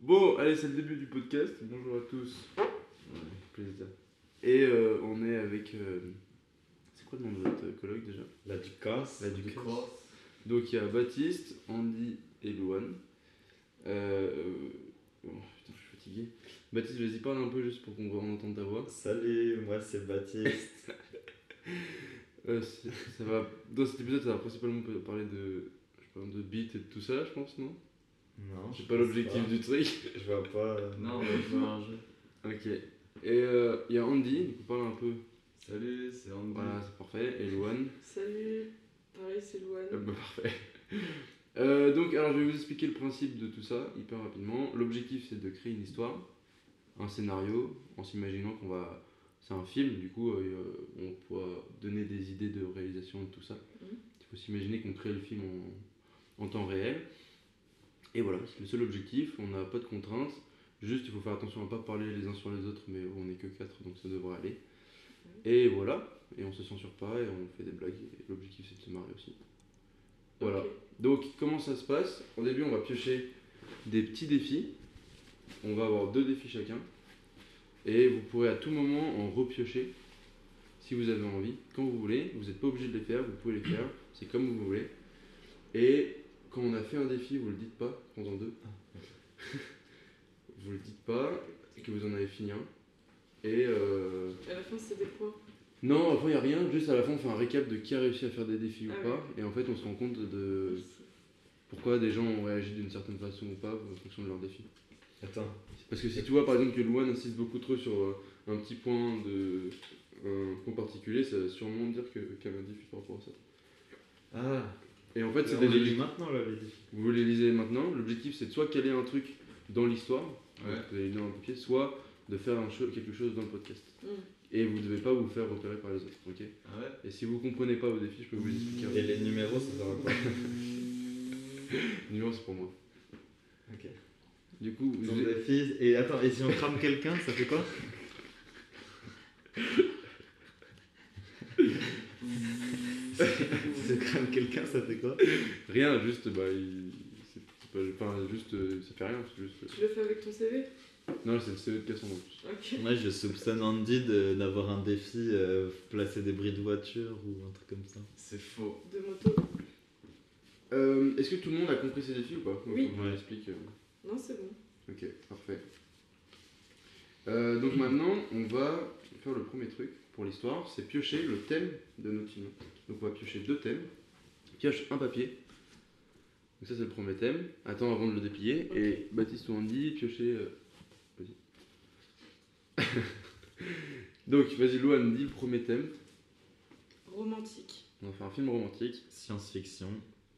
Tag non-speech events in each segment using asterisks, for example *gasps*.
Bon, allez, c'est le début du podcast. Bonjour à tous. Ouais, plaisir. Et euh, on est avec. euh, c'est quoi le nom de votre colloque déjà La Ducasse. La Ducasse. Donc il y a Baptiste, Andy et Louane. Euh, euh, oh, putain, je suis fatigué. Baptiste, vas-y, parle un peu juste pour qu'on on entende ta voix. Salut, moi c'est Baptiste. Euh, c'est- ça va, dans cet épisode, ça va principalement parler de, je sais pas, de beat et de tout ça, je pense, non *laughs* non, J'ai pas l'objectif du truc. *laughs* Je vois pas. euh, Non, on va jouer à un jeu. ok. Et euh, il y a Andy, donc on parle un peu. Salut, c'est Andy. Voilà, c'est parfait. Et Louane. Salut, pareil c'est Euh, Louane. bah, parfait. Euh, donc, alors, je vais vous expliquer le principe de tout ça hyper rapidement. L'objectif, c'est de créer une histoire, un scénario, en s'imaginant qu'on va. C'est un film, du coup, euh, on pourra donner des idées de réalisation et tout ça. Mhm. Il faut s'imaginer qu'on crée le film en, en temps réel. Et voilà, c'est le seul objectif. On n'a pas de contraintes. Juste, il faut faire attention à ne pas parler les uns sur les autres, mais on n'est que quatre, donc ça devrait aller. Et voilà, et on se censure pas, et on fait des blagues. et L'objectif, c'est de se marrer aussi. Voilà. Ok. Donc, comment ça se passe Au début, on va piocher des petits défis. On va avoir deux défis chacun. Et vous pourrez à tout moment en repiocher si vous avez envie, quand vous voulez. Vous n'êtes pas obligé de les faire, vous pouvez les faire. C'est comme vous voulez. Et quand on a fait un défi, vous le dites pas pendant deux. *laughs* vous le dites pas que vous en avez fini un. Et. euh, À la fin c'est des points. non, après il n'y a rien, juste à la fin on fait un récap de qui a réussi à faire des défis Ah ou ouais. pas, et en fait on se rend compte de pourquoi des gens ont réagi d'une certaine façon ou pas en fonction de leurs défis. Attends, Parce que si tu vois par exemple que Louane insiste beaucoup trop sur euh, un petit point de un point particulier, ça va sûrement dire que qu'il y a un défi par rapport à ça. ah, Et en fait c'est on des les lit défis. maintenant là, les défis. Vous voulez liser maintenant, l'objectif c'est de soit caler un truc dans l'histoire, Ouais. donc vous allez lire dans un papier, soit de faire un cho- quelque chose dans le podcast. Mm. Et vous devez pas vous faire repérer par les autres, ok Ah ouais Et si vous comprenez pas vos défis, je peux vous expliquer. Et les numéros, ça sert à quoi Nuance pour moi. Ok. Du coup, Ils ont vous- des fils. Et attends, et si on crame quelqu'un, ça fait *laughs* quoi Si on crame quelqu'un, ça fait quoi rien, juste, bah, il- c'est c'est pas, enfin, juste, euh, ça fait rien, c'est juste. euh, Tu le fais avec ton CV Non, c'est le CV de Cassandre. en plus. Ok. Moi, je soupçonne Andy de- d'avoir un défi, euh, placer des bris de voiture ou un truc comme ça. *laughs* C'est faux. De moto. Euh, Est-ce que tout le monde a compris ces défis ou pas Oui. Faut que je Ouais. explique, euh, Non c'est bon. Ok, parfait. Euh, donc maintenant, on va faire le premier truc pour l'histoire, c'est piocher le thème de notre film. Donc on va piocher deux thèmes. Pioche un papier. Donc ça c'est le premier thème. Attends avant de le déplier. Ok. Et Baptiste ou Andy, piocher... euh, Vas-y. *laughs* donc vas-y Louane, dis le premier thème. Romantique. On va faire un film romantique, Science-fiction.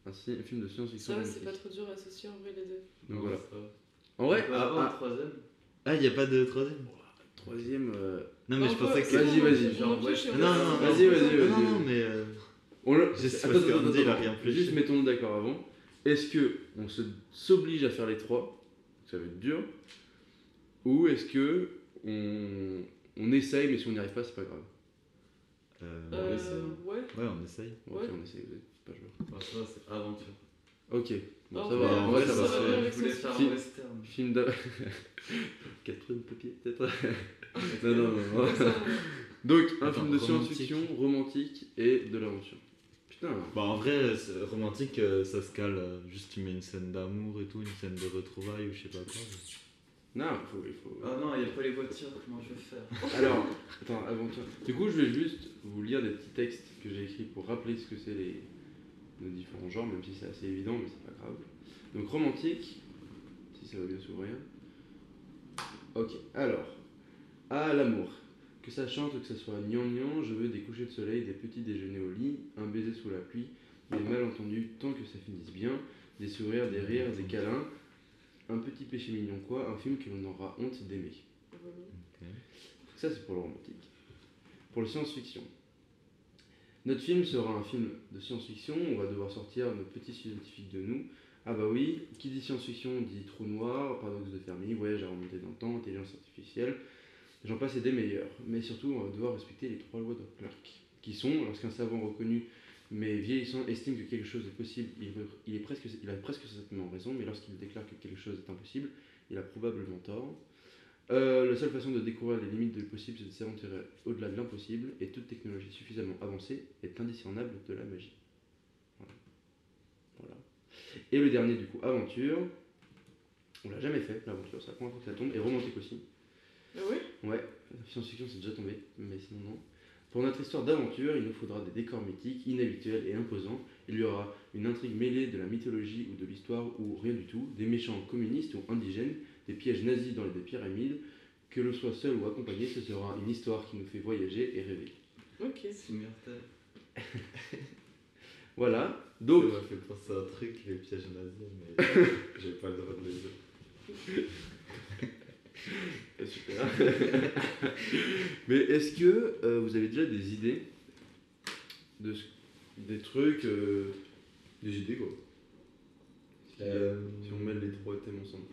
un, si- un film de science-fiction Ça va, c'est romantique. pas trop dur à associer en vrai les deux. Donc voilà. ça va. En vrai, On peut ah, avoir un ah, troisième Ah, il a pas de troisième troisième... euh, Non, mais Non, je pensais on que c'était. peut- Vas-y, on- vas-y, on genre, en ouais. pioche et on Non, non, non, en vas-y, propose vas-y, un. vas-y. Non, non, mais. euh, On le... Je sais Attends, parce que attends, Andy, il a attends. rien plus. Juste mettons-nous d'accord avant. Est-ce que on se s'oblige à faire les trois Ça va être dur. Ou est-ce que on, on essaye, mais si on n'y arrive pas, c'est pas grave. euh, Euh, Laissez-nous. ouais. Ouais, on essaye. Bon, Ouais. ok, on essaye, vous êtes pas joueur. Franchement, c'est aventure. Ok, bon, Ah, ça ouais, va. En en vrai, vrai, ça va. ça va. Je avec voulais ça, faire si. un western. Film *laughs* de. Catherine Papier, peut-être *laughs* Non, non, non. non. Comme ça, Donc, un Attends, film de science-fiction, romantique et de l'aventure. Putain, Bah, en vrai, euh, c'est- romantique, euh, ça se cale. euh, Juste, tu mets une scène d'amour et tout, une scène de retrouvailles ou je sais pas quoi. *laughs* mais- non, il faut. il faut- Ah non, il n'y a pas les voitures, comment je vais faire Alors, attends, aventure. Du coup, je vais juste vous lire des petits textes que j'ai écrits pour rappeler ce que c'est les nos différents genres, même si c'est assez évident, mais c'est pas grave. Donc romantique, si ça va bien s'ouvrir. Ok, alors, à l'amour. Que ça chante, que ça soit gnangnan, je veux des couchers de soleil, des petits déjeuners au lit, un baiser sous la pluie, des malentendus tant que ça finisse bien, des sourires, des rires, des câlins, un petit péché mignon quoi, un film que l'on aura honte d'aimer. on vomit. Ça, c'est pour le romantique. Pour le science-fiction. Notre film sera un film de science-fiction. On va devoir sortir nos petits scientifiques de nous. Ah bah oui, qui dit science-fiction dit trou noir, paradoxe de Fermi, voyage à remonter dans le temps, intelligence artificielle. J'en passe et des meilleurs. Mais surtout, on va devoir respecter les trois lois de Clark, qui sont, lorsqu'un savant reconnu mais vieillissant, estime que quelque chose est possible. Il, veut- il est presque, il a presque certainement raison, mais lorsqu'il déclare que quelque chose est impossible, il a probablement tort. Euh, la seule façon de découvrir les limites du possible, c'est de s'aventurer au-delà de l'impossible, et toute technologie suffisamment avancée est indiscernable de la magie. Voilà. Voilà. Et le dernier, du coup, aventure. On l'a jamais fait, l'aventure, c'est la première fois que ça tombe, et romantique aussi. Ah ouais Ouais, la science-fiction c'est déjà tombé, mais sinon non. Pour notre histoire d'aventure, il nous faudra des décors mythiques, inhabituels et imposants. Il y aura une intrigue mêlée de la mythologie ou de l'histoire ou rien du tout, des méchants communistes ou indigènes, des pièges nazis dans les pyramides. Que l'on soit seul ou accompagné, ce sera une histoire qui nous fait voyager et rêver. Ok. C'est mortel. Voilà, donc Ça m'a fait penser à un truc, les pièges nazis, *laughs* mais j'ai pas le droit de les dire. Euh, Super. *laughs* Mais est-ce que euh, vous avez déjà des idées de ce- des trucs, euh, des idées quoi si, euh, si on mêle les trois thèmes ensemble.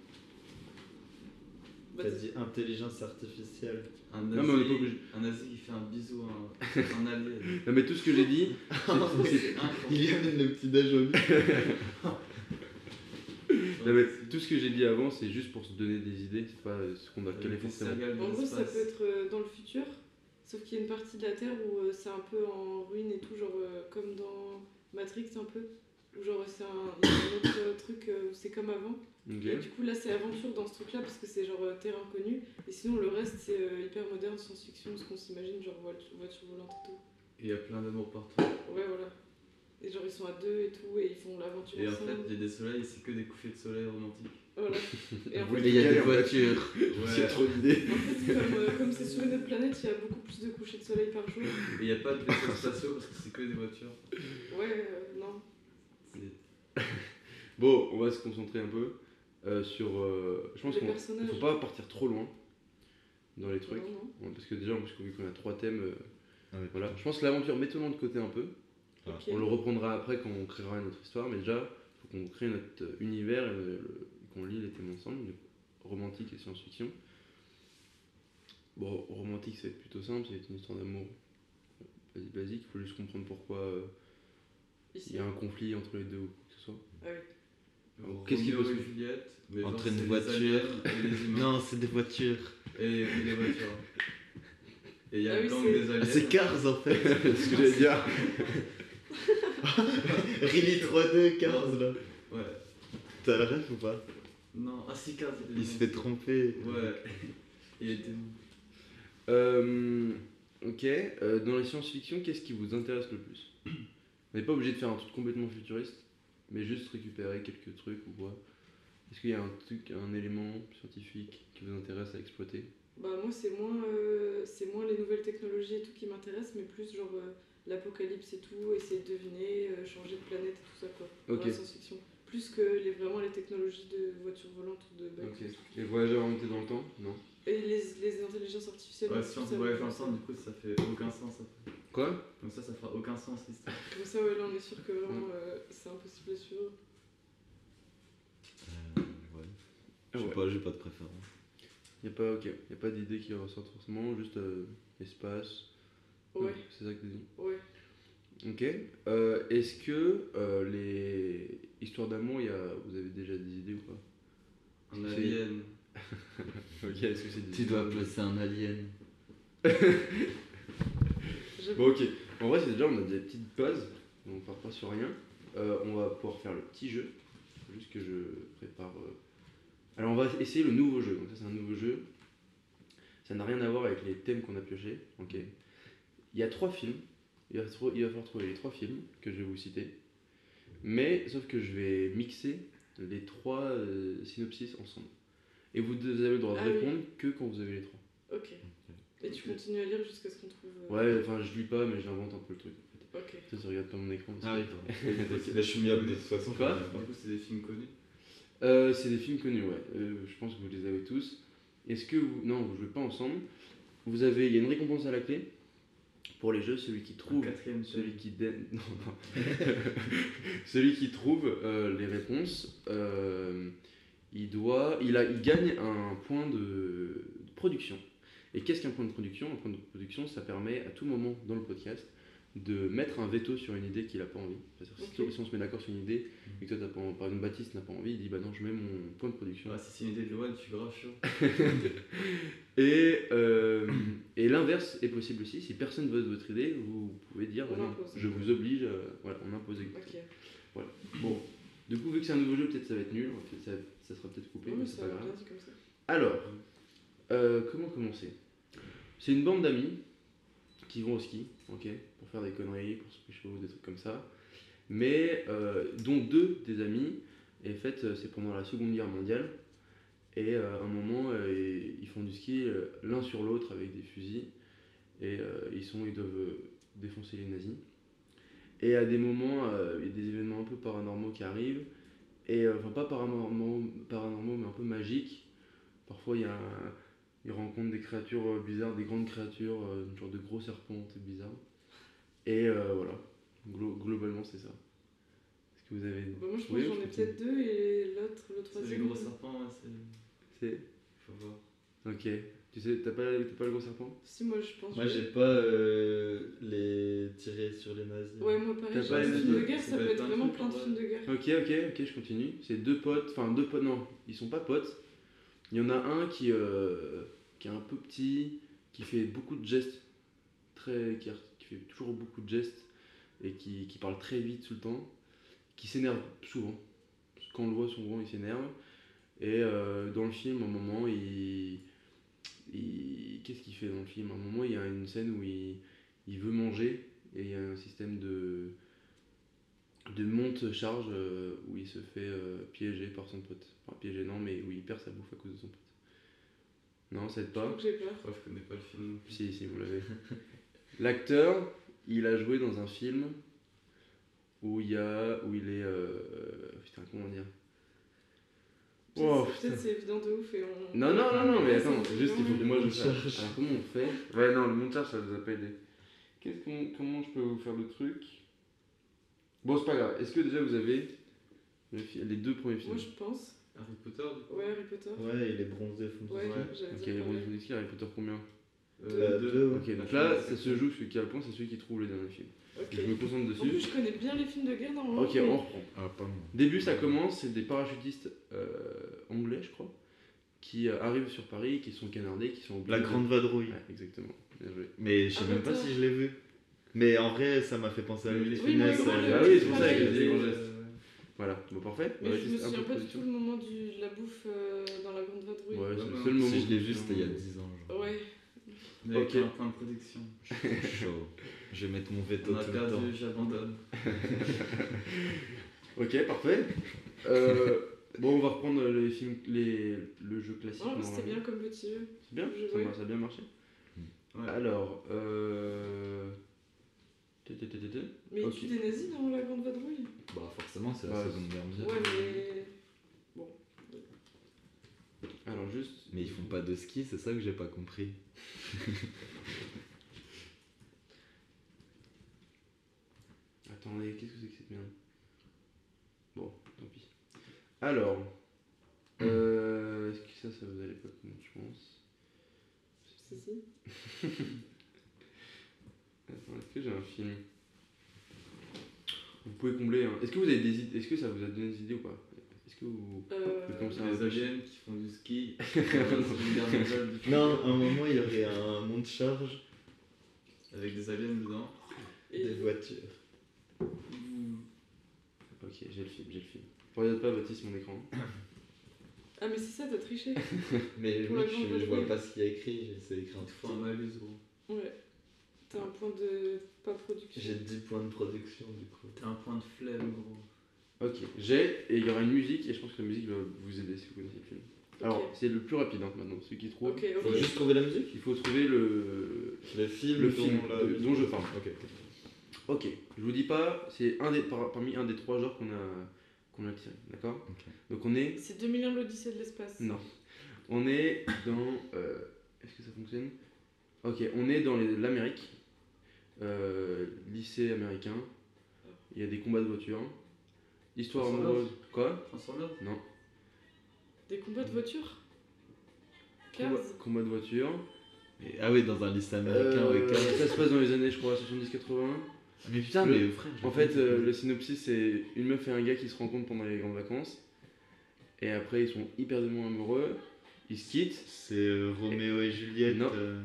Bah, T'as dit intelligence artificielle. Un Non, mais on est pas obligé. nazi, un nazi qui fait un bisou à un, un *laughs* alien. Non mais tout ce que j'ai dit, c'est- c'est- C'est incroyable. *laughs* Il y amène le petit déj au lit. *laughs* non, mais tout ce que j'ai dit avant, c'est juste pour se donner des idées. C'est pas euh, ce qu'on a calé Avec des forcément. céréales de En gros, ça l'espace. peut être euh, dans le futur, sauf qu'il y a une partie de la Terre où euh, c'est un peu en ruine et tout, genre euh, comme dans Matrix un peu, où genre c'est un, il y a un autre euh, truc euh, où c'est comme avant. Ok. Et du coup, là, c'est aventure dans ce truc-là parce que c'est genre euh, terrain inconnu. Et sinon, le reste, c'est euh, hyper moderne, science-fiction, ce qu'on s'imagine, genre voit- voiture volante et tout. Et Il y a plein d'amour partout. Ouais, voilà. Et genre, ils sont à deux et tout, et ils font l'aventure Et en ensemble. fait, il y a des soleils, c'est que des couchers de soleil romantiques. *laughs* Voilà. Et en Vous fait, voulez- Et il y a des Galère, ouais. voitures. *laughs* C'est Ouais. trop d'idées. en fait, comme euh, comme c'est sur une autre planète, il y a beaucoup plus de couchers de soleil par jour. Et il n'y a pas de vaisseaux spatiaux parce que c'est que des voitures. Ouais, euh, non. C'est- Bon, on va se concentrer un peu euh, sur. euh, je pense Les qu'on il personnages. faut pas partir trop loin dans les trucs. Non, non. Ouais, Parce que déjà, en plus, vu qu'on a trois thèmes, euh, Ah, mais voilà. Je pense que l'aventure, mettons-le de côté un peu. Ok. On le reprendra après quand on créera notre histoire, mais déjà, il faut qu'on crée notre euh, univers et euh, le- qu'on lit les thèmes ensemble, donc romantique et science-fiction. Bon, romantique, c'est plutôt simple, c'est une histoire d'amour basi- basique, il faut juste comprendre pourquoi euh, il Ici. y a un conflit entre les deux ou quoi que ce soit. Ah oui. Alors, qu'est-ce qu'il Roméo faut se- et Juliette, mais Entre genre, une c'est les voiture. aliens et les *laughs* humains. Non, c'est des voitures. Et oui, les voitures. Et il y a Ah le oui, gang c'est- des aliens. Ah, *laughs* c'est Cars en fait. ce que j'allais *laughs* dire. Really 3D, Cars là. Ouais. T'as le rêve ou pas Non, ah si, Cars, c'était Il se bien. fait tromper. Ouais. Il était bon. Euh, ok, euh, dans les science-fiction, qu'est-ce qui vous intéresse le plus *clears throat* On n'est pas obligé de faire un truc complètement futuriste, mais juste récupérer quelques trucs ou quoi. Est-ce qu'il y a un truc, un élément scientifique qui vous intéresse à exploiter Bah moi c'est moins euh, c'est moins les nouvelles technologies et tout qui m'intéressent mais plus genre euh, l'apocalypse et tout, essayer de deviner, euh, changer de planète et tout ça quoi. dans Ok. la science-fiction. Plus que les, vraiment les technologies de voitures volantes ou de bikes. Les voyageurs remontés dans le temps Non. Et les, les intelligences artificielles. Ouais, tout si on ça, voyage comme ensemble, du coup, ça fait aucun sens. Quoi Comme ça, ça fera aucun sens l'histoire. ça. Comme ça ouais là on est sûr que vraiment Ouais. euh, c'est impossible à suivre. Euh, ouais. Je sais pas, j'ai pas de préférence. Ah Y a pas, ok. Y a pas d'idée qui ressort forcément, juste euh, espace. Ouais, C'est ça que t'as dit. ouais. Ok. Euh, Est-ce que euh, les histoires d'amour, y a... vous avez déjà des idées ou pas Un C'est- alien. Ok, est-ce que c'est des Tu dois placer un alien. J'avoue. Bon ok, en vrai c'est déjà on a des petites bases, donc on part pas sur rien. Euh, on va pouvoir faire le petit jeu, Faut juste que je prépare. euh. Alors on va essayer le nouveau jeu, donc ça c'est un nouveau jeu. Ça n'a rien à voir avec les thèmes qu'on a piochés, ok. Il y a trois films, il va, trou- il va falloir trouver les trois films que je vais vous citer. Mais sauf que je vais mixer les trois euh, synopsis ensemble. Et vous deux avez le droit de Ah oui. répondre que quand vous avez les trois. Ok. Et tu continues à lire jusqu'à ce qu'on trouve. euh, Ouais, enfin je lis pas mais j'invente un peu le truc. en fait. Ok. Ça, je regarde pas mon écran. parce que- Ah oui, D'accord. Là, je suis mis à bout de toute façon. Quoi Du coup, c'est des films connus. Euh, c'est des films connus, ouais. Euh, je pense que vous les avez tous. Est-ce que vous. Non, vous jouez pas ensemble. Vous avez. Il y a une récompense à la clé pour les jeux. Celui qui Un trouve. quatrième Celui thème. qui. dé- *laughs* Non, non. celui qui trouve euh, les réponses, euh, il doit. Il, a, il gagne un point de, de production. Et qu'est-ce qu'un point de production Un point de production, ça permet à tout moment dans le podcast de mettre un veto sur une idée qu'il n'a pas envie. Parce que si Ok. toi- si on se met d'accord sur une idée et que toi, t'as pas, en- par exemple, Baptiste n'a pas envie, il dit bah non, je mets mon point de production. Ouais, si c'est une idée de Loan, je suis grave chaud. Et, euh, et l'inverse est possible aussi. Si personne ne vote votre idée, vous pouvez dire On bah non, impose. je vous oblige, euh, voilà, on impose. Ok. Bon, du coup, vu que c'est un nouveau jeu, peut-être ça va être nul, en fait, ça, ça sera peut-être coupé, Non, mais mais c'est ça pas va grave. bien dit comme ça. Alors, euh, comment commencer C'est une bande d'amis qui vont au ski, ok, pour faire des conneries, pour se pécho, des trucs comme ça. Mais euh, dont deux des amis, et en fait, euh, c'est pendant la Seconde Guerre mondiale. Et euh, à un moment, euh, ils font du ski euh, l'un sur l'autre avec des fusils. Et euh, ils, sont, ils doivent euh, défoncer les nazis. Et à des moments, euh, il y a des événements un peu paranormaux qui arrivent. Et euh, enfin, pas paranormaux, paranormaux, mais un peu magiques. Parfois, il y a un- ils rencontrent des créatures euh, bizarres, des grandes créatures, euh, genre de gros serpents, c'est bizarre. Et euh, voilà, Glo- globalement, c'est ça. Est-ce que vous avez. Bah, moi, je pense Oui, que j'en je ai comprends. peut-être deux et l'autre, C'est hein. le les troisième. gros serpents, ouais, c'est. C'est... Faut voir. Ok. Tu sais, t'as pas, t'as pas le gros serpent Si, moi, je pense. Moi, que- j'ai pas euh, les tirés sur les nazis. Ouais, moi, pareil. T'as j'ai pas un les film de deux. guerre, Ça ça peut peut être être un vraiment truc, plein de en films de guerre. Ok, ok, ok, je continue. C'est deux potes, enfin deux potes, non, ils sont pas potes. Il y en a un qui, euh, qui est un peu petit, qui fait beaucoup de gestes, très, qui, a- qui fait toujours beaucoup de gestes et qui, qui parle très vite tout le temps, qui s'énerve souvent. Quand on le voit souvent, il s'énerve. Et euh, dans le film, à un moment, il. il- Qu'est-ce qu'il fait dans le film À un moment, il y a une scène où il, il veut manger et il y a un système de de monte-charge euh, où il se fait euh, piéger par son pote. Enfin, piéger, non, mais où il perd sa bouffe à cause de son pote. Non, ça aide Je pas crois que j'ai peur. Ouais, je connais pas le film. Si, si, vous l'avez. L'acteur, il a joué dans un film où il, y a, où il est. euh, putain, comment dire Oh, Peut-être putain. peut-être c'est évident de ouf et on. Non, non, non, non, mais Ça attends, me fait juste il faut que vraiment moi je Le sache. montage. Alors, comment on fait Ouais, non, le montage, ça vous a pas aidé. Qu'est-ce qu'on- comment je peux vous faire le truc Bon, c'est pas grave. Est-ce que déjà vous avez le fi- les deux premiers rire. films Moi, je pense. Harry Potter, du coup Ouais, Harry Potter. Ouais, il est bronzé, foncé. Ouais, Euh, Ouais. j'allais Ok, dire les pareil. Rondes Phoenix, Harry Potter combien Euh, deux, ouais. Ok, donc là, ça se joue, celui qui a le point, c'est celui qui trouve le dernier film. Ok. Je me concentre En plus, dessus. je connais bien les films de guerre normalement. Ok, on reprend. Ah, pas moi. Début, ça commence, c'est des parachutistes euh, anglais, je crois, qui euh, arrivent sur Paris, qui sont canardés, qui sont obligés. La de- grande vadrouille. Ouais, exactement. Bien joué. Mais je sais Ah, même pas d'accord. si je l'ai vu. Mais en vrai, ça m'a fait penser à lui. Oui, les oui, moi, Funès, moi, euh, le- bah Ah oui, c'est pour ça que qu'il j'ai dit, dit. ouais. Voilà, bon, parfait. Mais Ouais, je me juste un souviens peu pas de du tout production. le moment du- de la bouffe euh, dans la grande vadrouille. Ouais, c'est le Ouais, seul ouais. moment. Si je l'ai où- vu, c'était il y a 10 ans. Genre. Ouais. Ok. Ok. Un point de production. Je suis chaud. Je vais mettre mon veto On a tout le temps. perdu, j'abandonne. Ok, parfait. Euh, *laughs* bon, on va reprendre les films, les, le jeu classique. Vraiment, c'était normalement. bien comme petit jeu. C'est bien, Je- ça, ouais. m'a- ça a bien marché. Ouais. Alors, euh. té, té, té, té, té. Mais Ok. tu des nazis dans la grande vadrouille Bah, forcément, c'est la Ouais. seconde guerre mondiale. Ouais, mais. Alors, juste. Mais ils font pas de ski, c'est ça que j'ai pas compris. Attendez, qu'est-ce que c'est que cette merde Bon, tant pis. Alors, euh, est-ce que ça, ça vous allait pas comment je pense Si, si. Attends, est-ce que j'ai un film Vous pouvez combler. hein. Est-ce que vous avez des idées Est-ce que ça vous a donné des idées ou pas Est-ce que vous. Euh, C'est comme C'est ça. des aliens qui font du ski. *laughs* C'est une guerre mondiale, du coup. Non, à un moment, il y aurait un monte charge Avec des aliens dedans. et- des voitures. Ok, j'ai le film, j'ai le film. Regarde pas, Baptiste, mon écran. Ah, mais c'est ça, t'as *laughs* triché Mais Pour oui, la grande je, je vadrouille. vois pas ce qu'il y a écrit, c'est écrit en Il te tout faut petit. un malus, gros. Ouais. T'as un point de pas production. J'ai 10 points de production du coup. T'as un point de flemme, gros. Ok, j'ai, et il y aura une musique, et je pense que la musique va vous aider si vous connaissez le film. Alors, Ok. c'est le plus rapide hein, maintenant, celui qui trouve. Ok, ok. Faut juste trouver la musique Il faut trouver le. Le film Le dont film la- de- dont je parle. Ok, ok. Ok, je vous dis pas, c'est un des, par- parmi un des trois genres qu'on a, qu'on a tiré, d'accord Ok. Donc on est. C'est 2001 l'Odyssée de l'espace. Non. On est dans. euh, Est-ce que ça fonctionne Ok, on est dans les- l'Amérique, euh, lycée américain, il y a des combats de voitures, histoire Transformers. amoureuse. Quoi Transformers Non. Des combats de voitures Combat, 15 combat de voiture. Et- ah oui, dans un lycée américain, Euh, ouais, quand même. ça se passe dans les années, je crois, 70-80. Mais putain, Le- mais frère. j'ai En pas fait, dit- euh, le synopsis, c'est une meuf et un gars qui se rencontrent pendant les grandes vacances. Et après, ils sont hyper amoureux. Ils se quittent. C'est euh, Roméo et Juliette. Non. euh,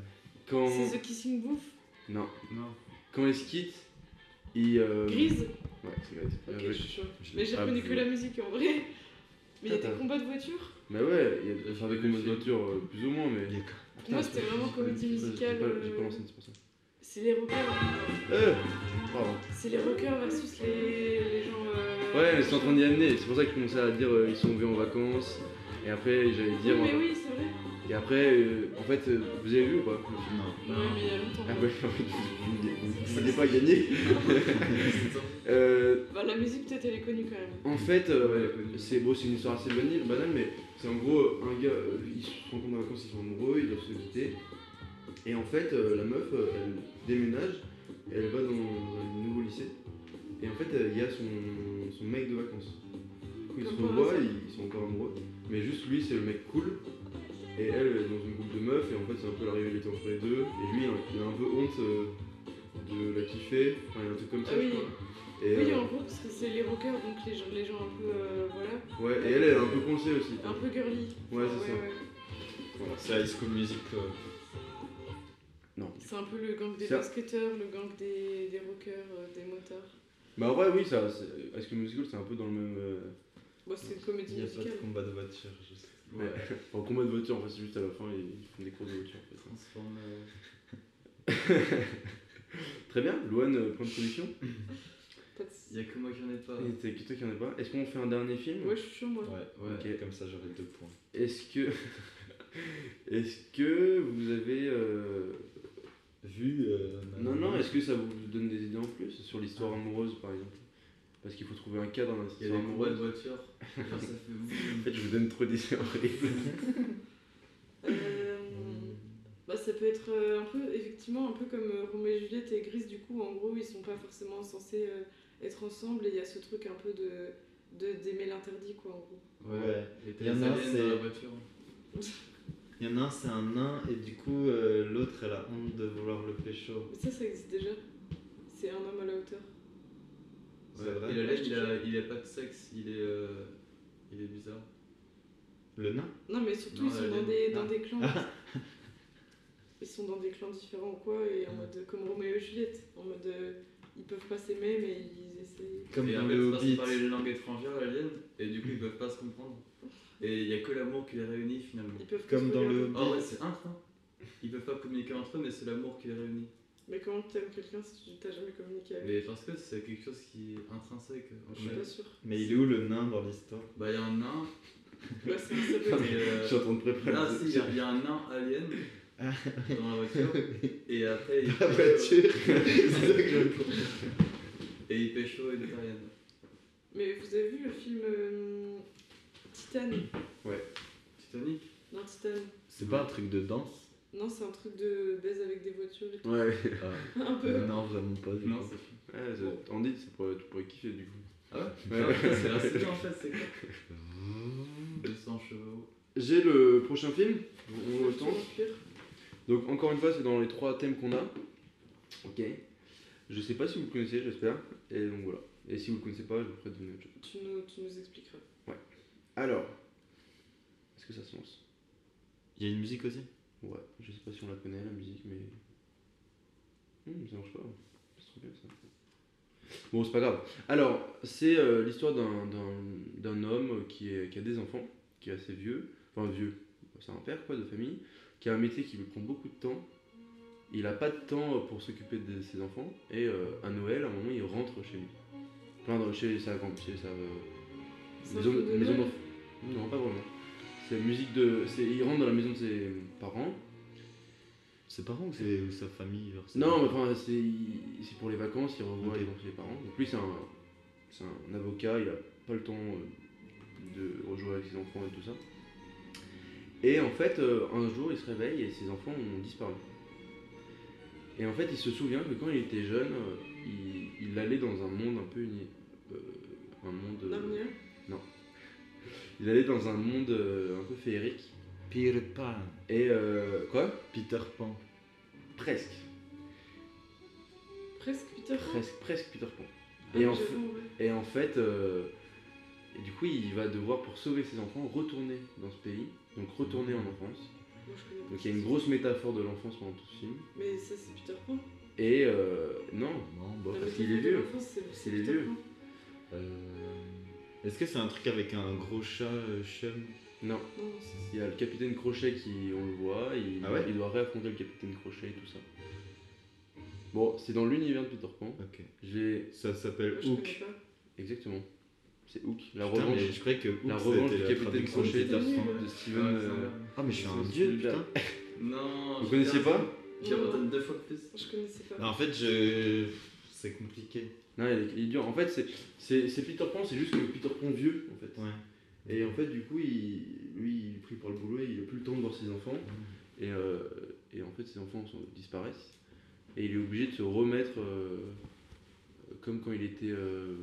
Quand. C'est The Kissing Booth Non. *laughs* Non. Quand ils se quittent, ils. euh, Grise Ouais, c'est vrai. Ok, je suis chaud. je Mais l'ai j'ai pas reconnu vu. que la musique en vrai. Mais il y Putain, a des t'as- combats de voitures. Mais ouais, il y a enfin, des combats de voiture, euh, plus ou moins, mais. Il est con. Pour moi, c'était vraiment comédie J'ai pas- musicale. J'ai pas, euh, j'ai pas l'ancienne, c'est pour ça. C'est les rockers. Euh Pardon. C'est les rockers versus les, les gens. euh, Ouais, mais je suis en train d'y amener. C'est pour ça que je commençais à dire euh, ils sont venus en vacances. Et après, j'allais Oui, dire. mais euh, oui, c'est vrai. Et après, euh, en fait, euh, vous avez vu ou pas Non. Ouais, mais il y a longtemps. Ah ouais, *laughs* en fait, vous ne vouliez pas gagner. Euh, Bah, la musique, peut-être, elle est connue quand même. en fait, euh, c'est bon, c'est une histoire assez banale, banale, mais c'est en gros euh, un gars, euh, ils se rencontrent en vacances, ils sont amoureux, ils doivent se quitter. Et en fait, euh, la meuf, euh, elle déménage, elle va dans un nouveau lycée. Et en fait, euh, il y a son, son mec de vacances. Du coup, ils se Comme par revoient, hasard. ils, ils sont encore amoureux. Mais juste lui, c'est le mec cool. Et elle, elle est dans une groupe de meufs, et en fait, c'est un peu la rivalité entre les deux. Et lui, il a, il a un peu honte euh, de la kiffer. Enfin, il y a un truc comme ça, Ah oui. je crois. Et, Oui, euh, en gros, parce que c'est les rockers, donc les gens, les gens un peu. euh, voilà. ouais, et elle, elle est un peu coincée aussi. Un peu girly. Ouais, Enfin, c'est ça. C'est High School Music. euh, Non. C'est un peu le gang des Ça- basketteurs, le gang des, des rockers, euh, des motards. Bah ouais, oui, ça. c'est- High School Musical, c'est un peu dans le même. euh, Bon, Bah, c'est une comédie Il n'y a pas de musicale. combat de voiture, je sais. Ouais. En combat de voiture, en fait, c'est juste à la fin, ils font des cours de voiture. en fait. Transforme, euh, Très bien, Luan, euh, point de production. Pas de- y a que moi qui en ai pas. Et C'est que toi qui en as pas. Est-ce qu'on fait un dernier film Ouais, je suis chaud, moi. Ouais, ouais. Ok. Comme ça, j'aurai deux points. Est-ce que. *laughs* Est-ce que vous avez. euh, Vu. euh, Non, non, est-ce que ça vous donne des idées en plus sur l'histoire amoureuse par exemple Parce qu'il faut trouver un cadre dans Il y l'histoire a des combats de amoureuse. voiture. Genre, ça fait En boum. fait, je vous donne trop d'idées en vrai. Euh, Hmm. Bah, ça peut être euh, un peu, effectivement, un peu comme euh, Roméo et Juliette et Gris, du coup, en gros, ils sont pas forcément censés euh, être ensemble et il y a ce truc un peu de de- d'aimer l'interdit, quoi, en gros. Ouais. Les Il y en a un, aliens c'est- dans la voiture. Il y en a un, c'est un nain, et du coup, euh, l'autre, elle a honte de vouloir le pécho. Mais ça, ça existe déjà. C'est un homme à la hauteur. C'est Ouais. vrai Et le Ouais, lait, je il te a, il a pas de sexe, il est, euh, il est bizarre. Le nain Non, mais surtout, Non, ils sont elle dans est- des, dans non. des Ah. clans. ils sont dans des clans différents ou quoi, et en Ouais. mode comme Roméo et Juliette. En mode euh, ils peuvent pas s'aimer, mais ils essayent. Comme et dans en fait, le parce qu'ils Hobbit. parlaient les langues étrangères, l'alien, et du coup, ils peuvent pas se comprendre. Et il y a que l'amour qui les réunit finalement. Ils peuvent Comme tous dans le regarder. Oh ouais, c'est un train. Ils peuvent pas communiquer entre eux, mais c'est l'amour qui les réunit. Mais comment t'aimes quelqu'un si tu t'as jamais communiqué avec Mais parce que c'est quelque chose qui est intrinsèque. en Je suis fait. pas sûre. Mais il est où le nain dans l'histoire Bah, il y a un nain. *laughs* Ouais, ça, ça *laughs* peut être- et, Je euh, suis en train de préparer. Là, le- si, hein. il y a- il y, a un nain alien Ah. dans la voiture. Et après, *laughs* il La voiture C'est ça que *laughs* je comprends. Et il pécho et des aliens. Mais vous avez vu le film euh, Titan Titanic Non, Titan. C'est pas un truc de danse Non, c'est un truc de baise avec des voitures *laughs* et tout. Ouais, ouais. Ah, un peu. euh, Non, vraiment pas. du Non, coup. c'est ça- on dit, ça pourrait, tu pourrais kiffer du coup. Ah ouais, Ouais. Ah, C'est la cité en fait, c'est *laughs* quoi 200 chevaux. J'ai le prochain film. On le Je tente. suis en cuir. Donc encore une fois, c'est dans les trois thèmes qu'on a. Ok. Je sais pas si vous le connaissez, j'espère. Et donc voilà. Et si vous le connaissez pas, je vous ferai deviner autre chose. Tu nous, tu nous expliqueras. Alors, est-ce que ça se lance Il y a une musique aussi Ouais. Je sais pas si on la connaît la musique, mais Hmm, ça marche pas. C'est trop bien ça. Bon, c'est pas grave. Alors, c'est euh, l'histoire d'un- d'un d'un homme qui, est, qui a des enfants, qui est assez vieux, enfin vieux, c'est un père quoi de famille, qui a un métier qui lui prend beaucoup de temps. Il a pas de temps pour s'occuper de ses enfants et euh, à Noël, à un moment, il rentre chez lui. Enfin, dans- chez sa grand chez sa euh, C'est un maison, film de maison Noël d'enfants. Non, pas vraiment. C'est la musique de. c'est- Il rentre dans la maison de ses parents Ses parents ou, c'est- ou sa famille genre, c'est- Non, mais enfin, c'est c'est pour les vacances, il revoit Ok. les ses parents. Donc lui, c'est un, c'est un avocat, il a pas le temps euh, de rejouer avec ses enfants et tout ça. Et en fait, euh, un jour, il se réveille et ses enfants ont disparu. Et en fait, il se souvient que quand il était jeune, euh, il, il allait dans un monde un peu uni. euh, un monde. euh, Narnia il allait dans un monde euh, un peu féerique. Peter Pan. Et euh, quoi Peter Pan. Presque. Presque Peter Pan. Ah, presque, presque Peter Pan. Et en, J'avoue, fa- ouais. et en fait, euh, et du coup, il va devoir, pour sauver ses enfants, retourner dans ce pays, donc retourner en enfance. Moi, je connais pas Donc il y a une ça. grosse métaphore de l'enfance pendant tout ce film. Mais ça, c'est Peter Pan. Et euh, non, Oh, Non, bof. La parce métaphore qu'il est de vieux. l'enfance, C'est Il est Peter vieux. Pan. Euh, Est-ce que c'est un truc avec un gros chat euh, chum non. Non, non, c'est- Il y a le capitaine Crochet qui, on le voit, il, Ah ouais il doit réaffronter le capitaine Crochet et tout ça. Bon, c'est dans l'univers de Peter Pan. Ok. J'ai. Ça s'appelle moi, je connais Hook. pas. Exactement. C'est Hook, la Putain, revanche, mais je croyais que Hook la revanche c'était du la capitaine traduction de Crochet Peter Peter Pan. Pan. de Steven. euh, Ah, mais je suis un C'est dieu, celui-là. putain. Non. Vous je connaissiez perds. pas J'ai Non. retenu deux fois de plus. Je connaissais pas. Non, en fait, je. C'est compliqué. Non, il est, il est dur. En fait, c'est- c'est c'est Peter Pan, c'est juste que Peter Pan vieux, en fait. Ouais. Et en fait, du coup, il, lui, il est pris par le boulot, il n'a plus le temps de voir ses enfants. Et, euh, et en fait, ses enfants sont- disparaissent. Et il est obligé de se remettre euh, comme quand il était euh,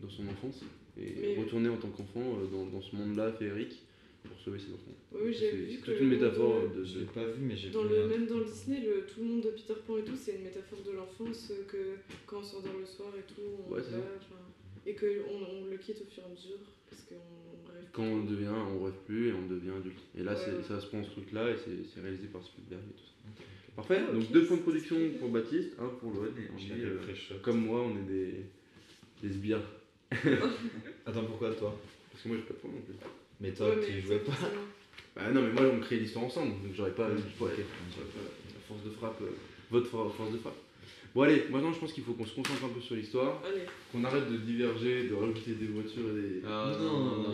dans son enfance. Et Mais- retourner en tant qu'enfant euh, dans, dans ce monde-là féerique pour sauver ses enfants. Oui, oui, C'est j'avais vu c'est que toute le une monde métaphore euh, de- de Je ce. l'ai pas vu, mais j'ai vu. Dans le, un- même dans le Disney, le, tout le monde de Peter Pan et tout, c'est une métaphore de l'enfance euh, que quand on s'endort le soir et tout, on Ouais, c'est va, ça. enfin, et que on, on le quitte au fur et à mesure parce qu'on on rêve. Quand on devient, on rêve plus et on devient adulte. Et là, Ouais, c'est- ouais. ça se prend ce truc-là et c'est- c'est réalisé par Spielberg et tout ça. Ok, ok. Parfait, Ah, donc ok, deux points de c'est production super. pour Baptiste, un pour Loan et Je Angie. l'ai euh, très chaud. comme moi, on est des, des sbires. Attends, pourquoi toi Parce que moi, j'ai pas de points non plus. Mais Ouais, toi, mais tu jouais ça, pas. forcément. Bah non, mais moi, on crée l'histoire ensemble, donc j'aurais pas. Ouais, je pourrais- ok. j'aurais pas la force de frappe, euh, votre for- force de frappe. Bon, allez, maintenant, je pense qu'il faut qu'on se concentre un peu sur l'histoire, Allez, qu'on arrête de diverger, de rajouter des voitures et des. Ah Non.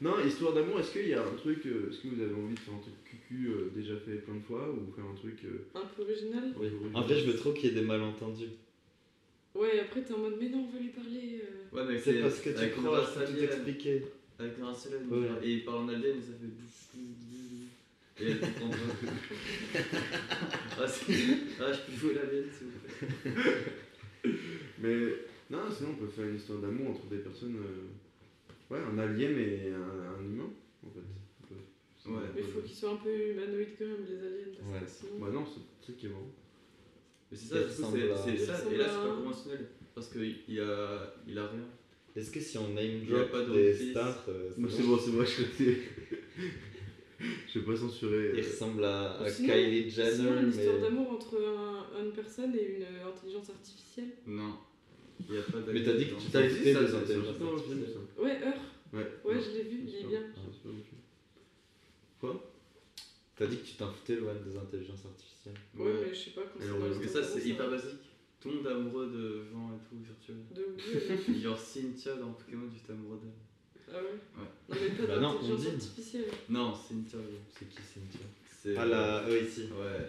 Non, histoire d'amour, est-ce qu'il y a un truc. euh, est-ce que vous avez envie de faire un truc cucu euh, déjà fait plein de fois ou faire un truc. euh, un peu original. En fait, je veux trop qu'il y ait des malentendus. Ouais, après t'es en mode mais non, on veut lui parler. euh. Ouais, mais C'est parce que tu avec le crois race à tout alien, expliquer. Avec le race alien, Ouais. genre, et il parle en alien et ça fait. bouf, bouf, bouf. Et elle comprend *laughs* pas. ah, c'est- ah, je peux jouer l'alien, s'il vous plaît. Mais non, sinon on peut faire une histoire d'amour entre des personnes. euh, Ouais, un alien et un, un humain, en fait. On peut- c'est- Ouais. Mais faut qu'ils soient un peu humanoïdes quand même, les aliens, parce Ouais. que sinon. Bah non, c'est le truc qui est marrant. Mais c'est ça, Il du coup, ressemble c'est à- c'est il ça. Et là, c'est ressemble à- pas conventionnel. Parce qu'il il a, il a rien. Est-ce que si on name y a drop pas des de One Piece. stars, euh, Bon, Bah, ça c'est marche bon, c'est bon, je sais. *laughs* je vais pas censurer. Il euh, ressemble à, à Sinon- Kylie Jenner, Sinon, une histoire mais. d'amour entre un- une personne et une euh, intelligence artificielle. Non. Il y a pas d'alien. Mais t'as dit que non. tu Ça t'as existe, écouté ça, des c'est- c'est intelligences juste un film, artificielles. ça. Ouais, Heur. Ouais. Ouais, non, je l'ai vu, il c'est est pas- bien. c'est pas bon. T'as dit que tu t'en foutais loin des intelligences artificielles. Ouais, Ouais. mais je sais pas quand Et on- dans Parce que ça, l'histoire c'est d'amour, hyper va. basique. Tout le monde est amoureux de gens et tout, virtuels. De ouf, euh. Genre Cynthia dans Pokémon, j'étais amoureux d'elle. Ah ouais Non mais pas Bah non, d'intelligence Ondine. artificielle. Non, Cynthia, genre. C'est qui Cynthia C'est. Ah là, eux ici. Ouais.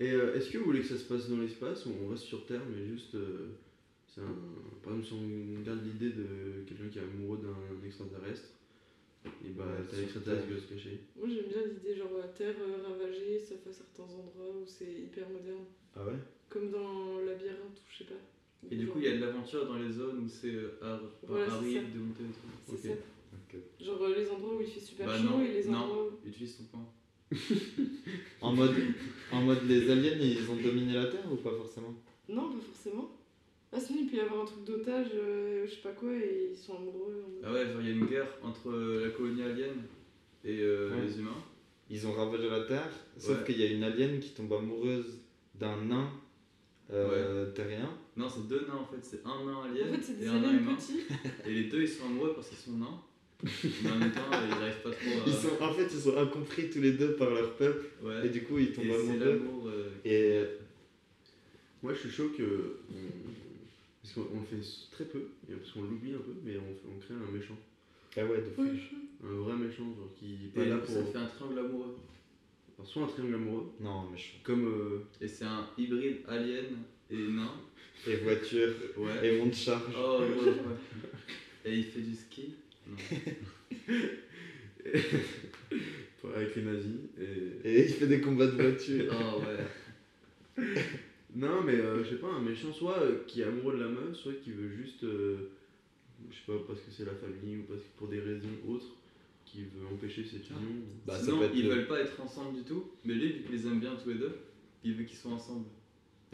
Et euh, est-ce que vous voulez que ça se passe dans l'espace ou on reste sur Terre, mais juste. euh, c'est un... Par exemple, si on garde l'idée de quelqu'un qui est amoureux d'un extraterrestre, et bah Ouais, t'as sur l'extraterrestre Terre. qui va se cacher. Moi j'aime bien l'idée genre euh, terre euh, ravagée, sauf à certains endroits où c'est hyper moderne. Ah ouais Comme dans labyrinthe ou je sais pas. Et du coup, il y a de l'aventure dans les zones où c'est euh, ar- Voilà, c'est ça. aride de monter et tout. C'est Ok. ça. Genre euh, les endroits où il fait super Bah chaud non, et les non. endroits où. Utilise ton point. en mode, en mode les aliens, ils ont dominé la Terre ou pas forcément Non, pas forcément. Ah sinon il peut y avoir un truc d'otage, euh, je sais pas quoi, et ils sont amoureux. en- Ah ouais, genre il y a une guerre entre euh, la colonie alien et euh, Ouais. les humains. Ils ont ravagé la Terre, sauf Ouais. qu'il y a une alien qui tombe amoureuse d'un nain euh, terrien. Non, c'est deux nains en fait, c'est un nain En alien fait c'est des et un nain aliens humain. petits. Et les deux ils sont amoureux parce qu'ils sont nains. Mais en même temps, euh, ils arrivent pas trop à. Ils sont, en fait, ils sont incompris tous les deux par leur peuple et Ouais. du coup, ils Et tombent c'est amoureux. l'amour. euh, Et Moi, je suis chaud que. on- Parce qu'on on le fait très peu, et parce qu'on l'oublie un peu, mais on, fait- on crée un méchant. ah ouais, de fou. Un vrai méchant, genre qui est et pas là du coup, ça pour. fait un triangle amoureux. Alors, soit un triangle amoureux, Non, méchant. comme. euh, Et c'est un hybride alien et nain. Et voiture, Ouais. et monte charge. Oh, ouais, ouais. Et il fait du ski. Non. avec les nazis. Et... Et il fait des combats de voiture. Oh ouais. Non, mais euh, je sais pas, un méchant, soit euh, qui est amoureux de la meuf, soit qui veut juste. euh, Je sais pas, parce que c'est la famille ou parce que pour des raisons autres, qui veut empêcher cette union. Bah, ça Sinon, peut être ils le- veulent pas être ensemble du tout, mais lui, vu qu'il les aime bien tous les deux, Il veut qu'ils soient ensemble.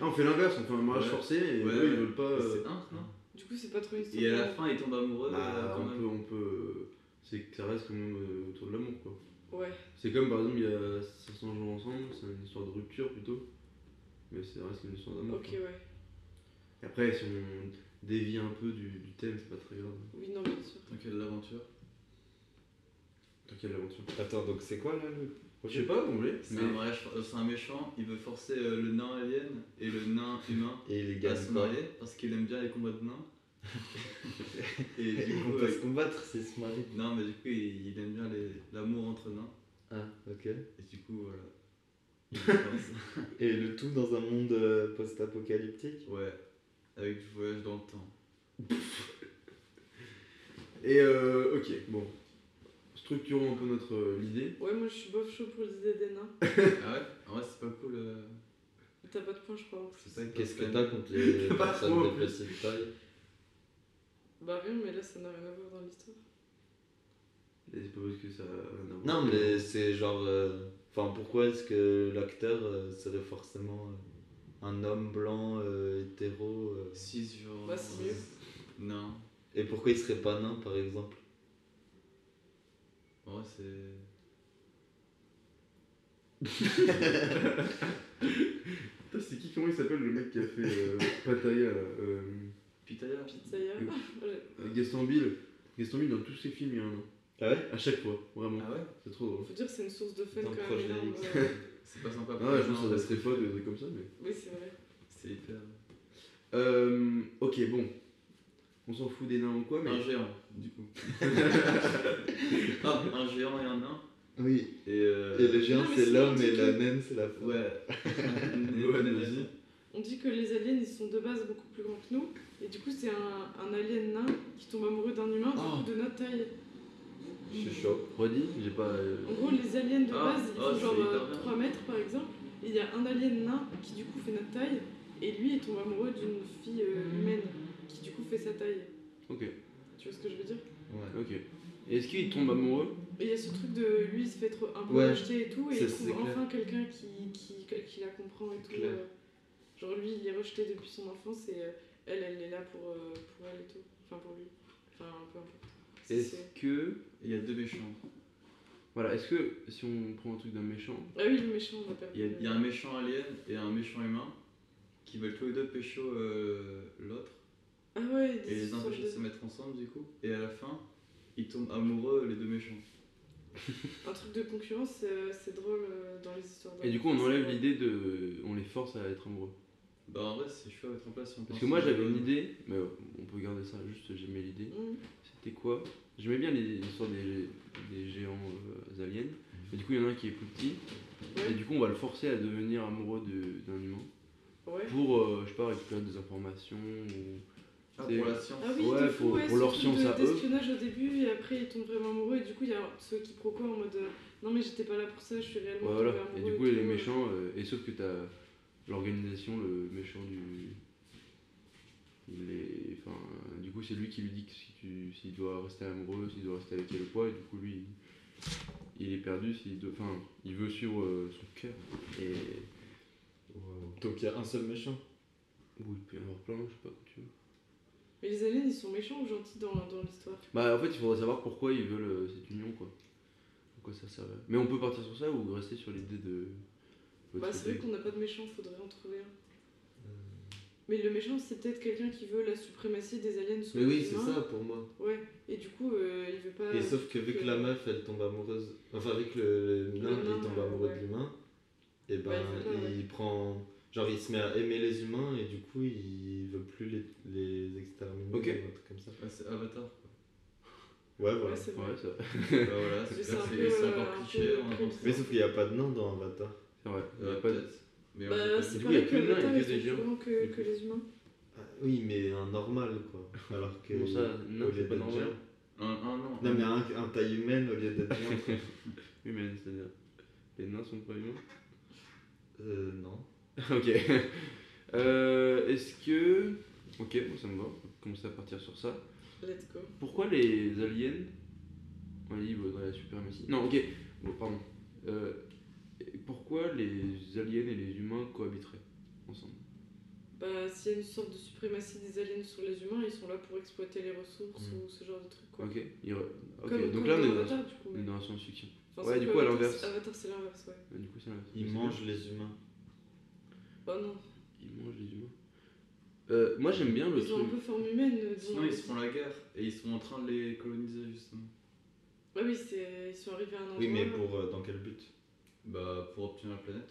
Ah, on fait l'inverse, on fait un mariage Ouais. forcé et Ouais, eux, ouais. ils veulent pas. euh, C'est un, non Du coup, c'est pas trop une histoire. Et à la d'amour. fin, il tombe amoureux euh, bah, quand on même. peut, on peut. C'est que ça reste quand même euh, autour de l'amour quoi. Ouais. C'est comme par exemple, il y a 500 jours ensemble, c'est une histoire de rupture plutôt. Mais ça reste une histoire d'amour. Ok, quoi. ouais. Et Après, si on dévie un peu du, du thème, c'est pas très grave. Oui, non, bien sûr. Tant qu'il y a de l'aventure. Tant qu'il y a de l'aventure. Attends, donc c'est quoi là le. Je sais pas, vous voulez C'est mais... un mariage, euh, c'est un méchant, il veut forcer euh, le nain alien et le nain humain Et les à gars, se quoi marier parce qu'il aime bien les combats *laughs* de nains. et Ils du coup, vont pas euh, se combattre, c'est se marier. non mais du coup, il, il aime bien les- l'amour entre nains. Ah, ok. Et du coup, voilà. *laughs* Il le force. Et le tout dans un monde euh, post-apocalyptique ouais, avec du voyage dans le temps. Et euh, ok, bon. Structurons un peu notre euh, l'idée. Ouais, moi je suis bof chaud pour l'idée des nains. ah ouais En vrai, c'est pas cool. euh, T'as pas de point, je crois. en plus. c'est ça Qu'est-ce que t'as contre *laughs* les Pas personnes trop. dépressives pareil Bah, rien, mais là ça n'a rien à voir dans l'histoire. Et C'est pas parce que ça. a Non, mais c'est genre. euh, Enfin, pourquoi est-ce que l'acteur euh, serait forcément euh, un homme blanc euh, hétéro euh, 6 jours. Bah, c'est mieux. Non. Et pourquoi il serait pas nain par exemple En vrai, c'est. Putain, C'est qui Comment il s'appelle le mec qui a fait euh, *laughs* Pattaya là, euh, Pitaya. Pizzaïa. Oui. Gaston Bill. Gaston Bill, dans tous ses films, il y a un nom. Ah ouais À chaque fois, vraiment. Ah ouais C'est trop drôle. Faut dire que c'est une source de fun Dans quand même hein, Projet énorme. X. ouais. C'est pas sympa. Ah ouais, les je pense que ça nains, doit parce être époque, des trucs comme ça, mais. Oui, c'est vrai. C'est hyper. Euh, ok, bon. On s'en fout des nains ou quoi, mais. Un géant, du coup. *laughs* ah, un géant et un nain. Oui. Et, euh... Et le géant Non, mais c'est c'est l'homme et compliqué. la naine c'est la femme. *laughs* Ouais. Ouais, vas-y. On dit que les aliens ils sont de base beaucoup plus grands que nous. Et du coup, c'est un, un alien nain qui tombe amoureux d'un humain du Oh. coup, de notre taille. Je suis chaud. Redis, j'ai pas. euh, En gros, les aliens de Ah, base ils ah, font c'est genre hyper euh, bien. 3 mètres par exemple. Et il y a un alien nain qui du coup fait notre taille. Et lui il tombe amoureux d'une fille euh, humaine qui du coup fait sa taille. Ok, Tu vois ce que je veux dire Ouais. ok. Et est-ce qu'il tombe amoureux Et il y a ce truc de lui, il se fait trop un peu Ouais. rejeter et tout, et C'est- il c'est trouve clair. enfin quelqu'un qui, qui, qui la comprend et C'est tout. clair. euh, genre lui, il est rejeté depuis son enfance et euh, elle, elle est là pour, euh, pour elle et tout. Enfin, pour lui. Enfin, peu importe. C'est- Est-ce c'est- que. Il y a deux méchants. Voilà, est-ce que si on prend un truc d'un méchant. Ah oui, le méchant, on a perdu. Il y, a, il y a un méchant alien et un méchant humain qui veulent tous les deux pécho euh, l'autre Ah ouais, il et les empêcher de se mettre ensemble, du coup. Et à la fin, ils tombent amoureux, les deux méchants. Un truc de concurrence, euh, c'est drôle euh, dans les histoires. Et du coup, on d'amour. enlève l'idée de. On les force à être amoureux. Bah, en vrai, c'est chaud à mettre en place. si on Parce pense que moi, que- j'avais une idée, mais on peut garder ça, juste j'aimais l'idée. Mmh. C'était quoi J'aimais bien les- l'histoire des, des géants euh, aliens. Mais du coup, il y en a un qui est plus petit. Ouais. Et du coup, on va le forcer à devenir amoureux de- d'un humain. Ouais. Pour, euh, je sais pas, récupérer des informations ou. Ah, pour la science. Ah oui, Ouais, de fou, pour- ouais, pour ce leur truc science de- à eux. d'espionnage au début et après ils tombent vraiment amoureux et du coup il y a ceux qui proquent en mode euh, non mais j'étais pas là pour ça, je suis réellement Ouais, voilà. tombé amoureux. Et du coup, les tout. méchants, euh, et sauf que t'as l'organisation, le méchant du. il est- Enfin, euh, du coup, c'est lui qui lui dit que si tu- s'il doit rester amoureux, s'il doit rester avec elle ou quoi, et du coup, lui, il, il est perdu, s'il doit- enfin, il veut suivre euh, son cœur. Et. Donc il y a un seul méchant. Ou il peut y en avoir plein, je sais pas quand tu veux. Mais les aliens ils sont méchants ou gentils dans, dans l'histoire Bah, en fait, il faudrait savoir pourquoi ils veulent euh, cette union, quoi. Pourquoi ça sert Mais on peut partir sur ça ou rester sur l'idée de. votre Bah c'est vrai idée. qu'on n'a pas de méchant, faudrait en trouver un. Mais le méchant c'est peut-être quelqu'un qui veut la suprématie des aliens sur Mais les oui, c'est humains. ça pour moi. Ouais, et du coup euh, il veut pas. Et sauf que vu que la meuf elle tombe amoureuse, enfin avec le, le nain Le nain, il tombe amoureux ouais. de l'humain, et ben Ouais, il veut pas, il prend. Genre il se met à aimer les humains et du coup il veut plus les, les exterminer Ok. ou un truc comme ça. Ah, *laughs* c'est Avatar. quoi. Ouais, Ouais, voilà. c'est vrai. Ouais, ça. bah, voilà, Mais c'est c'est un c'est- peu, c'est euh, encore hein, un cliché. peu on pris- avance. Mais sauf qu'il n'y a pas de nain dans Avatar. C'est vrai. Il y a Ouais, pas de- peut-être. Mais on sait Bah pas. Du c'est pas coup, il y a que que le nain et l'avatar que ils sont des plus géants. grands que, que les humains. Ah, oui, mais un normal quoi. Alors que. Comment ça, nain, au c'est lieu pas d'être normal géant- Un, un an. Non mais un, un taille humaine au lieu d'être géant. *laughs* quoi. Humaine, c'est-à-dire. Les nains sont pas humains. euh, non. *laughs* ok. *laughs* Euh, Est-ce que. Ok, bon, ça me va. On va commencer à partir sur ça. Let's go. Pourquoi les aliens. On a dit, ils voudraient la suprématie. Non, ok. Bon, pardon. Euh, Et pourquoi les aliens et les humains cohabiteraient ensemble Bah, s'il y a une sorte de suprématie des aliens sur les humains, ils sont là pour exploiter les ressources Mhm. ou ce genre de trucs quoi. Mm. Ok, il re- ok, Comme- donc comme là on dans est dans, Avatar, du coup. on mais- est dans la science-fiction. Enfin, Ouais, sauf du que coup, à Avatar, l'inverse. Avatar, c'est l'inverse, ouais. Ah, du coup, c'est l'inverse. Mais Ils c'est mangent les humains. Bah, non. bien. Ils mangent les humains. Euh, moi j'aime bien le Ils ont un truc. peu forme humaine, euh, disons. Sinon, ils se font la guerre et ils sont en train de les coloniser, justement. Ouais, Ah oui, c'est- ils sont arrivés à un endroit. Oui, mais pour euh, dans quel but Bah, pour obtenir la planète.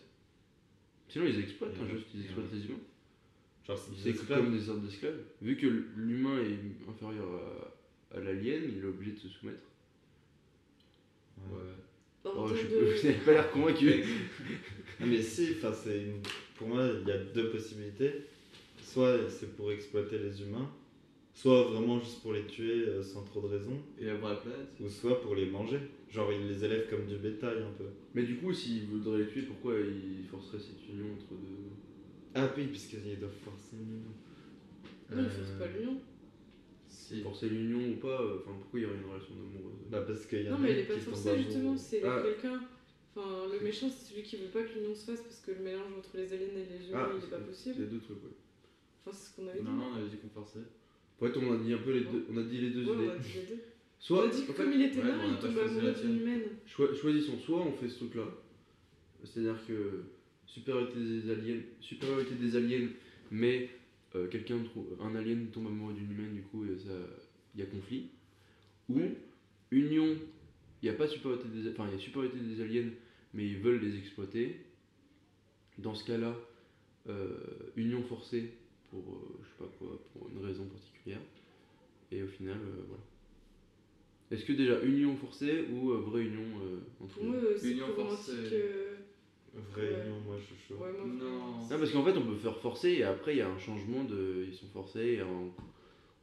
Sinon ils exploitent, hein, Et juste ils et exploitent les humains. Genre, c'est des C'est esclaves. comme des sortes d'esclaves. Vu que l'humain est inférieur à, à l'alien, il est obligé de se soumettre. Ouais. Ouais. Dans le Oh, terme je- de- *laughs* Vous n'avez pas l'air convaincu. Ah, mais si, enfin, c'est une- pour moi, il y a deux possibilités. Soit c'est pour exploiter les humains, soit vraiment juste pour les tuer euh, sans trop de raison, Et avoir la planète. ou soit pour les manger. Genre, ils les élèvent comme du bétail un peu. Mais du coup, s'ils voudraient les tuer, pourquoi ils forceraient cette union entre deux Ah oui, puisqu'ils doivent forcément. Non, ils forcent Euh, pas l'union. Si. Forcer l'union ou pas euh, Enfin, pourquoi il y aurait une relation euh, d'amoureuse Bah, parce qu'il y en a Non, mais elle qui est pas tombent forcée, amoureux. justement. C'est Ah. quelqu'un. Enfin, le méchant, c'est celui qui veut pas que l'union se fasse parce que le mélange entre les aliens et les humains, il est pas Il y possible. a deux trucs, ouais. Enfin, c'est ce qu'on avait dit. Non, non, on avait dit qu'on forçait. En fait, on a dit un peu les deux, on a dit les deux Ouais, idées. on a dit les deux. On Soit, a dit que en fait, comme il était ouais, là, mais on a il pas tombe choisi la amoureux d'une tienne. humaine. choi- choisissons, soit on fait ce truc-là, c'est-à-dire que supériorité des aliens, supériorité des aliens, mais euh, quelqu'un trouve, un alien tombe amoureux d'une humaine, du coup, et ça, il y a conflit. Ou union, il n'y a pas supériorité des, enfin, il y a supériorité des aliens, mais ils veulent les exploiter. Dans ce cas-là, euh, union forcée pour, euh, je sais pas quoi, pour une raison particulière. Et au final, euh, voilà. Est-ce que déjà union forcée ou euh, vraie union euh, entre Pour humains moi, euh, c'est plus Union romantique. forcée. euh, Vraie Ouais. union, moi je suis chaud. Ouais, moi, Non. vraiment. Non, parce qu'en fait, on peut faire forcer et après, il y a un changement de. Ils sont forcés et en,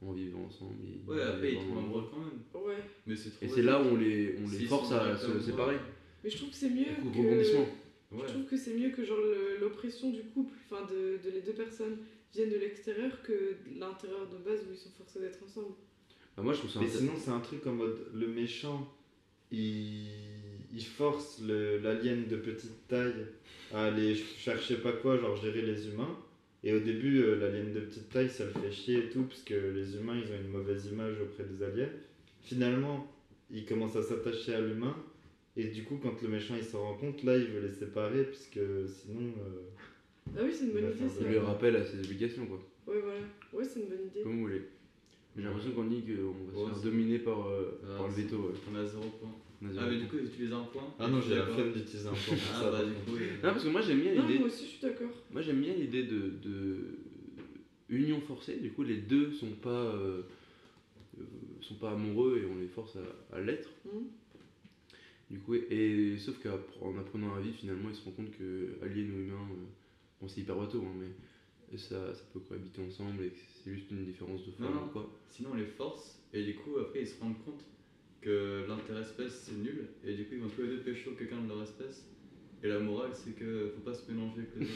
en vivant ensemble. ils- Ouais, après, ils vivent tombent en- amoureux quand même. Ouais. Mais c'est trop. Et c'est là où on les, on les S'ils force sont à directement se séparer. Mais je trouve que c'est mieux. Au que- rebondissement. Ouais. Je trouve que c'est mieux que genre le- l'oppression du couple, enfin de, de les deux personnes viennent de l'extérieur que de l'intérieur de base où ils sont forcés d'être ensemble. Bah, moi, je trouve ça Mais intéressant. sinon, c'est un truc en mode le méchant, il, il force le- l'alien de petite taille à aller ch- chercher pas quoi, genre gérer les humains. Et au début, euh, l'alien de petite taille, ça le fait chier et tout, parce que les humains, ils ont une mauvaise image auprès des aliens. Finalement, il commence à s'attacher à l'humain. Et du coup, quand le méchant il s'en rend compte, là, il veut les séparer, parce que sinon. euh, Ah oui, c'est une bonne Bah, idée ça ça. Ça lui rappelle à ses obligations, quoi. Ouais, voilà. Ouais, c'est une bonne idée. Comme vous voulez. J'ai l'impression qu'on dit qu'on va se Ouais, faire c'est- dominer par, euh, Ah, par le c'est- veto. ouais. On a 0 point. On a Ah, zéro mais point. du coup, ils utilisent un point. Ah non, j'ai la D'accord. flemme *laughs* d'utiliser un plan pour ça. Ah, bah, par du contre. coup. Non, parce que moi j'aime bien Non, l'idée. moi aussi je suis d'accord. Moi j'aime bien l'idée de, de union forcée. Du coup, les deux sont pas euh, euh, sont pas amoureux et on les force à, à l'être. Mhm. Du coup, et, et- sauf qu'en apprenant à vivre, finalement, ils se rendent compte que alien ou humain, euh, bon c'est hyper bateau, hein, mais ça, ça peut cohabiter ensemble et que c'est juste une différence de forme Non, ou *laughs* quoi. Sinon, on les force, et du coup, après, ils se rendent compte que l'interespèce c'est nul, et du coup, ils vont tous les deux pécho quelqu'un de leur espèce. Et la morale, c'est que faut pas se mélanger avec les autres.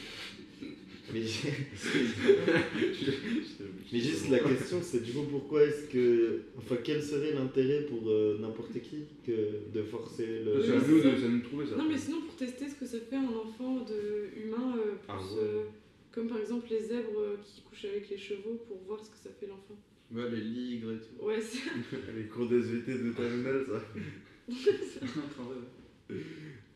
Mais- Mais Mais juste la question, c'est du coup pourquoi est-ce que. Enfin, quel serait l'intérêt pour euh, n'importe qui que de forcer le. Euh, c'est à nous de ça nous trouver ça. Non, mais sinon pour tester ce que ça fait un enfant de humain, euh, plus, Ah ouais. euh, comme par exemple les zèbres euh, qui couchent avec les chevaux pour voir ce que ça fait l'enfant. Ouais, les ligres et *laughs* tout. Ouais, c'est les cours de SVT de terminale, ça.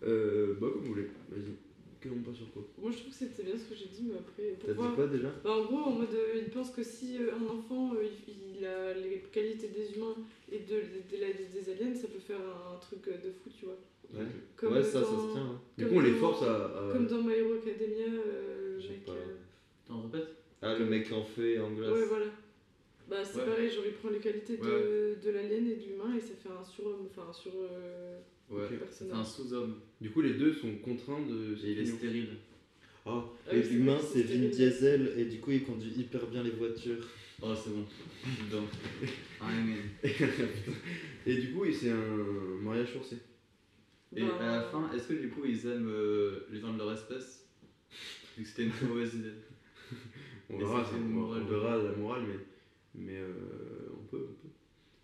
Euh, bah comme vous voulez, vas-y. Que l'on passe sur quoi Moi je trouve que c'était bien ce que j'ai dit, mais après. T'as pour voir- dit quoi déjà Bah, en gros, en mode, euh, il pense que si euh, un enfant euh, il, il a les qualités des humains et de, de la- des aliens, ça peut faire un truc euh, de fou, tu vois. Ouais, Comme Ouais, ça, ça dans, se tient. hein. Du Comme coup, on les dans- force à. à- Comme dans My Hero Academia, euh, le J'ai mec. pas- euh, T'en répètes Ah, le mec en feu et en glace. Ouais, voilà. Bah, c'est Ouais. pareil, genre il prend les qualités de, de l'alien et de l'humain et ça fait un surhomme, enfin un sur. euh, Ouais, Ok. c'est un sous-homme, Du coup, les deux sont contraints de. et il est stérile. Oh, Ah oui, et c'est l'humain, vrai que c'est c'est Vin stérile. Diesel et du coup, il conduit hyper bien les voitures. Oh, c'est bon, je suis dedans. Amen. Et du coup, et c'est un mariage forcé. Et bah, à la fin, est-ce que du coup, ils aiment euh, les gens de leur espèce Vu que c'était une très mauvaise idée. On Mais verra, ça, ça, c'est une on, morale. on verra la morale, mais. Mais euh, on, peut, on peut.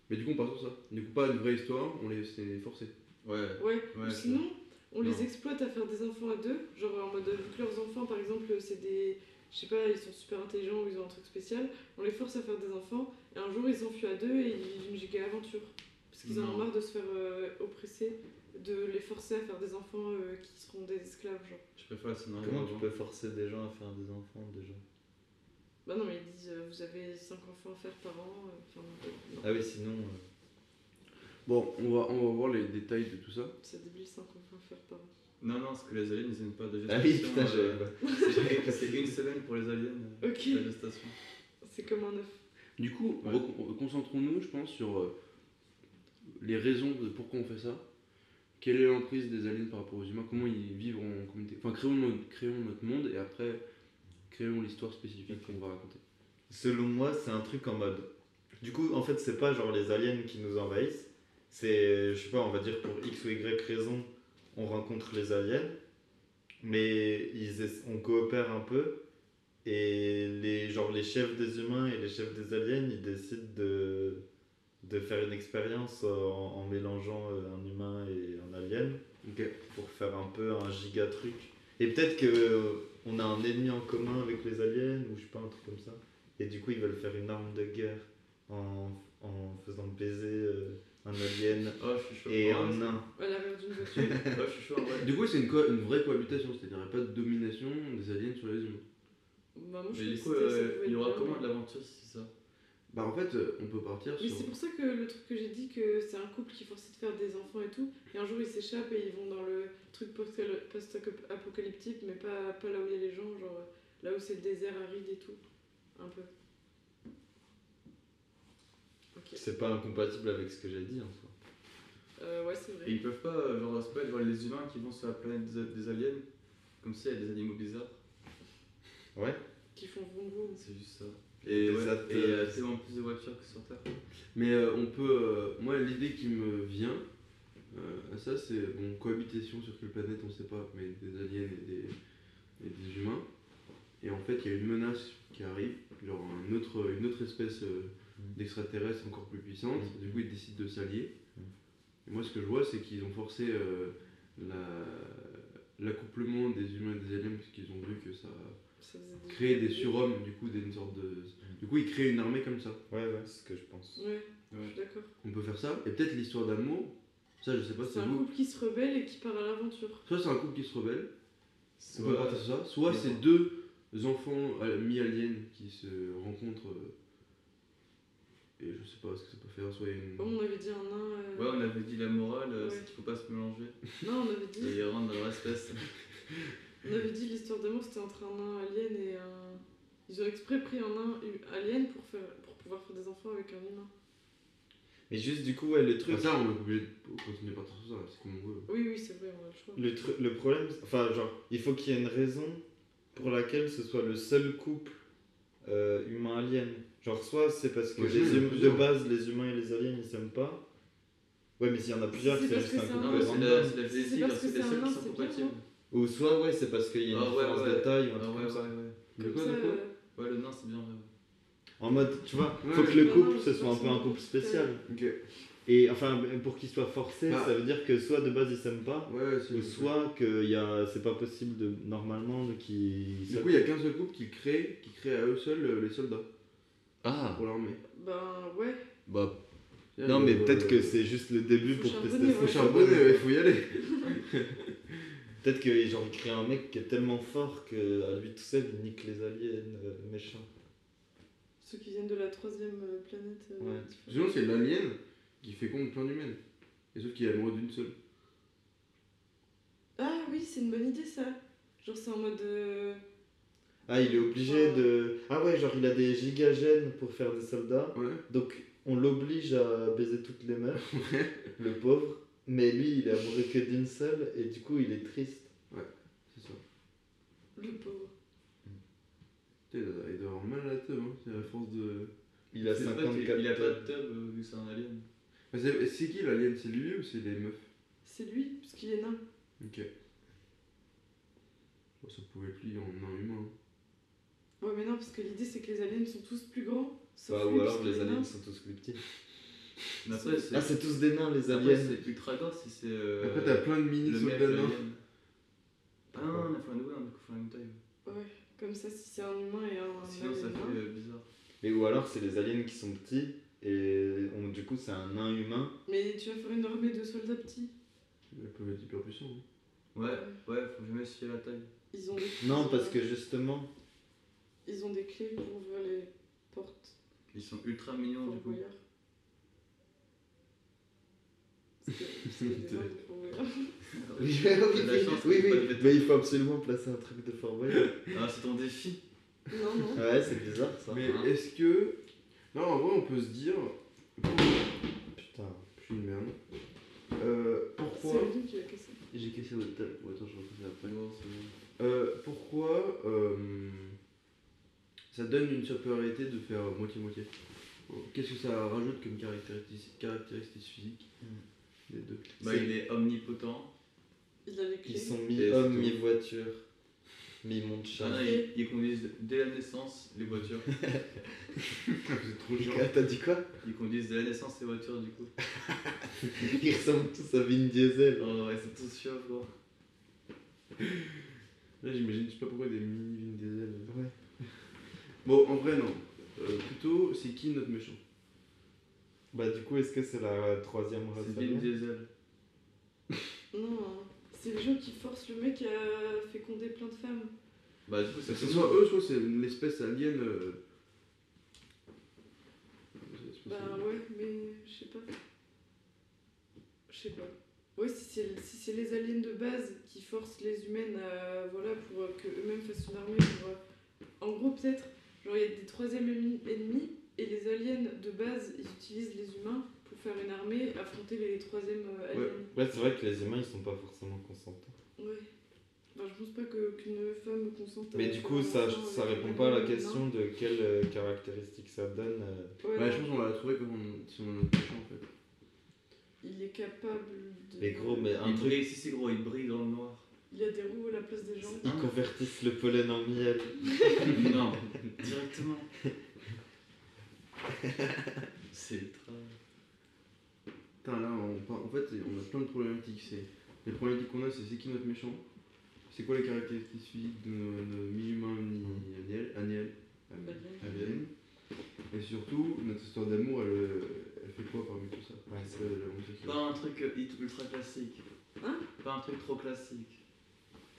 Mais du coup, on part sur ça. Du coup, pas une vraie histoire, on les c'est forcé. Ouais, Ouais, ouais. Ou sinon, on les exploite à faire des enfants à deux, genre en mode vu que leurs enfants par exemple c'est des je sais pas, ils sont super intelligents ou ils ont un truc spécial, on les force à faire des enfants et un jour ils s'enfuient à deux et ils vivent une giga aventure parce qu'ils en ont Non. marre de se faire euh, oppresser, de les forcer à faire des enfants euh, qui seront des esclaves genre. Je préfère le scénario. Comment tu avant. peux forcer des gens à faire des enfants déjà Bah non mais ils disent euh, vous avez cinq enfants à faire par an, euh, enfin non, Ah oui, sinon. euh, Bon, on va, on va voir les détails de tout ça. ça débile cinq enfants à faire par an. Non, non, parce que les aliens ils n'aiment pas de gestation. Ah oui, putain, euh, j'avais pas. c'est- C'est une semaine pour les aliens, euh, Ok, la gestation. c'est comme un œuf. Du coup, Ouais. recon- euh, concentrons-nous, je pense, sur euh, les raisons de pourquoi on fait ça. Quelle est l'emprise des aliens par rapport aux humains Comment ils vivent en communauté Enfin, créons notre, créons notre monde et après, créons l'histoire spécifique Ok. qu'on va raconter. Selon moi, c'est un truc en mode. Du coup, en fait, c'est pas genre les aliens qui nous envahissent. C'est, je sais pas, on va dire pour X ou Y raison, on rencontre les aliens. Mais ils ess- on coopère un peu. Et les, genre, les chefs des humains et les chefs des aliens, ils décident de, de faire une expérience en, en mélangeant euh, un humain et un alien Ok. pour faire un peu un giga truc. Et peut-être que euh, on a un ennemi en commun avec les aliens ou je sais pas un truc comme ça. Et du coup ils veulent faire une arme de guerre en, en faisant baiser euh, un alien Oh, je suis chaud. et Ouais, un c'est- nain. À l'arrière d'une voiture. Ouais, je suis chaud, ouais. Du coup, c'est une, co- une vraie cohabitation, c'est-à-dire il n'y a pas de domination des aliens sur les humains. Bah, moi, je Mais trouve du que coup, c'était- ça euh, pouvait il y être aura bien, comment mais- de l'aventure si c'est ça Bah, en fait, euh, on peut partir Mais sur. c'est pour ça que le truc que j'ai dit, que c'est un couple qui est forcé de faire des enfants et tout, et un jour ils s'échappent et ils vont dans le truc post- post-apocalyptique, mais pas, pas là où il y a les gens, genre là où c'est le désert aride et tout. Un peu. Ok. C'est pas incompatible avec ce que j'ai dit en soi. Euh, ouais, c'est vrai. Et ils peuvent pas, euh, genre, se battre voir les humains qui vont sur la planète des, des aliens, comme s'il y a des animaux bizarres. Qui font vroom vroom. C'est juste ça. Et Des ouais, athées. et euh, il y a tellement plus de voitures que sur Terre. Mais euh, on peut. euh, moi, l'idée qui me vient euh, à ça, c'est bon, cohabitation sur quelle planète, on sait pas, mais des aliens et des, et des humains. Et en fait, il y a une menace qui arrive, genre un autre, une autre espèce euh, Mhm. d'extraterrestres encore plus puissante. Mhm. Du coup, ils décident de s'allier. Mhm. Et moi, ce que je vois, c'est qu'ils ont forcé euh, la- l'accouplement des humains et des aliens, parce qu'ils ont vu que ça Ça faisait créait des surhommes, du coup, des, une sorte de. Du coup, ils créent une armée comme ça. Ouais ouais c'est ce que je pense. Ouais, je Ouais. suis d'accord. On peut faire ça. Et peut-être l'histoire d'amour. Ça, je sais pas, C'est c'est un vous. couple qui se rebelle et qui part à l'aventure. Soit c'est un couple qui se rebelle. On peut Soit- partir sur ça. Soit c'est deux enfants euh, mi-aliens qui se rencontrent. euh, et je sais pas ce que ça peut faire. Soit il y a Comme une. Oh, on avait dit un nain. euh, Mm. Ouais, on avait dit la morale, euh, Ouais. c'est qu'il faut pas se mélanger Non, on avait dit. et rendre dans leur espèce. On avait dit l'histoire d'amour c'était entre un nain alien et un. Ils ont exprès pris un nain alien pour, faire... pour pouvoir faire des enfants avec un humain. Mais juste du coup ouais le Enfin, truc. ça, on est obligé de continuer à partir sur ça. hein, C'est comme on veut. Oui, oui, c'est vrai, on a le choix. Le, tru- le problème, c'est- enfin, genre, il faut qu'il y ait une raison pour laquelle ce soit le seul couple euh, humain-alien. Genre, soit c'est parce que Ouais, les il y en a hum- de plusieurs. base, les humains et les aliens ils s'aiment pas. Ouais, mais s'il y en a plusieurs, C'est c'est parce juste que un c'est couple un Non, mais c'est random. la, c'est la Ah C'est génétique, parce alors c'est que les c'est un seuls qui nain, sont c'est bien, compatibles. Ou soit, ouais, c'est parce qu'il y a une Ah, ouais, différence ouais. de taille ou un Ah truc ouais, ouais, comme ça. ouais. De Comme quoi, ça, de quoi euh, Ouais, le nain, c'est bien vrai. En mode, tu vois, Ouais, faut que ouais. le Bah non, couple, mais ce c'est soit un parce peu que un le couple couple, spécial. Ok. Ouais, Et enfin, pour qu'il soit forcé, Bah. ça veut dire que soit de base ils s'aiment pas, Ouais, c'est. ou soit que y a... c'est pas possible de... normalement de qu'ils. Du coup, il y a qu'un seul couple qui crée, qui crée à eux seuls euh, les soldats Ah! pour l'armée. Ben ouais. Bah, C'est-à-dire, Non, mais euh, peut-être que c'est juste le début Faut pour charbonner, tester ça. Faut charbonner, il faut y aller. Peut-être que genre ils créent un mec qui est tellement fort que à lui tout seul il nique les aliens euh, méchants. Ceux qui viennent de la troisième euh, planète. euh, Ouais. différente. Sinon, c'est l'alien qui féconde plein d'humaines. Et sauf qu'il est amoureux d'une seule. Ah oui, c'est une bonne idée ça. Genre c'est en mode. euh, Ah, il est obligé de. Ah ouais, genre il a des gigagènes pour faire des soldats. Ouais. Donc on l'oblige à baiser toutes les meufs, le pauvre. Mais lui il est amoureux que d'une seule et du coup il est triste. C'est ça. Le pauvre. Putain, il doit- il doit avoir mal à la teub, hein. C'est à force de. Il a Bah, C'est pas 54 qu'il- Il a pas têtes. de tub euh, vu que c'est un alien. Mais C'est c'est qui l'alien C'est lui ou c'est les meufs C'est lui, parce qu'il est nain. Ok. Bon, Oh, ça pouvait être lui en un humain. hein. Ouais, mais non, parce que l'idée c'est que les aliens sont tous plus grands. Sauf Bah, lui, ou alors parce qu'il les est nain. aliens sont tous plus petits. Mais après, c'est Ah, c'est tous des nains, les après, aliens. c'est ultra gore si c'est. euh, Après, t'as plein de le mini mec, soldats nains. l'alien. Ah non, non, il faut un nouveau, hein, du coup, faut un new type. Ouais, comme ça, si c'est un humain et un. Sinon, ça alien fait humain. euh, bizarre. Mais ou alors, c'est les aliens qui sont petits et on- du coup, c'est un nain humain. Mais tu vas faire une armée de soldats petits. Ils peuvent être hyper puissants. hein. Ouais, ouais, faut jamais se fier à la taille. Ils ont des... ils Non, ont- parce que justement, Ils ont des clés pour ouvrir les portes. Ils sont ultra mignons, Pour du coup. voyeur. Parce que- parce que des gens, pour voyeur. Oui, T'as de la chance, oui, t'as pas oui. de vêtements. Mais il faut absolument placer un truc de Fort Boyard. Ah, c'est ton défi. Non, non. *laughs* Ouais, c'est bizarre ça. Mais est-ce que. Non, en vrai, on peut se dire. Putain. Je suis une merde. Euh, C'est pourquoi. Elodie qui l'a cassé. J'ai cassé votre table. Bon, attends, je refais ça après. Bon, c'est bon. Euh, pourquoi. euh, Ça donne une supériorité de faire moitié-moitié Qu'est-ce que ça rajoute comme caractéristique, caractéristique physique des deux Bah, il est omnipotent. Il a les Ils clés. sont Et mi-homme, c'est tout. mi-voiture, mi-monte-chat. Ah, non, ils, ils conduisent dès la naissance les voitures. C'est trop chiant. Ah, T'as dit quoi Ils conduisent dès la naissance les voitures, du coup. *laughs* Ils ressemblent tous à Vin Diesel. Oh, ouais, c'est tout chiant, gros. Là, j'imagine, je sais pas pourquoi des mini Vin Diesel. Ouais. Bon, en vrai, non. Euh, plutôt, c'est qui notre méchant Bah du coup, est-ce que c'est la troisième race C'est Vin alien Diesel. Non, hein. c'est les gens qui forcent le mec à féconder plein de femmes. Bah, du coup, c'est C'est tout. soit eux, soit c'est l'espèce alien. euh, Bah ouais, mais je sais pas. Je sais pas. Ouais, si c'est si c'est les aliens de base qui forcent les humaines à, voilà, pour euh, que eux-mêmes fassent une armée. pour, euh, en gros, peut-être, genre il y a des troisièmes ennemis, ennemis, et les aliens de base, ils utilisent les humains pour faire une armée, affronter les troisièmes euh, aliens. Ouais, c'est vrai que les humains, ils sont pas forcément consentants. Ouais. Enfin, je pense pas que- qu'une femme consente. à Mais du faire coup, un ça, enfant ça avec répond un pas à la humain. question de quelles euh, caractéristiques ça donne. euh. Ouais, Ouais, non, je pense qu'on va la trouver comme on, si on a notre méchant en fait. Il est capable de. Mais gros, mais un Il truc, brille, si c'est gros, il brille dans le *laughs* noir. Il a des roues à la place des jambes. ils convertissent le pollen en miel. non, directement. *laughs* C'est ultra. Putain, là, on, par- en fait, c'est- on a plein de problématiques. C'est... Les problématiques qu'on a, c'est c'est qui notre méchant C'est quoi les caractéristiques physiques de nos, nos mi-humains, mi-aliens aliens- aliens Et surtout, notre histoire d'amour, elle, elle fait quoi parmi tout ça Ouais, C'est quoi, la homosexualité Pas un truc euh, hit ultra classique. Hein Pas un truc trop classique.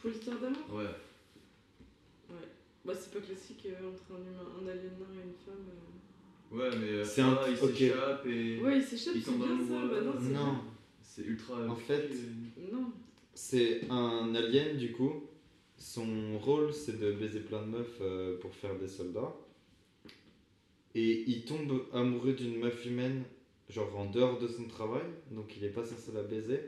Pour l'histoire d'amour Ouais. Bah, c'est pas classique euh, entre un humain, un alien nain et une femme. euh. Ouais, mais euh, C'est un- ça, il ok. s'échappe et. Ouais, ils s'échappent, Ils c'est sont dans bien le ça. bois. Bah, non, c'est Non, C'est ultra. En fait, bien. Non. c'est un alien du coup. Son rôle, c'est de baiser plein de meufs euh, pour faire des soldats. Et il tombe amoureux d'une meuf humaine, genre en dehors de son travail, donc il est pas censé la baiser.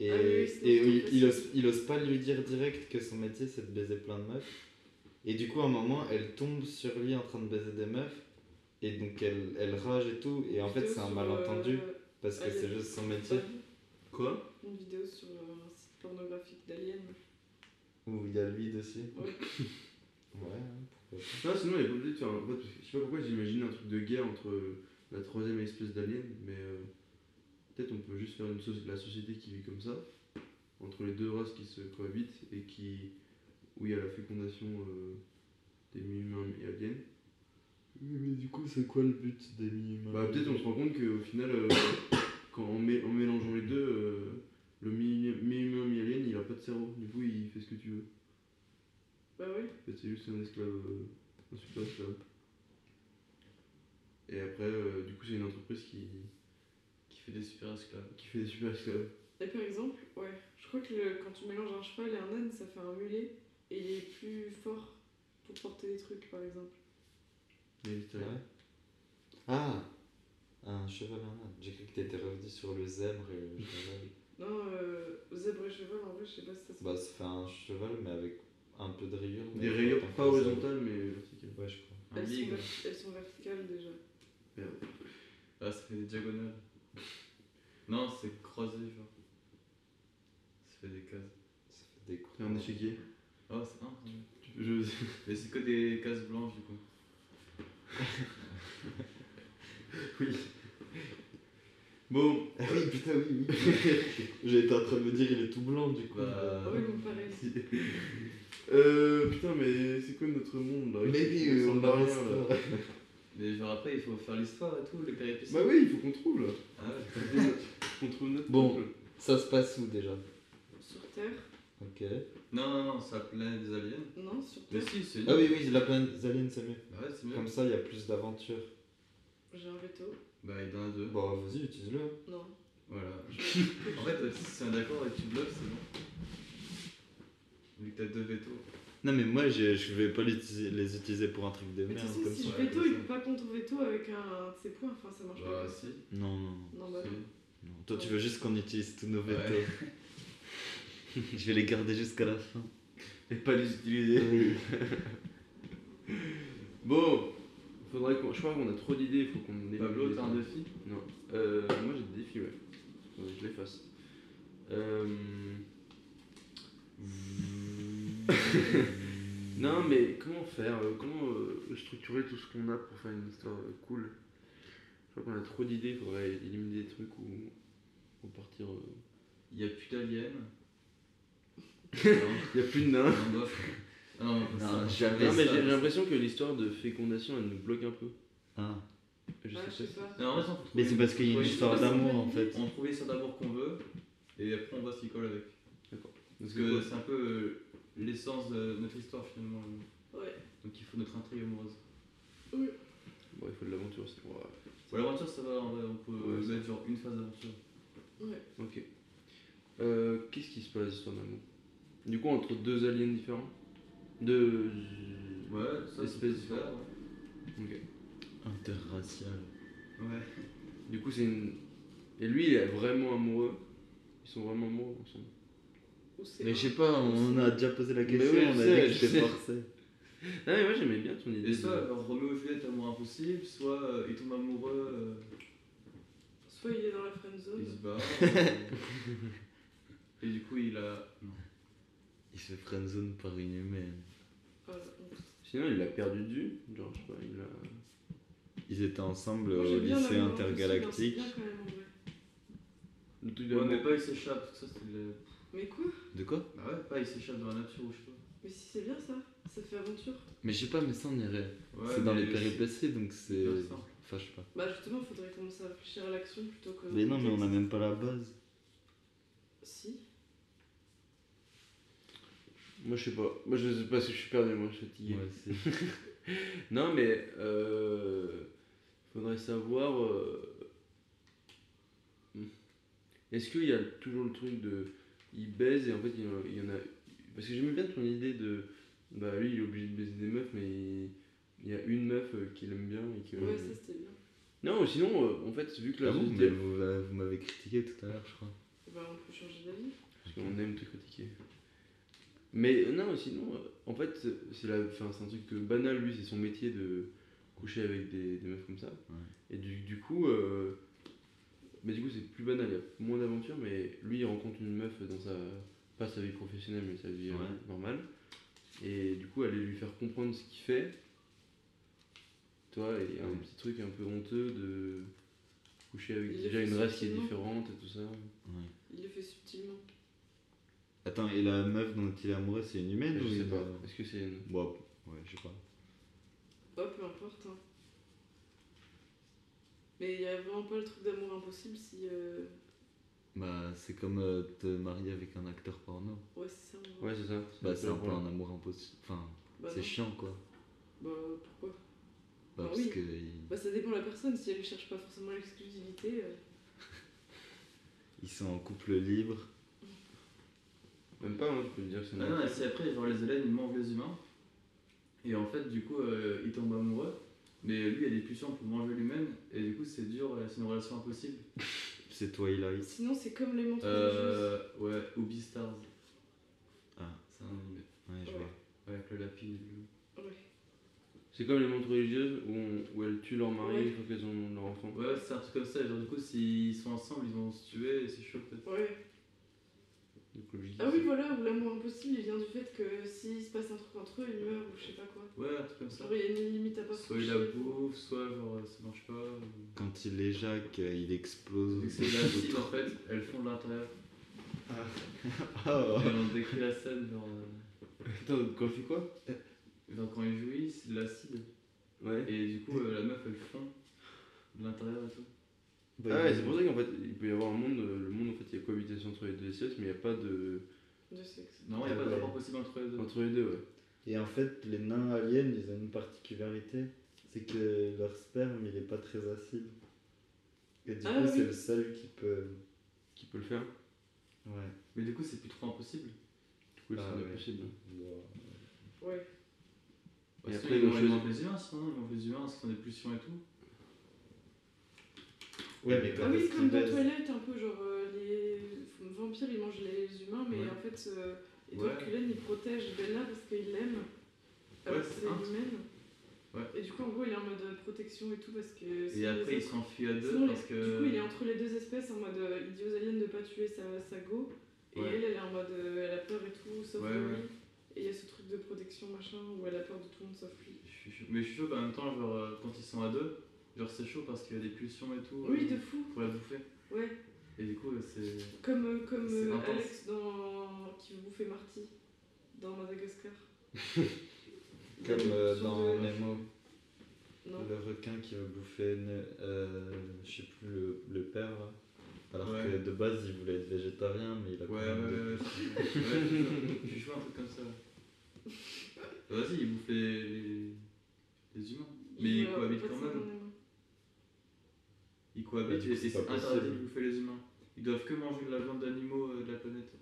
Et, Ah oui, oui, c'est et trop il, il facile. ose, il ose pas lui dire direct que son métier c'est de baiser plein de meufs. Et du coup, à un moment, elle tombe sur lui en train de baiser des meufs. Et donc elle, elle rage et tout. Et en fait, Vidéo c'est un sur, malentendu euh, parce que Alien. c'est juste son métier. Quoi Une vidéo sur euh, un site pornographique d'alien. Où il y a lui dessus Ouais. Ouais, hein, pourquoi pas. Non, sinon, il est pas obligé de faire un. en fait, je sais pas pourquoi j'imagine un truc de guerre entre euh, la troisième espèce d'alien, mais euh, peut-être on peut juste faire une soci- la société qui vit comme ça, entre les deux races qui se cohabitent et qui. où il y a la fécondation euh, des mi-humains et aliens. Oui, mais du coup, c'est quoi le but des Mmh. mi-humains Bah, peut-être on se rend compte qu'au final, euh, *coughs* quand en, mé- en mélangeant les deux, euh, le mi- mi-humain, mi-alien, il a pas de cerveau, du coup, il fait ce que tu veux. Bah, ouais. En fait, c'est juste un esclave, euh, un super esclave. Et après, euh, du coup, c'est une entreprise qui, Qui fait des super esclaves. qui fait des super esclaves. Et par exemple, ouais. Je crois que le- quand tu mélanges un cheval et un âne, ça fait un mulet. Et il est plus fort pour porter des trucs, par exemple. Mais c'est Ouais. rien. Ah Un cheval en âne. J'ai cru que t'étais revenu sur le zèbre et le cheval. Non, euh, zèbre et cheval, en vrai, je sais pas si ça se bah, ça fait un cheval, mais avec un peu de rayures. mais Des rayures en tant pas que zèbre. horizontales, mais verticales. Ouais, je crois. Un elles, sont big. ver- elles sont verticales déjà. Ah, ça fait des diagonales. *laughs* Non, c'est croisé, genre. Ça fait des cases. Ça fait des coups. C'est un échiquier. Oh, c'est un. quand même. Tu peux- je- Mais c'est que des cases blanches, du coup. oui. *laughs* Bon, *laughs* Ah oui, putain, oui, *laughs* oui. J'étais en train de me dire, il est tout blanc du coup. Bah, Ah oui, bon, *laughs* pareil. euh, putain, mais c'est quoi notre monde là Mais oui, Ils euh, sont on de la parle rien, là. ça. Mais genre après, il faut faire l'histoire et tout, les péripéties. Bah oui, il faut qu'on trouve là. Ah ouais. On trouve notre Bon. peuple. Ça se passe où déjà Sur Terre Ok. Non, non, non, ça plaît des aliens. Non, sur Mais Terre. si, c'est Ah oui, oui, la planète des aliens, c'est mieux. Bah ouais, c'est mieux. Comme ça, il y a plus d'aventures. J'ai un veto. Bah, il y en a deux. Bon, vas-y, utilise-le. Non. Voilà. *laughs* en fait, euh, si c'est un d'accord et tu bluffes, c'est bon. Vu que t'as deux vétos. Non, mais moi, je, je vais pas l'utiliser- les utiliser pour un truc de Mais tu merde sais, comme si ça. je ça, veto, comme il ça. peut pas contre veto avec un de ses points. Enfin, ça marche pas. Bah, comme ça. si. Non, non, non, Non, bah non. si. non. Toi, tu veux juste qu'on utilise tous nos Ouais. veto. *laughs* je vais les garder jusqu'à la fin. Et pas les utiliser. *laughs* bon, faudrait qu'on. Je crois qu'on a trop d'idées, faut qu'on ait. Pablo, t'as Bah, un *laughs* défi Non. Euh, moi j'ai des défis, ouais. Faut que je les fasse. Euh... non, mais comment faire euh, Comment euh, structurer tout ce qu'on a pour faire une histoire euh, cool Je crois qu'on a trop d'idées, faudrait éliminer des trucs ou, ou partir. euh. Il y a plus *laughs* d'aliens. non, Y a plus de nains. non, bof. Ah non, Non, ça- jamais Non, mais ça- j'ai l'impression que l'histoire de fécondation elle nous bloque un peu. Ah. Je Ah, je sais pas. sais pas. Non, en vrai, on peut Mais c'est trouver- parce qu'il y a une trouver- histoire d'amour en fait. On trouve l'histoire d'amour qu'on veut, et après on voit ce qui colle avec. Parce Parce que c'est un peu euh, l'essence de notre histoire finalement. Ouais. Donc il faut notre intrigue amoureuse. Bon, il faut de l'aventure, c'est pour. euh, Pour l'aventure, ça va, en vrai, on peut Ouais, ça- mettre genre une phase d'aventure. Ouais. Ok. Euh, Qu'est-ce qui se passe, histoire d'amour Du coup, entre deux aliens différents Deux. Ouais, ça c'est Espèce peut se faire, ouais. Ok. Interracial. Ouais. Du coup, c'est une. Et lui, il est vraiment amoureux. Ils sont vraiment amoureux ensemble. Ou c'est Mais un. je sais pas, on a déjà posé la Mais question, oui, je on a sais, dit que je c'était sais. forcé. Ah, mais moi, j'aimais bien ton idée. Et de- soit alors, Roméo et Juliette, amour impossible, soit euh, ils tombent amoureux, Soit il est dans la euh, ils friendzone. se barrent. euh, et du coup, il a. Non. Il se fait friendzone par une humaine. Ah, la Euh, honte. Sinon, il l'a perdu de vue. Genre, je sais pas, il l'a. Ils étaient ensemble Moi, au j'aime bien lycée l'amour impossible, intergalactique. hein, c'est bien quand même, en vrai. Le truc Ouais, d'amour. mais pas il s'échappe, tout ça c'est le. Mais quoi De quoi Bah ouais, pas il s'échappe dans la nature ou je sais pas. Mais si c'est bien ça, ça fait aventure. Mais je sais pas, mais ça on irait. Ouais, c'est dans mais les péripéties donc c'est. hyper simple. Enfin, je sais pas. Bah justement, faudrait commencer à réfléchir à l'action plutôt que. Mais non, mais on a a. même pas la base. Si. Moi, je sais pas. Moi, je sais pas si je suis perdu, moi, je suis fatigué. *laughs* c'est. Non, mais euh, faudrait savoir. euh, hmm. Est-ce qu'il y a toujours le truc de. Il baise et en fait il y en a. il y en a- parce que j'aimais bien ton idée de. Bah lui il est obligé de baiser des meufs, mais il, il y a une meuf euh, qu'il aime bien et que. Ouais, ça c'était bien. Non, sinon euh, en fait, vu que la Ah bon, société- mais vous, euh, vous m'avez critiqué tout à l'heure, je crois. Bah on peut changer d'avis. Parce Mm. qu'on aime te critiquer. Mais euh, non, sinon, euh, en fait, c'est la, enfin, c'est un truc euh, banal, lui, c'est son métier de coucher avec des, des meufs comme ça. Et du, du coup, euh, mais du coup, c'est plus banal, il y a moins d'aventure, mais lui, il rencontre une meuf dans sa, pas sa vie professionnelle, mais sa vie euh, Ouais. normale. Et du coup, aller lui faire comprendre ce qu'il fait. Toi, il y a un Ouais. petit truc un peu honteux de coucher avec Il le déjà fait une race qui est subtilement. différente et tout ça. Il le fait subtilement. Attends, et la meuf dont il est amoureux, c'est une humaine ou je sais une- pas. Est-ce que c'est une- Bon, ouais, je sais pas. Bah peu importe. Hein. Mais il y a vraiment pas le truc d'amour impossible si. euh, Bah, c'est comme euh, te marier avec un acteur porno. Ouais, c'est ça. en vrai. Ouais, c'est ça. Bah, c'est un peu plan. un amour impossible. Enfin, Bah, c'est non. chiant quoi. Bah pourquoi Bah, Ah parce oui. que. il- Bah ça dépend de la personne, si elle cherche pas forcément l'exclusivité. euh, Ils sont en couple libre. Même pas, hein, tu peux me dire que c'est Ah normal. non, et c'est après, genre les aliens ils mangent les humains. Et en fait, du coup, euh, il tombe amoureux. Mais lui, il est puissant pour manger l'humaine. Et du coup, c'est dur, euh, c'est une relation impossible. C'est Twilight. Sinon, c'est comme les montres religieuses. Euh, ouais, ou Beastars. Ah. C'est un animé. Ouais, je Ouais. vois. Ouais, avec le lapin. et le Ouais. C'est comme les montres religieuses où, on- où elles tuent leur mari Ouais. une fois qu'elles ont leur enfant. loup. Ouais, c'est un truc comme ça. et Genre, du coup, s'ils sont ensemble, ils vont se tuer et c'est chaud peut-être. Ouais. Donc, logique, Ah oui, c'est voilà, où l'amour impossible, il vient du fait que s'il se passe un truc entre eux, ils meurent ou je sais pas quoi. Ouais, un truc comme ça. Genre, il y a une limite à pas Soit il franchir. la bouffe, soit genre euh, ça marche pas. ou- Quand il éjacque, euh, il explose. Vu que c'est de la *laughs* cible hein. en fait, elles font de l'intérieur. Ah, Et on décrit la scène genre. euh, Attends, quand fait quoi genre quand ils jouissent, c'est de l'acide. Ouais. Et du coup, euh, la meuf elle fond de l'intérieur et tout. bah, Ah ouais, il- c'est pour ça qu'en fait, il peut y avoir un monde, euh, le monde en fait, il y a cohabitation entre les deux espèces, mais il n'y a pas de. de sexe. Normalement, il n'y a Ah pas de ouais. rapport possible entre les deux. Entre les deux, ouais. Et en fait, les nains aliens, ils ont une particularité, c'est que leur sperme, il est pas très acide. Et du Ah coup, oui. c'est le seul qui peut... Qui peut le faire Ouais. Mais du coup, c'est plus trop impossible. Du coup, Ah c'est ouais. impossible. Wow. Ouais. Et Parce après, qu'ils ils vont ont ils vont choisi- appeler les humains, sinon, ils vont appeler les humains, parce qu'ils ont des pulsions et tout. Ouais, mais Ah quand oui, est-ce comme qu'ils dans baisent Twilight, un peu genre euh, les vampires ils mangent les humains, mais Ouais. en fait, euh, Edward Ouais. Cullen il protège Bella parce qu'il l'aime. Alors Ouais, que c'est c'est un. humaine. Ouais. Et du coup, en gros, il est en mode euh, protection et tout parce que. Et sinon, les après, ils autres- s'enfuient à sinon, deux les- parce Du coup, il est que. entre les deux espèces en mode euh, il dit aux aliens de pas tuer sa, sa go. Et Ouais. elle, elle est en mode euh, elle a peur et tout, sauf Ouais, lui. ouais. Et il y a ce truc de protection machin où elle a peur de tout le monde sauf lui. Je suis chaud. Mais je suis chaud, mais en même temps, genre, euh, quand ils sont à deux, genre, c'est chaud parce qu'il y a des pulsions et tout. Oui, euh, de fou. Pour la bouffer. Ouais. Et du coup, euh, c'est. Comme, euh, comme C'est euh, intense. Alex dans... qui veut bouffer Marty dans Madagascar. Il y a *laughs* Comme une euh, pulsion dans de- Nemo, Non. le requin qui veut bouffer, une- euh, je sais plus, le, le père, là. Alors Ouais. que de base, il voulait être végétarien, mais il a Ouais, quand ouais, même de- ouais, ouais, c'est- ouais, je suis chaud, un truc *laughs* comme ça. Bah, Vas-y, ils bouffent les, les, les humains. Mais Il ils veut cohabitent pas quand ça dans même. Nemo. Ils Bah, cohabitent du coup, et c'est c'est pas interdit de possible. bouffer les humains. Ils doivent que manger de la viande d'animaux euh, de la planète.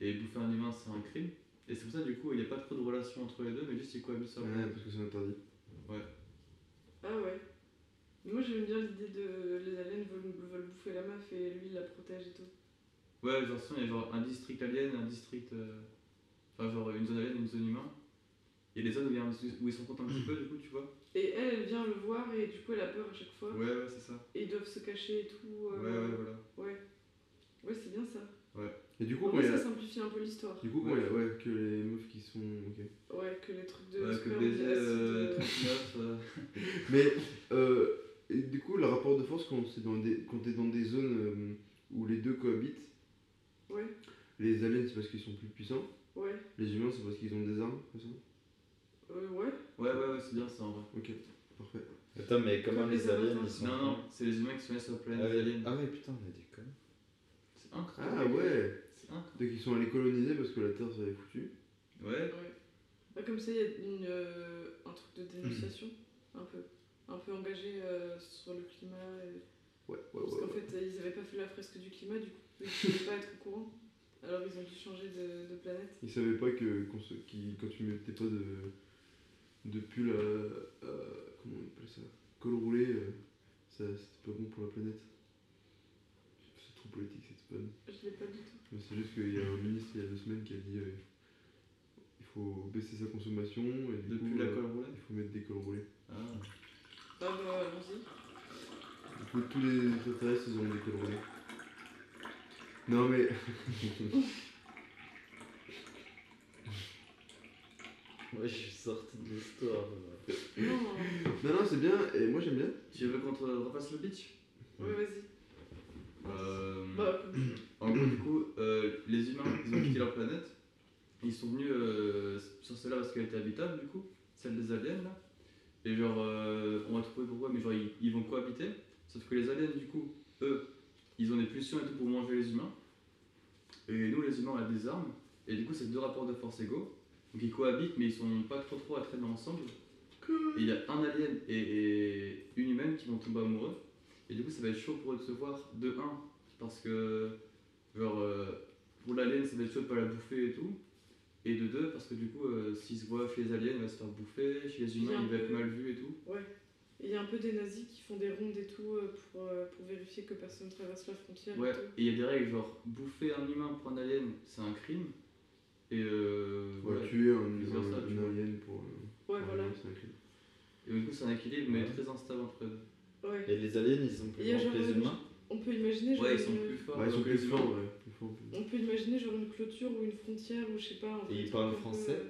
Et bouffer un humain, c'est un crime. Et c'est pour ça, du coup, il n'y a pas trop de relation entre les deux, mais juste ils cohabitent sur la Ouais, planète. parce que c'est interdit. Ah ouais. Mais moi j'aime bien l'idée de les aliens veulent, veulent bouffer la meuf et lui il la protège et tout. Ouais, genre, sinon, il y a genre un district alien, un district. euh, Enfin, genre une zone alien, une zone humain. Et les zones où il y a un- où ils se rencontrent un petit peu, du coup, tu vois. Et elle, elle vient le voir et du coup elle a peur à chaque fois. Ouais, ouais, c'est ça. Et ils doivent se cacher et tout. Ouais, euh, ouais, voilà. Ouais, c'est bien ça. Et du coup, En quand vrai, il y Ah, ça a. simplifie un peu l'histoire. Du coup, quand il y a. Ouais, que les meufs qui sont. Ok. Ouais, que les trucs de. Ouais, que sperme, baiser d'acide, euh, euh, 39, euh, Mais euh, et du coup, le rapport de force quand c'est dans des quand t'es dans des zones euh, où les deux cohabitent, Ouais, les aliens c'est parce qu'ils sont plus puissants, ouais, les humains c'est parce qu'ils ont des armes, c'est ça euh, ouais. Ouais, ouais, ouais, c'est bien ça en vrai. Ok, parfait. Attends, mais comment Comme les les aliens, avatars. ils sont... Non, non, c'est les humains qui sont allés sur la Ah planète des ouais, aliens. ah ouais, putain, on a des connes. C'est incroyable. Ah ouais, C'est incroyable. donc ils sont allés coloniser parce que la Terre ça avait foutu. Ouais, ouais. Bah, comme ça, il y a une, euh, un truc de dénonciation, Hmm. un peu. Un peu engagé euh, sur le climat. et- Ouais, ouais, Parce ouais. qu'en fait, euh, ils avaient pas fait la fresque du climat, du coup, ils pouvaient pas être au courant. Alors, ils ont dû changer de, de planète. Ils savaient pas que qu'on se- qu'ils- quand tu mettais pas de de pull à, à- comment on appelle ça col roulé, euh, ça c'était pas bon pour la planète. C'est trop politique cette panne. Je l'ai pas du tout. Mais C'est juste qu'il y a un ministre il y a deux semaines qui a dit euh, il faut baisser sa consommation et du depuis coup, la euh, colle roulée. il faut mettre des cols roulés. Ah. Ah bah, allons-y. *coughs* Du coup, tous les extraterrestres ils ont des cols roulés. Non mais. *laughs* Ouais, je suis sorti de l'histoire. là. Non, Non, non, c'est bien et moi j'aime bien. Tu veux qu'on te repasse le pitch ouais, vas-y. Euh, *coughs* Bah, En gros, du coup, euh, les humains, ils ont quitté leur planète. Ils sont venus euh, sur celle-là parce qu'elle était habitable, du coup, celle des aliens, là. Et genre, euh, on va trouver pourquoi, mais genre, ils, ils vont cohabiter. Sauf que les aliens, du coup, eux, ils ont des pulsions et tout pour manger les humains. Et nous, les humains, on a des armes. Et du coup, c'est deux rapports de force égaux. Donc, ils cohabitent, mais ils sont pas trop trop à traîner ensemble. Et il y a un alien et, et une humaine qui vont tomber amoureux. Et du coup, ça va être chaud pour eux de se voir de 1 parce que Genre, euh, pour l'alien, ça va être chaud de pas la bouffer et tout. Et de deux, parce que du coup, euh, s'il se voit chez les aliens, il va se faire bouffer. Chez les humains, Bien. il va être mal vu et tout. ouais. Il y a un peu des nazis qui font des rondes et tout euh, pour, euh, pour vérifier que personne traverse la frontière. Ouais, Et tout. et il y a des règles, genre, bouffer un humain pour un alien, c'est un crime. Et euh, Ouais, voilà. tuer un, un, vice-versa, tu un vois. alien pour. euh, Ouais, pour voilà. un alien, c'est un crime. Et du coup, c'est un équilibre, mais Ouais. très instable entre eux. Ouais. Et les aliens, ils sont Et plus grands que genre, les euh, humains On peut imaginer, genre, Ouais, ils sont une- plus forts. Ouais, Bah, ils sont donc plus les forts, humains. ouais. Plus faut- On peut imaginer genre une clôture ou une frontière ou je sais pas. en fait, ils des parlent trucs un peu- euh, français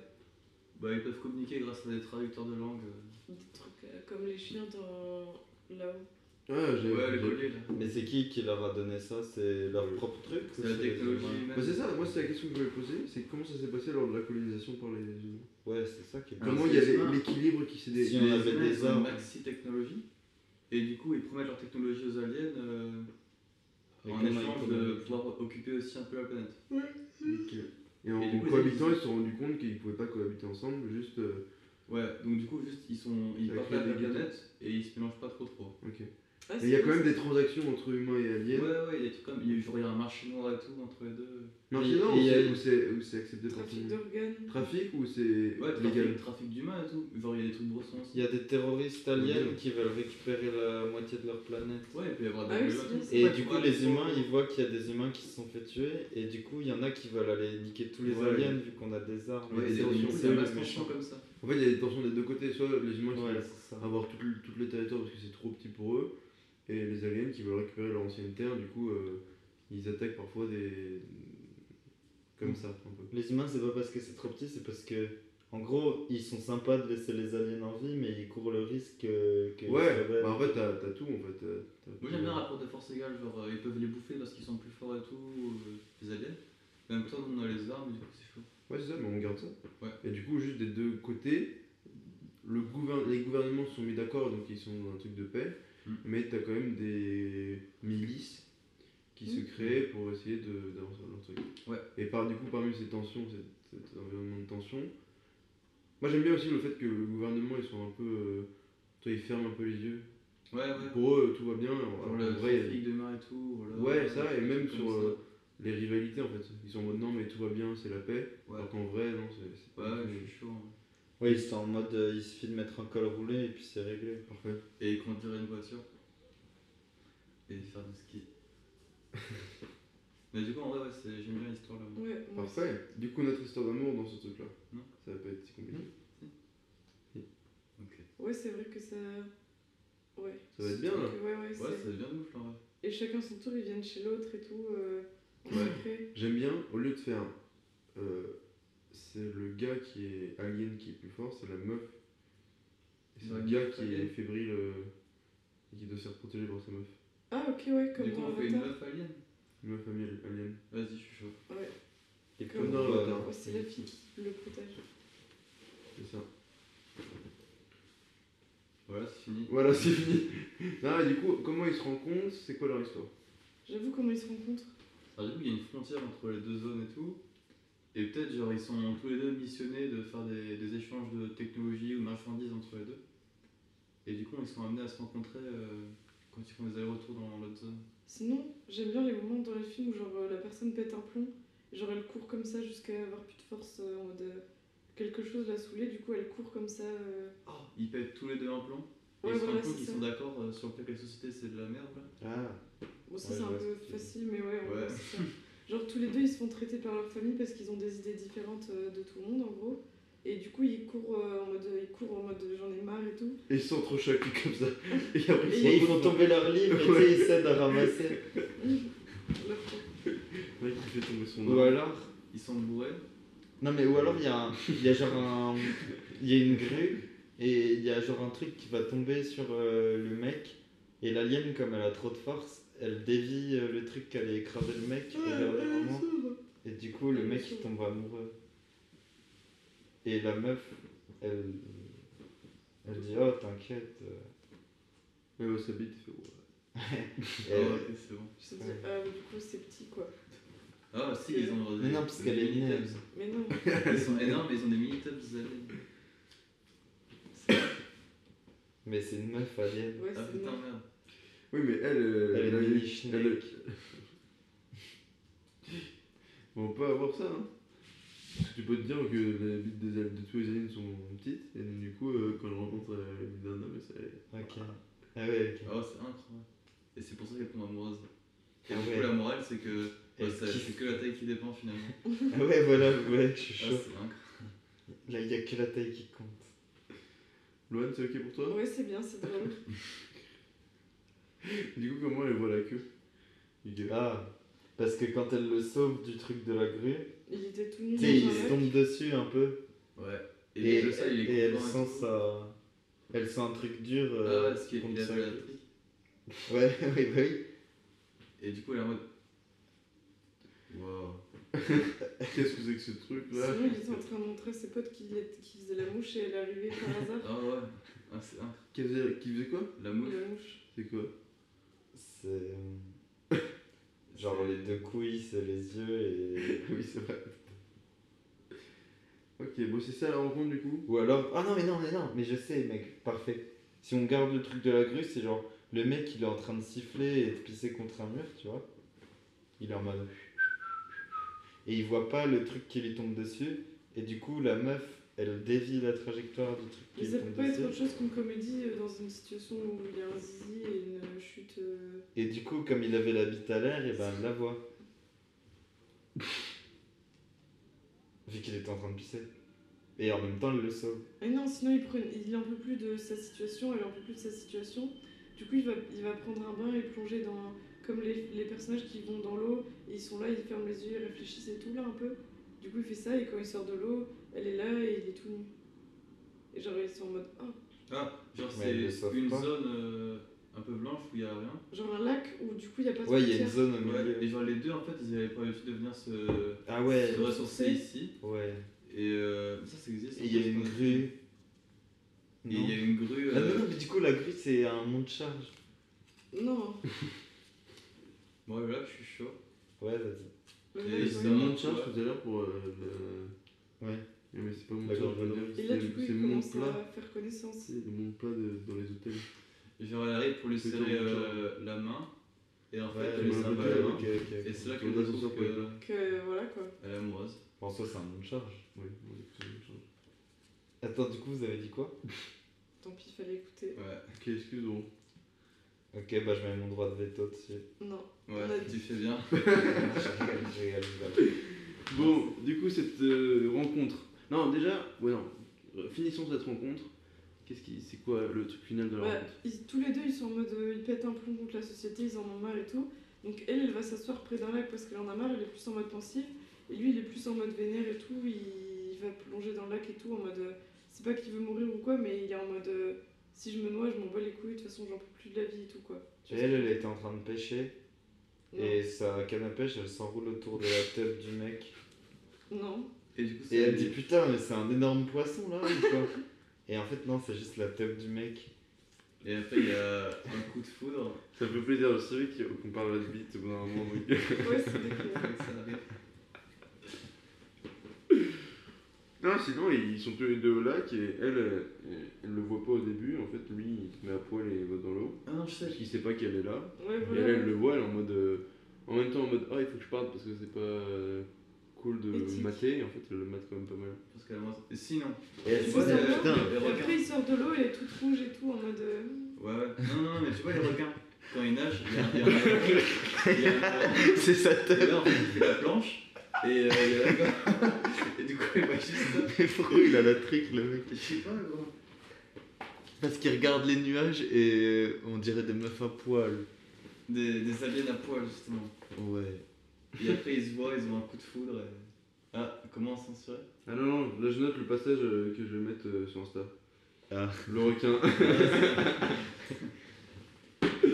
Bah, ils peuvent communiquer grâce à des traducteurs de langue. euh. Des trucs euh, comme les chiens dans là-haut. Ouais, j'ai- Ouais, le j'ai- collier là. Mais c'est qui qui leur a donné ça C'est leur Oui. propre truc ou C'est les la technologie humains Bah, c'est humaine. ça, moi c'est la question que je voulais poser, c'est comment ça s'est passé lors de la colonisation par les humains Ouais, c'est ça qui est Comment bien. il y a c'est les- ça. l'équilibre qui s'est dé- Si on dé- avait des Les aliens, ils ont armes. une maxi technologie. Et du coup, ils promettent leur technologie aux aliens euh, Et en comment ils échange de communiquent pouvoir occuper aussi un peu la planète. Ok. Et en Et du coup, cohabitant, ils- ils se sont rendus compte qu'ils pouvaient pas cohabiter ensemble, juste. euh, Ouais, donc du coup, juste ils sont ils Ça partent crée à la des ghettos. planète et ils se mélangent pas trop trop. Ok. Mais Ah, il y a quand même des transactions entre humains et Ouais, aliens. ouais, il y a des trucs comme. Il y a, genre, il y a un marché noir et tout entre les deux. Non, Et- c'est non, et il y a- où c'est- où c'est accepté par tout le Trafic monde. d'organes. Trafic ou c'est Ouais, légal trafic, trafic d'humains et tout. Genre, il y a des trucs brossons aussi. Il y a des terroristes aliens Oui. qui veulent récupérer la moitié de leur planète. Ouais, et puis il y a Ah oui, c'est bien, c'est Et Ouais, du coup, les humains, ils voient qu'il y a des humains qui se sont fait tuer, et du coup, il y en a qui veulent aller niquer tous les Ouais. aliens vu qu'on a des armes. Ouais, Et et c'est dans eux- son- c'est C'est eux un les masse méchants. comme ça. En fait, il y a des tensions des deux côtés, soit les humains qui Ouais, veulent c'est ça. avoir tout le, tout le territoire parce que c'est trop petit pour eux, et les aliens qui veulent récupérer leur ancienne terre, du coup, euh, ils attaquent parfois des. comme ça, un peu. Les humains, c'est pas parce que c'est trop petit, c'est parce que, en gros, ils sont sympas de laisser les aliens en vie, mais ils courent le risque que. que ils se Ouais, rebellent. bah en fait, t'as t'as tout en fait. euh, t'as- Moi j'aime bien le rapport de force égale, genre euh, ils peuvent les bouffer parce qu'ils sont plus forts et tout, euh, les aliens. Mais en même temps, nous, on a les armes, du coup c'est chaud. Ouais, c'est ça, mais on garde ça. Ouais. Et du coup, juste des deux côtés, le gouvern- les gouvernements se sont mis d'accord, donc ils sont dans un truc de paix, Mm. mais t'as quand même des milices qui se créent pour essayer de- d'avancer dans leur truc. Ouais. Et par, du coup, parmi ces tensions, cet- cet environnement de tension, moi j'aime bien aussi le fait que le gouvernement, ils sont un peu. euh, tu vois, ils ferment un peu les yeux. Ouais, ouais. Pour eux, tout va bien. Genre alors le qu'en vrai, il y a- trafic de mer et tout. voilà. Ouais, ça, et Des même trucs sur comme euh, les rivalités en fait. Ils sont en mode non, mais tout va bien, c'est la paix. Ouais. Alors qu'en vrai, non, c'est c'est ça. pas. Ouais, du tout- je suis chaud. hein. Ouais, ils sont en mode, euh, il suffit de mettre un col roulé et puis c'est réglé. Parfait. Et conduire une voiture. Et faire du ski. Mais du coup, en vrai, ouais, c'est- j'aime bien l'histoire là. Ouais, moi aussi. Parfait. Du coup, notre histoire d'amour dans ce truc-là. Non. Ça va pas être si compliqué. Ok. Ouais, c'est vrai que ça. Ouais. Ça va être bien, hein. là. Ouais, ouais, Ouais, c'est- c'est bien ouf là. ouais. Et chacun son tour, ils viennent chez l'autre et tout. euh, en Ouais. secret. J'aime bien, au lieu de faire. euh, c'est le gars qui est alien qui est plus fort, c'est la meuf. Et c'est Ouais, le gars qui alien. est fébrile euh, et qui doit se faire protéger par sa meuf. Ah, ok, ouais, comme Du coup, dans on fait une Avatar. meuf alien. Une meuf ami- alien. Vas-y, je suis chaud. Ouais, Et Comme comme dans euh, Avatar. ouais, c'est la fille qui le protège. C'est ça. Voilà, c'est fini. Voilà, *laughs* c'est fini. non, mais du coup, comment ils se rencontrent C'est quoi leur histoire J'avoue comment ils se rencontrent. Alors, du coup, il y a une frontière entre les deux zones et tout. Et peut-être, genre, ils sont tous les deux missionnés de faire des, des échanges de technologie ou de marchandises entre les deux. Et du coup, ils sont amenés à se rencontrer euh, quand ils font des allers-retours dans l'autre zone. Sinon, j'aime bien les moments dans les films où genre euh, la personne pète un plomb, genre elle court comme ça jusqu'à avoir plus de force euh, en mode euh, quelque chose l'a saoulée, du coup elle court comme ça. euh. Ils pètent tous les deux un plan. Et Ouais, ils se voilà, rendent compte c'est qu'ils ça. sont d'accord euh, sur le fait que la société c'est de la merde. Là. Ah, Bon, ça Ouais, c'est je un vois ce peu que tu veux facile, mais ouais, en gros, Ouais. c'est ça. Genre tous les deux ils se font traiter par leur famille parce qu'ils ont des idées différentes euh, de tout le monde en gros. Et du coup ils courent euh, en mode ils courent en mode euh, j'en ai marre et tout. Et ils s'entrechoquent comme ça. Et après, Et ils se Et ils font rencontrent. tomber leur livre et tu sais, ils s'aident à ramasser. Leur plan. Le mec qui fait tomber son Ou arme. alors. Ils sont bourrés. Non, mais ou alors il y a, un- il y a genre un. Il y a une grue et il y a genre un truc qui va tomber sur euh, le mec. Et l'alien, comme elle a trop de force, elle dévie euh, le truc qui allait écraser le mec au dernier moment. Et du coup, le mec il tombe amoureux. Et la meuf, elle. Elle dit Oh, t'inquiète. Mais ouais, sa bite, il fait ouais. Et- Ah ouais, c'est bon. Je me dis, ah, mais du coup c'est petit quoi. Ah, si, ils ont. Mais non, parce qu'elle est née. mini-tubs. *laughs* Mais non. Ils sont énormes, mais ils ont des *laughs* mini-tubs. vous savez. Mais c'est une meuf alien. Ouais, Ah c'est putain, bon. merde. Oui, mais elle. euh, Elle est elle- mini schneck. elle- Bon, on peut avoir ça, hein. Parce que tu peux te dire que la bite des al- de tous les aliens sont petites, et donc, du coup, euh, quand elle rencontre euh, la bite d'un homme, ça Ok. Ah ouais, ok. Ah, ouais, c'est incroyable. Et c'est pour ça qu'elle tombe amoureuse. Et Ah du coup, ouais. la morale, c'est que bah, Elle ça- kiffe. c'est que la taille qui dépend finalement. Ah ouais, voilà, ouais, je suis Ah, chaud. c'est incroyable. Là, il n'y a que la taille qui compte. Loan, c'est ok pour toi Ouais c'est bien, c'est drôle. *laughs* Du coup, comment elle voit la queue du gars Ah, Parce que quand elle le sauve du truc de la grue, Il était tout nu. tu sais, dans il un se lac. tombe dessus un peu. Ouais. Et, Et, le ça, il est et elle content sent tout. ça. Elle sent un truc dur. Ah euh, ouais, parce qu'il contre il a sa fait la grue. trique. Ouais, *laughs* oui, bah oui. Et du coup, elle est en mode. Wow. Qu'est-ce que c'est que ce truc là Sinon, il était en train de montrer à ses potes qu'il qu'il faisait la mouche et elle *laughs* arrivait par hasard. Ah ouais. Ah, c'est- ah, Qui faisait, qui faisait quoi la mouche. La mouche. C'est quoi C'est. euh, *laughs* Genre les deux couilles, c'est les yeux et. *laughs* Oui, c'est vrai. Ok, bon, c'est ça la rencontre du coup Ou alors. Ah non, mais non, mais non, mais je sais, mec, parfait. Si on garde le truc de la grue, c'est genre le mec il est en train de siffler et de pisser contre un mur, tu vois. Il est en mode. *laughs* Et il voit pas le truc qui lui tombe dessus, et du coup la meuf elle dévie la trajectoire du truc qui Mais lui ça peut tombe pas être dessus. autre chose qu'une comédie euh, dans une situation où il y a un zizi et une chute. euh, Et du coup, comme il avait la bite à l'air, et ben elle la voit. *laughs* Vu qu'il était en train de pisser. Et en même temps, elle le sauve. Et Ah non, sinon il, prend, il en peut plus de sa situation, elle en peut plus de sa situation. Du coup, il va, il va prendre un bain et plonger dans. Comme les, les personnages qui vont dans l'eau, ils sont là, ils ferment les yeux, ils réfléchissent et tout, là un peu. Du coup, il fait ça et quand il sort de l'eau, elle est là et il est tout nu. Et genre, ils sont en mode. Ah Ah, genre, Mais elle le c'est sauve une pas. zone euh, un peu blanche où il n'y a rien. Genre un lac où du coup, il n'y a pas de Ouais, il y a frontière. une zone au milieu. Ouais, et genre, les deux, en fait, ils n'avaient pas réussi de venir se, Ah ouais, se ressourcer ici. ouais. Et euh, ça, ça existe. Et il y a une Et grue. il y a Non. une grue. Ah, mais euh, non, mais du coup, la grue, c'est un mont de charge. Non, Bon, ouais, là, je suis chaud. Ouais, vas-y. le Et lac, ils ouais. C'est C'est un un monde de toit. charge tout à l'heure pour euh, le. Ouais. Non, mais c'est pas mon La charge, gorge je veux de dire, Et là, du c'est- coup, c'est il mon commence plat. à faire connaissance. C'est mon plat de- dans les hôtels. Et genre, elle arrive pour lui Plutôt serrer bonne euh, la main. Et en fait, Ouais, elle lui bonne serre journée. pas la ok, main. ok. ok. Et c'est là Dans qu'elle les découvre ascenseurs, qu'elle Que euh, voilà quoi. est amoureuse. En soi, c'est un mont de charge. Ouais, ouais, c'est la même chose. Attends, du coup, vous avez dit quoi Tant pis, fallait écouter. Ouais. Ok, excuse-moi. Ok, bah, je mets mon droit de veto *laughs* dessus. Non. On a Ouais, tu dit. fais bien. Ah, je rigole, je rigole, je rigole. Bon, du coup, cette euh, rencontre. Non, déjà, ouais, non. Euh, Finissons cette rencontre. Qu'est-ce qui, c'est quoi le truc final de la Ouais, rencontre ils- tous les deux, ils sont en mode. euh, ils pètent un plomb contre la société, ils en ont marre et tout. Donc, elle, elle va s'asseoir près d'un lac parce qu'elle en a marre, elle est plus en mode pensif. Et lui, il est plus en mode vénère et tout. Il, il va plonger dans le lac et tout en mode. euh, c'est pas qu'il veut mourir ou quoi, mais il est en mode. euh, si je me noie, je m'en bats les couilles, de toute façon, j'en peux plus de la vie et tout quoi. Tu vois Elle, elle était en train de pêcher. ce que- Et sa canne à pêche, elle s'enroule autour de la tête du *laughs* mec. Non. non. Et du coup, c'est. Et elle dit putain, mais c'est un énorme poisson là ou *laughs* quoi Et en fait, non, c'est juste la tête du mec. Et après, il y a un coup de foudre. Ça fait plaisir de se dire qu'on parle de bite au bout d'un moment. donc. *laughs* Ouais, c'est dégueu. Ça arrive. non, sinon, ils ils sont tous les deux au lac et elle, euh, elle le voit pas au début. En fait, lui, il se met à poil et va dans l'eau. Ah non, je sais. Parce qu'il sait pas qu'elle est là. Ouais, Et elle, voilà. elle le voit, elle est en mode. euh, en même temps, en mode, ah, il faut que je parte parce que c'est pas euh, cool de Éthique. mater. Et en fait, elle le mate quand même pas mal. Parce qu'elle commence. Et sinon. Et elle C'est se ça, dit ouais. putain, les Et après, requins. il sort de l'eau, elle est toute rouge et tout en mode. euh, Ouais, ouais. Non, non, non, mais tu vois, les requins, quand ils nagent, il y a un. il y a un- il y a un- c'est sa tête. Et là, en fait, il fait la planche. Et euh, il y a un gars. Et du coup, il voit juste ça. *laughs* Mais pourquoi il a la trique le mec Je sais pas, gros. Parce qu'il regarde les nuages et on dirait des meufs à poil. Des, des aliens à poil, justement. Ouais. Et après, ils se voient, ils ont un coup de foudre. Et... Ah, comment on censurer Ah non, non, là je note le passage euh, que je vais mettre euh, sur Insta. Ah. Le requin. Euh,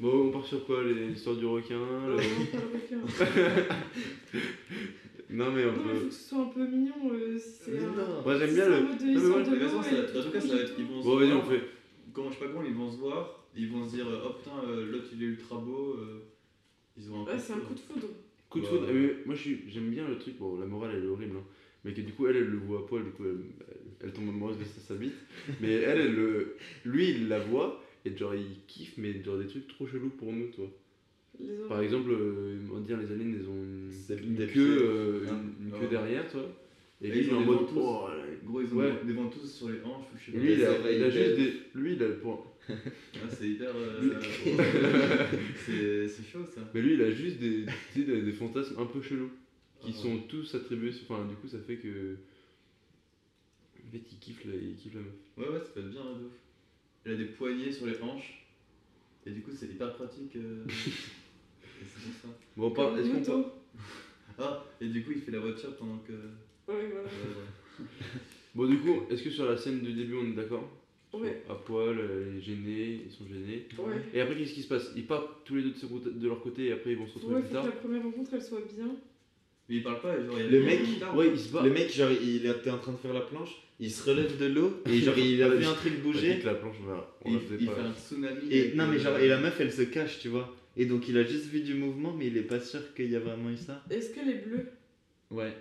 bon, on part sur quoi les- L'histoire du *laughs* requin on le- va faire le requin. Non, mais on Non, mais faut peut. que ce soit un peu mignon. euh, si c'est Mais un... non. Moi j'aime si bien c'est en le. mode, ils mais sortent ouais, de de toute façon, l'eau et ça- tout dans tout cas, ça va être. Ils vont se Bon, vas-y, on voir. fait. Comment, je sais pas comment, ils vont se voir. Ils vont se dire, oh putain, euh, l'autre il est ultra beau. euh, Ils ont un Ouais, c'est un foudre. coup de foudre. Coup de Bah, foudre. ouais. mais moi je suis- j'aime bien le truc, bon, la morale elle est horrible, hein. Mais que du coup, elle, elle le voit à poil, du coup, elle, elle- elle tombe amoureuse de sa, sa *laughs* bite. Mais elle, elle le. Lui, il la voit, et genre il kiffe, mais genre des trucs trop chelous pour nous, toi. Les Par oreilles. exemple, euh, on va dire les aliens, ils ont une, C'est une des queue, pieds. euh, Ah, une, une ah queue ouais. derrière, toi. Et, Et lui, ils il est ont en des mode. ventouses. Oh, là, Gros, ils ont Ouais. des, des ventouses sur les hanches ou je sais Et pas. lui, il a, oreilles il a juste belles. des. Lui, il a, pour- Ah, c'est hyper. euh, *laughs* c'est c'est chaud ça. mais lui, il a juste des, tu sais, des, des fantasmes un peu chelous qui Ah, sont tous attribués. sur- Enfin, du coup, ça fait que. En fait, il kiffe la, il kiffe la meuf. Ouais, ouais, ça peut être bien, hein, de ouf. *laughs* Il a des poignées sur les hanches. Et du coup, c'est hyper pratique. euh, Et c'est pour ça. Bon, on parle- Comme est-ce une qu'on parle- auto. Ah, et du coup, il fait la voiture pendant que. Ouais, voilà. euh, Bon, du coup, est-ce que sur la scène du début, on est d'accord Ouais, À poil, euh, gênés, ils sont gênés. ouais. Et après, qu'est-ce qui se passe Ils partent tous les deux de, ce côté- de leur côté et après, ils vont se retrouver Ouais, plus faut que tard. la première rencontre elle soit bien. Mais il parle pas, et genre, il y a Le des mec, gens qui parlent. Ouais, ils se battent. Le mec, genre, il était en train de faire la planche, il se relève de l'eau, et genre, il a vu un truc J'ai bouger. que la planche, on verra. On il, la faisait il pas. fait un tsunami. Et, avec, non, mais euh, genre, et la meuf, elle se cache, tu vois. Et donc, il a juste vu du mouvement, mais il est pas sûr qu'il y a vraiment eu ça. Est-ce qu'elle est bleue Ouais.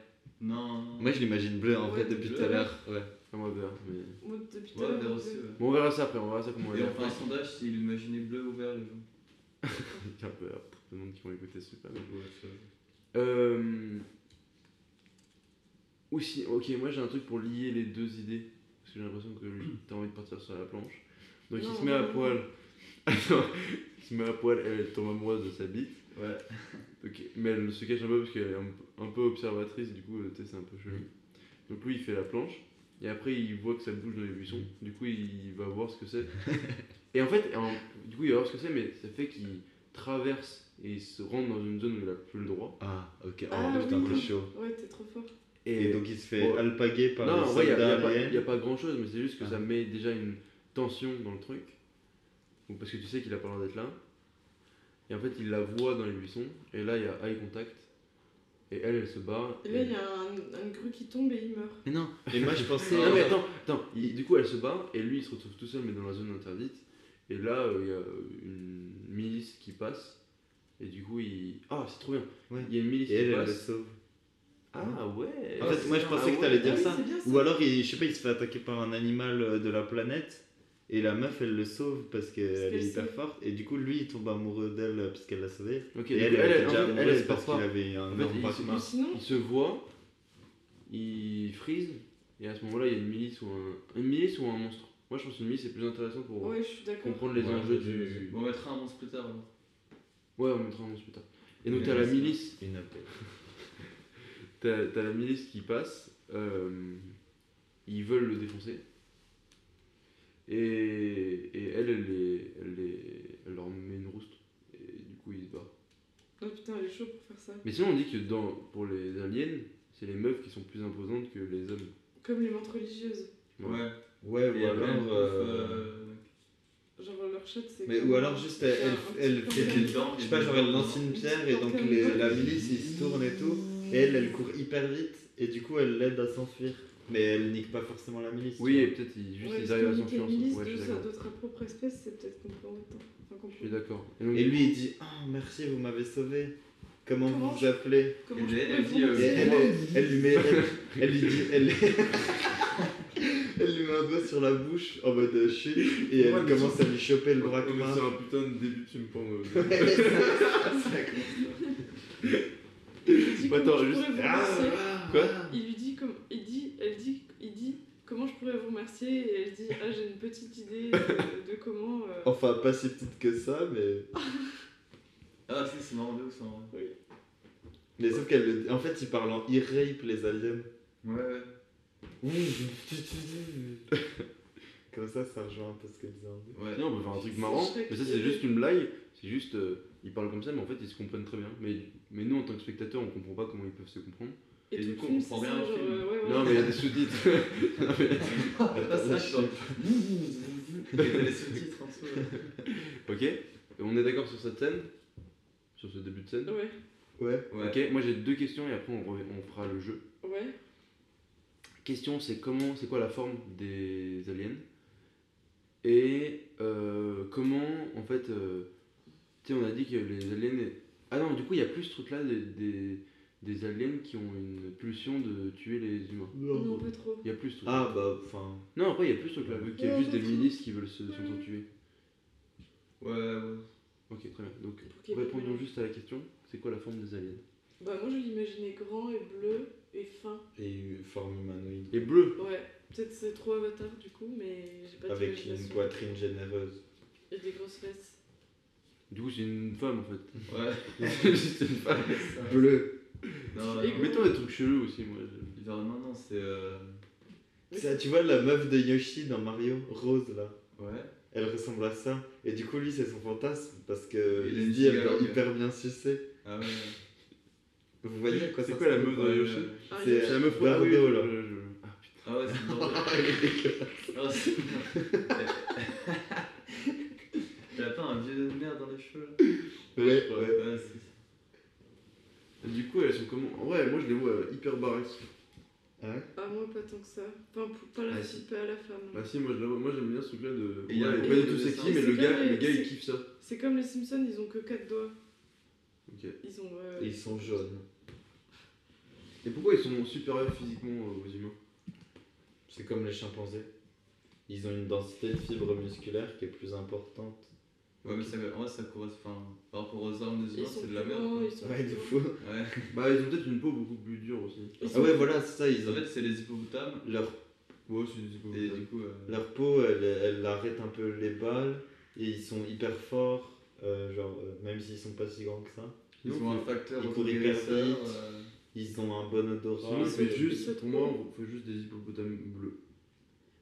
Non. Moi, je l'imagine bleu, en Ouais, vrai, depuis bleu, tout à l'heure. Ouais. Ah, moi, vert, mais- Moi depuis tout à Ouais, l'heure. vert aussi. bleue. ouais. Bon, on verra ça après, on verra ça comment *laughs* Et elle on fait un est. sondage s'il imaginait bleu ou vert les gens. J'ai un peu peur pour tout le monde qui vont écouter ce super. Ouais, tu vois. Euh... Aussi, ok, moi j'ai un truc pour lier les deux idées. Parce que j'ai l'impression que lui, t'as envie de partir sur la planche. Donc il Non, se met non, à non. poil. *laughs* Attends, il se met à poil, elle tombe amoureuse de sa bite. Ouais. Donc, mais elle se cache un peu parce qu'elle est un, un peu observatrice, du coup, euh, tu sais, c'est un peu chelou. Donc lui, il fait la planche. Et après, il voit que ça bouge dans les buissons. Du coup, il va voir ce que c'est. *laughs* et en fait, en- du coup, il va voir ce que c'est, mais ça fait qu'il traverse et il se rentre dans une zone où il a plus le droit. Ah, ok. Oh, Ah, putain, oui. t'es chaud. Ouais, t'es trop fort. Et, donc, il se fait Ouais. alpaguer par Non, les en vrai, il n'y soldats a, pas- aliens. y a pas grand chose, mais c'est juste que Ah. ça met déjà une tension dans le truc. Ou parce que tu sais qu'il a pas l'air d'être là. Et en fait, il la voit dans les buissons. Et là, il y a eye contact. Et elle, elle se barre. Et là il y a un, un grue qui tombe et il meurt. Mais non, Et moi, je pensais. non, mais attends, attends. Il- du coup, elle se barre. Et lui, il se retrouve tout seul, mais dans la zone interdite. Et là, euh, il y a une milice qui passe. Et du coup, il. Ah, c'est trop bien. Il Ouais. y a une milice Et elle, qui elle le passe. sauve. Ah ouais. En fait, moi, je Ah pensais que ouais. t'allais dire Ah oui, ça. c'est bien ça. Ou alors, il, je sais pas, il se fait attaquer par un animal euh, de la planète. Et la meuf, elle le sauve parce qu'elle qu'elle est hyper sait. forte. Et du coup, lui, il tombe amoureux d'elle euh, parce qu'elle l'a sauvé. Ok, et donc elle, elle, elle, était en déjà fait, elle, amoureuse elle parce part qu'il pas. avait un En fait, énorme il- partenaire. Ou sinon, Ils se voient, ils frisent, et à ce moment-là, il y a une milice ou un, une milice ou un monstre. Moi, je pense qu'une milice c'est plus intéressant pour ouais, je suis d'accord. comprendre les Ouais, enjeux j'ai- du. On mettra un monstre plus tard. alors. Ouais, on mettra un monstre plus tard. Et donc, Mais t'as la c'est- milice, Une appel. t'as t'as la milice qui passe, euh, ils veulent le défoncer. Et, et elle, elle, les, elle, les- elle leur met une rouste, et du coup, ils se barrent. Oh putain, elle est chaude pour faire ça. Mais sinon, on dit que dans, pour les aliens, c'est les meufs qui sont plus imposantes que les hommes. Comme les mentes religieuses. Ouais. Ouais. Ouais, Et ou alors. après, euh, euh, Genre leur chatte c'est. Mais comme- ou alors, juste, elle, Genre, un elle, petit fait peu des comme- dents. Je sais pas, genre, elle lance une pierre et donc les- la milice, ils se tournent et tout. Et elle, elle court hyper vite. Et du coup, elle l'aide à s'enfuir. Mais elle nique pas forcément la milice. Oui, tu et vois. peut-être ils- juste Ouais, ils parce arrivent à que s'enfuir. niquer ensemble. une liste Ouais, je suis de sa- d'accord. de sa propre espèce, c'est peut-être complémentaire. Enfin, Je suis complémentaire. d'accord. Et donc, Et lui, il dit Ah, merci, vous m'avez sauvé. Comment Comment vous vous je- appelez Comment Et je elle peux dit, vous Et euh, dire- elle, elle lui met. Elle, elle lui dit. Elle, *laughs* elle lui met un doigt sur la bouche en mode euh, chute. Et elle Ouais, mais commence à lui choper le bras Ouais, mais commun. C'est un putain de début, tu me prends. euh, Elle dit, Attends, comment je juste- pourrais vous Ah, remercier Quoi Il lui dit comme il dit, elle dit, il dit comment je pourrais vous remercier et elle dit ah j'ai une petite idée de, de comment. euh, Enfin, pas si petite que ça, mais. Ah, si, c'est marrant de ouf ça. en vrai. Mais sauf qu'elle le dit- En fait, ils parlent en e-rape, les aliens. Ouais, ouais. *laughs* Comme ça, ça rejoint un peu ce qu'elle disait en dessous. Ouais. Non, on peut faire un truc C'est marrant, Shrek mais ça qui c'est est- juste une blague, c'est juste. euh, ils parlent comme ça, mais en fait ils se comprennent très bien. Mais, mais nous en tant que spectateurs, on comprend pas comment ils peuvent se comprendre. Et, Et tout du le coup, on film, comprend c'est bien ça, le genre, film. euh, ouais, ouais. Non, mais il y a des sous-titres. *laughs* Non, mais- Ah, c'est vrai que *laughs* genre- Et t'as les sous-titres en dessous. ouais. ok, Et on est d'accord sur cette scène Sur ce début de scène Ouais, Ouais. Ouais. Ok, moi j'ai deux questions et après on, rev- on fera le jeu. ouais. Question c'est comment, c'est quoi la forme des aliens et euh, comment en fait, euh, tu sais on a dit que les aliens, ah non du coup il y a plus ce truc là des, des, des aliens qui ont une pulsion de tuer les humains. Non, pas trop. Il y a plus ce truc. Ah, bah, enfin. Non après il y a plus ce truc là vu qu'il y a Ouais, juste des c'est ça. milices qui veulent se s'auto-tuer. Ouais, ouais. Ok très bien donc Pour qu'il y ait plus répondons de- juste à la question c'est quoi la forme des aliens Bah moi je l'imaginais grand et bleu et fin. Et forme humanoïde. Et bleu Ouais. Peut-être c'est trop avatar du coup, mais j'ai pas Avec une d'imagination. poitrine généreuse. Et des grosses fesses. du coup c'est une femme en *laughs* fait. Ouais. C'est juste une femme. Bleu. Non, non. Et gros. Mettons des trucs chelous aussi moi. je- Genre, non, non, c'est. euh, Mais Ça, tu vois la meuf de Yoshi dans Mario, rose là. Ouais. elle ressemble à ça. Et du coup, lui, c'est son fantasme parce que Il il, a une se dit, elle cigale, doit ouais. hyper bien sucer. Ah ouais. Vous voyez à quoi C'est ça quoi la ressemble meuf dans Yoshi Ah, C'est- C'est la meuf Bardo, oui, oui, là. je- je- Ah, putain. Ah ouais, c'est drôle. *laughs* Ah, c'est- Elle a pas un vieux de merde dans les cheveux là Ouais, ouais. Ouais, c'est- Du coup, elles sont comment Ouais, moi je les vois euh, hyper baraques. Ah ouais Ah, moi, pas tant que ça. Enfin, pour- pas la Ah, fille, pas la femme. Bah si, moi je la vois- moi, j'aime bien ce truc là de. Et il y a Ouais, un on peu pas du de tout c'est dessin. qui, mais le C'est gars, comme le les- gars il c'est- kiffe ça. C'est comme les Simpsons, ils ont que quatre doigts. Ok. Ils ont. euh, Et Ils sont jaunes. Et pourquoi ils sont supérieurs physiquement euh, aux humains C'est comme les chimpanzés. Ils ont une densité de fibres musculaires qui est plus importante. Ouais, mais ça, en vrai, ça correspond. Enfin, par rapport aux armes des Ils humains, sont c'est de plus la merde. grands, quoi. ils sont Ouais, plus de grands. fou. *laughs* Ouais. Bah ils ont peut-être une peau beaucoup plus dure aussi. Ils Ah sont- ouais, voilà, c'est ça. Ils En ont fait, c'est les hippopotames. leur, Ouais, c'est des peaux Et comme du ça. coup. euh, leur peau, elle, elle arrête un peu les balles. Et ils sont hyper forts. euh, genre, euh, même s'ils sont pas si grands que ça. Ils Sinon, ont un faut- facteur ils courent hyper autogresseur, vite. euh, Ils ont un bon odorat. Sinon, ils il sont- faut ils juste, sont pour moi, trop- il faut juste des hippopotames bleus.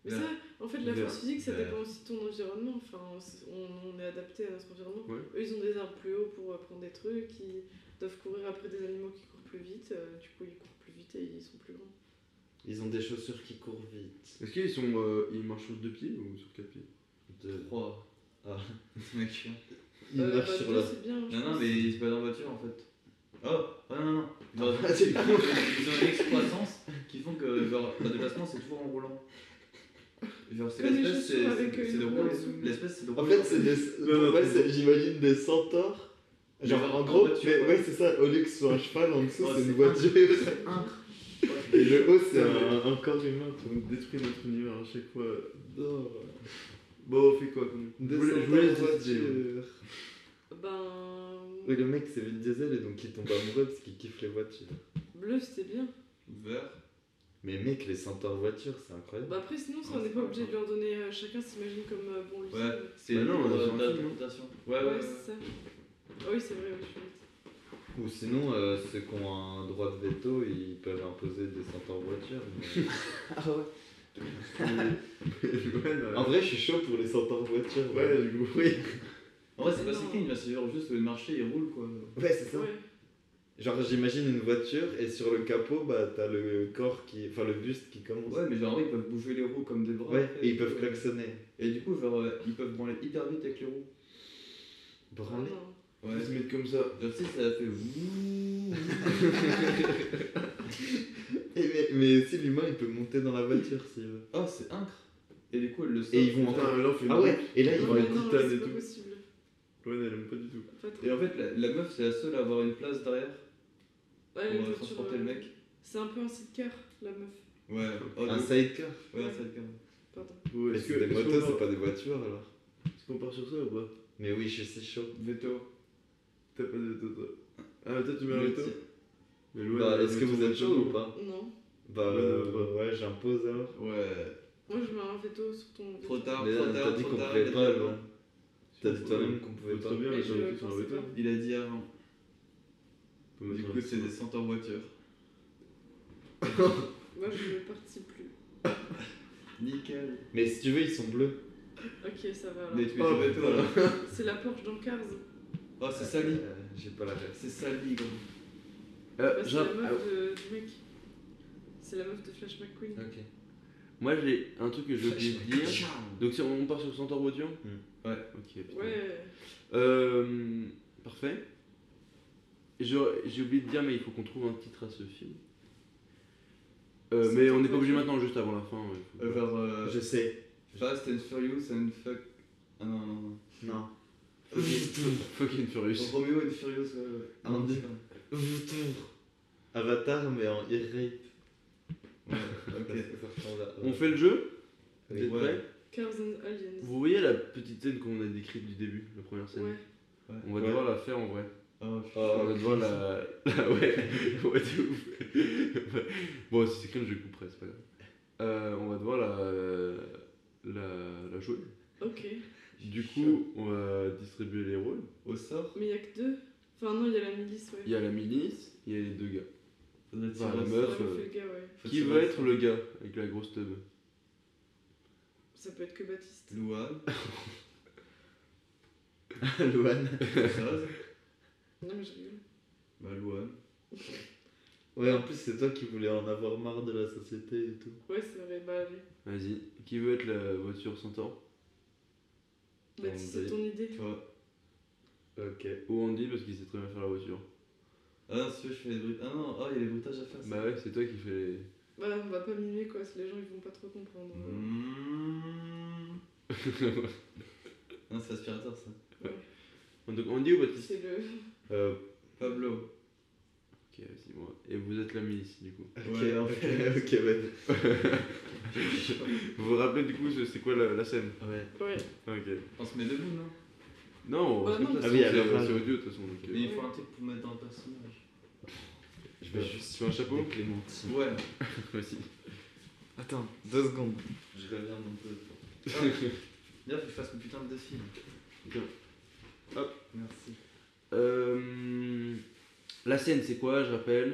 Mais ça, en fait, la Vert. force physique, ça Vert. dépend aussi de ton environnement. Enfin, c'est- on, on est adapté à notre environnement. Ouais. Eux, ils ont des arbres plus hauts pour euh, prendre des trucs. Ils doivent courir après des animaux qui courent plus vite. euh, du coup, ils courent plus vite et ils sont plus grands. Ils ont des chaussures qui courent vite. Est-ce qu'ils sont, euh, ils marchent sur deux pieds ou sur quatre pieds De- Trois. *laughs* Ah. C'est mec chiant. Ils Euh, marchent bah, sur deux, leur c'est bien. je Non, non, pense. mais ils se battent en voiture en fait. Oh, oh non, non, non. Ils ont, Ah, *laughs* c'est con. ils ont une excroissance qui font que genre, leur déplacement c'est toujours en roulant. Genre, c'est Comme les l'espèce, c'est chaussures avec, c'est- euh, c'est de une rouler. roue en dessous. L'espèce, c'est de En rouler. fait, c'est des. Non, non, ouais, c'est c'est- J'imagine des centaures. Mais Genre, en en gros, voiture, mais ouais. ouais, c'est ça. Au lieu que ce soit un cheval, en dessous, Oh, c'est c'est une voiture. Un. *laughs* Et le haut, c'est un, un corps humain. quoi. On détruit notre univers à chaque fois. Bon, on fait quoi comme... Je Des vous la- je vous centaures laisse *laughs* décider. voitures. Ben. Oui, le mec, c'est Vin Diesel et donc il tombe amoureux parce qu'il kiffe les voitures. Bleu, c'était bien. Vert. Mais mec, les centaures voitures, c'est incroyable. Bah, après, sinon, ça, Ouais, on n'est c'est pas pas obligé de leur donner. euh, chacun s'imagine comme euh, bon lui. Ouais. semble. C'est Bah une non, on a euh, sur un film, d'interprétation. Ouais, ouais. Ouais, c'est ça. Ah oui, c'est vrai, oui, je suis bête. Ou sinon, euh, ceux qui ont un droit de veto, ils peuvent imposer des centaures voitures. mais- Ouais, *laughs* en bah, vrai, je suis chaud pour les centaures voitures. Ouais, du coup, oui. En vrai, c'est pas Non. si clean, là, c'est genre juste le marché il roule quoi. Ouais, c'est ça. Ouais. Genre j'imagine une voiture et sur le capot bah t'as le corps qui enfin le buste qui commence. Ouais, mais genre, en vrai, ils peuvent bouger les roues comme des bras. Ouais, après, et ils peuvent euh, klaxonner. Et du coup, genre, euh, ils peuvent branler hyper vite avec les roues. *laughs* Branler. Non. On va se mettre comme ça. Genre, tu sais, ça fait wouh. Et mais, mais si l'humain il peut monter dans la voiture s'il veut. Oh, c'est incre. Et du coup, elle le sort. Et ils vont Putain, mais là, on fait une Ah ouais, et là Non, ils vont vont mais être non, titanes c'est et pas tout. possible. Loane, elle aime pas du tout. Pas trop. Et en fait, la, la meuf, c'est la seule à avoir une place derrière Ouais, pour les euh, voitures, transporter le euh, mec. C'est un peu un sidecar, la meuf. Ouais, oh, un de- sidecar. ouais, un sidecar. Pardon. Bon, Mais Est-ce que- c'est des est-ce qu'on motos, part- c'est pas des voitures alors. est-ce qu'on part sur ça ou pas Mais oui, je suis chaud. Veto. T'as pas de veto, toi. Ah, toi, tu mets un Le veto ti- Mais Loane, Bah elle est-ce met que son vous êtes veto. chaud ou pas Non. Bah Ouais, euh, ouais, ouais, j'impose alors. Ouais. Moi, je mets un veto sur ton. veto. Trop tard, Mais trop là, tard. t'as dit trop qu'on tard, pouvait il a pas, dit non. avant. T'as dit toi-même qu'on Faut pouvait pas. trop bien Mais mettre un je veto sur un pensais veto. pas. Il a dit avant. Faut Du mettre un Euh, coup, veto. c'est des centaures voitures. Moi, je ne participe plus. Nickel. Mais si tu veux, ils sont bleus. Ok, ça va alors. Mais tu mets Oh, ton veto putain. là. C'est la Porsche dans Cars. Oh, c'est sali. Euh, J'ai pas la reste. C'est sali, gros. Euh, Bah, c'est genre, la ah, meuf de- du mec. C'est la meuf de Flash McQueen. OK. Moi, j'ai un truc que je Hmm. veux dire. Charme. Donc, si on part sur Centaure voiture Ouais. Ok, putain. Ouais. Euh, parfait. Je- J'ai oublié de dire, mais il faut qu'on trouve un titre à ce film. Euh, mais on n'est pas obligé maintenant, juste avant la fin. ouais. Euh, Genre, euh, Je sais. Fast and Furious and Fuck. Ah non, non, non. Non. Fucking Furious. Romeo and Furious. euh, Ah, mon non, Dieu. c'est pas. Avatar mais en e-rape. Ouais, ok. On fait le jeu Vous êtes Ouais. prêts *laughs* Cars and Aliens. Vous voyez la petite scène qu'on a décrite du début, la première scène Ouais. On va Ah. Ouais. devoir la faire en vrai. Oh, On Oh, va devoir *laughs* la. la- ouais, ouais, de ouf. *laughs* bon, si c'est cringe, je couperai, c'est pas grave. Euh, on va devoir la. la, la jouer. Ok. Du coup, on va distribuer les rôles. Au sort, Mais il y a que deux. Enfin, non, il y a la milice, ouais. Il y a la milice, il y a les deux gars. faudrait tirer Bah, la au meuf, Ouais, sort. euh, fait le gars, ouais. Faut Qui tirer va au être sort. le gars avec la grosse teub Ça peut être que Baptiste. Louane, Louane. Saz, Non, mais je rigole. bah Louane. Ouais, en plus, c'est toi qui voulais en avoir marre de la société et tout. Ouais, c'est vrai. Bah, lui. Vas-y. Qui veut être la voiture centaure Baptiste, c'est Andy. ton idée. Toi. Ok. Ou Andy parce qu'il sait très bien faire la voiture. Ah non, si tu veux, je fais les bruitages. Ah non, ah, il y a les bruitages à faire. ça. Bah ouais, c'est toi qui fais les. Bah, on va pas mimer quoi, parce que les gens ils vont pas trop comprendre. Mhm. Mmh. *laughs* Non, c'est l'aspirateur ça. Donc Andy ou Baptiste C'est le. Euh, Pablo. Ok, vas-y, moi. Et vous êtes la milice du coup. ok, Ouais, en ok, *laughs* fait. ok, ouais. Vous vous rappelez du coup, c'est quoi la, la scène Ouais. Ouais. Ok. On se met debout, non Non, Bah parce que non, de toute parce façon, que- Ah oui, hein, c'est alors, c'est audio de toute façon. donc, euh, Mais il faut un truc pour mettre dans le personnage. Je vais juste- Tu veux un *laughs* chapeau des Clémentines. Ouais. Vas-y. Attends, deux secondes. Je reviens un peu. *laughs* D'ailleurs, faut que je fasse mon putain de défi. Bien. Hop. Merci. Euh, la scène, c'est quoi Je rappelle.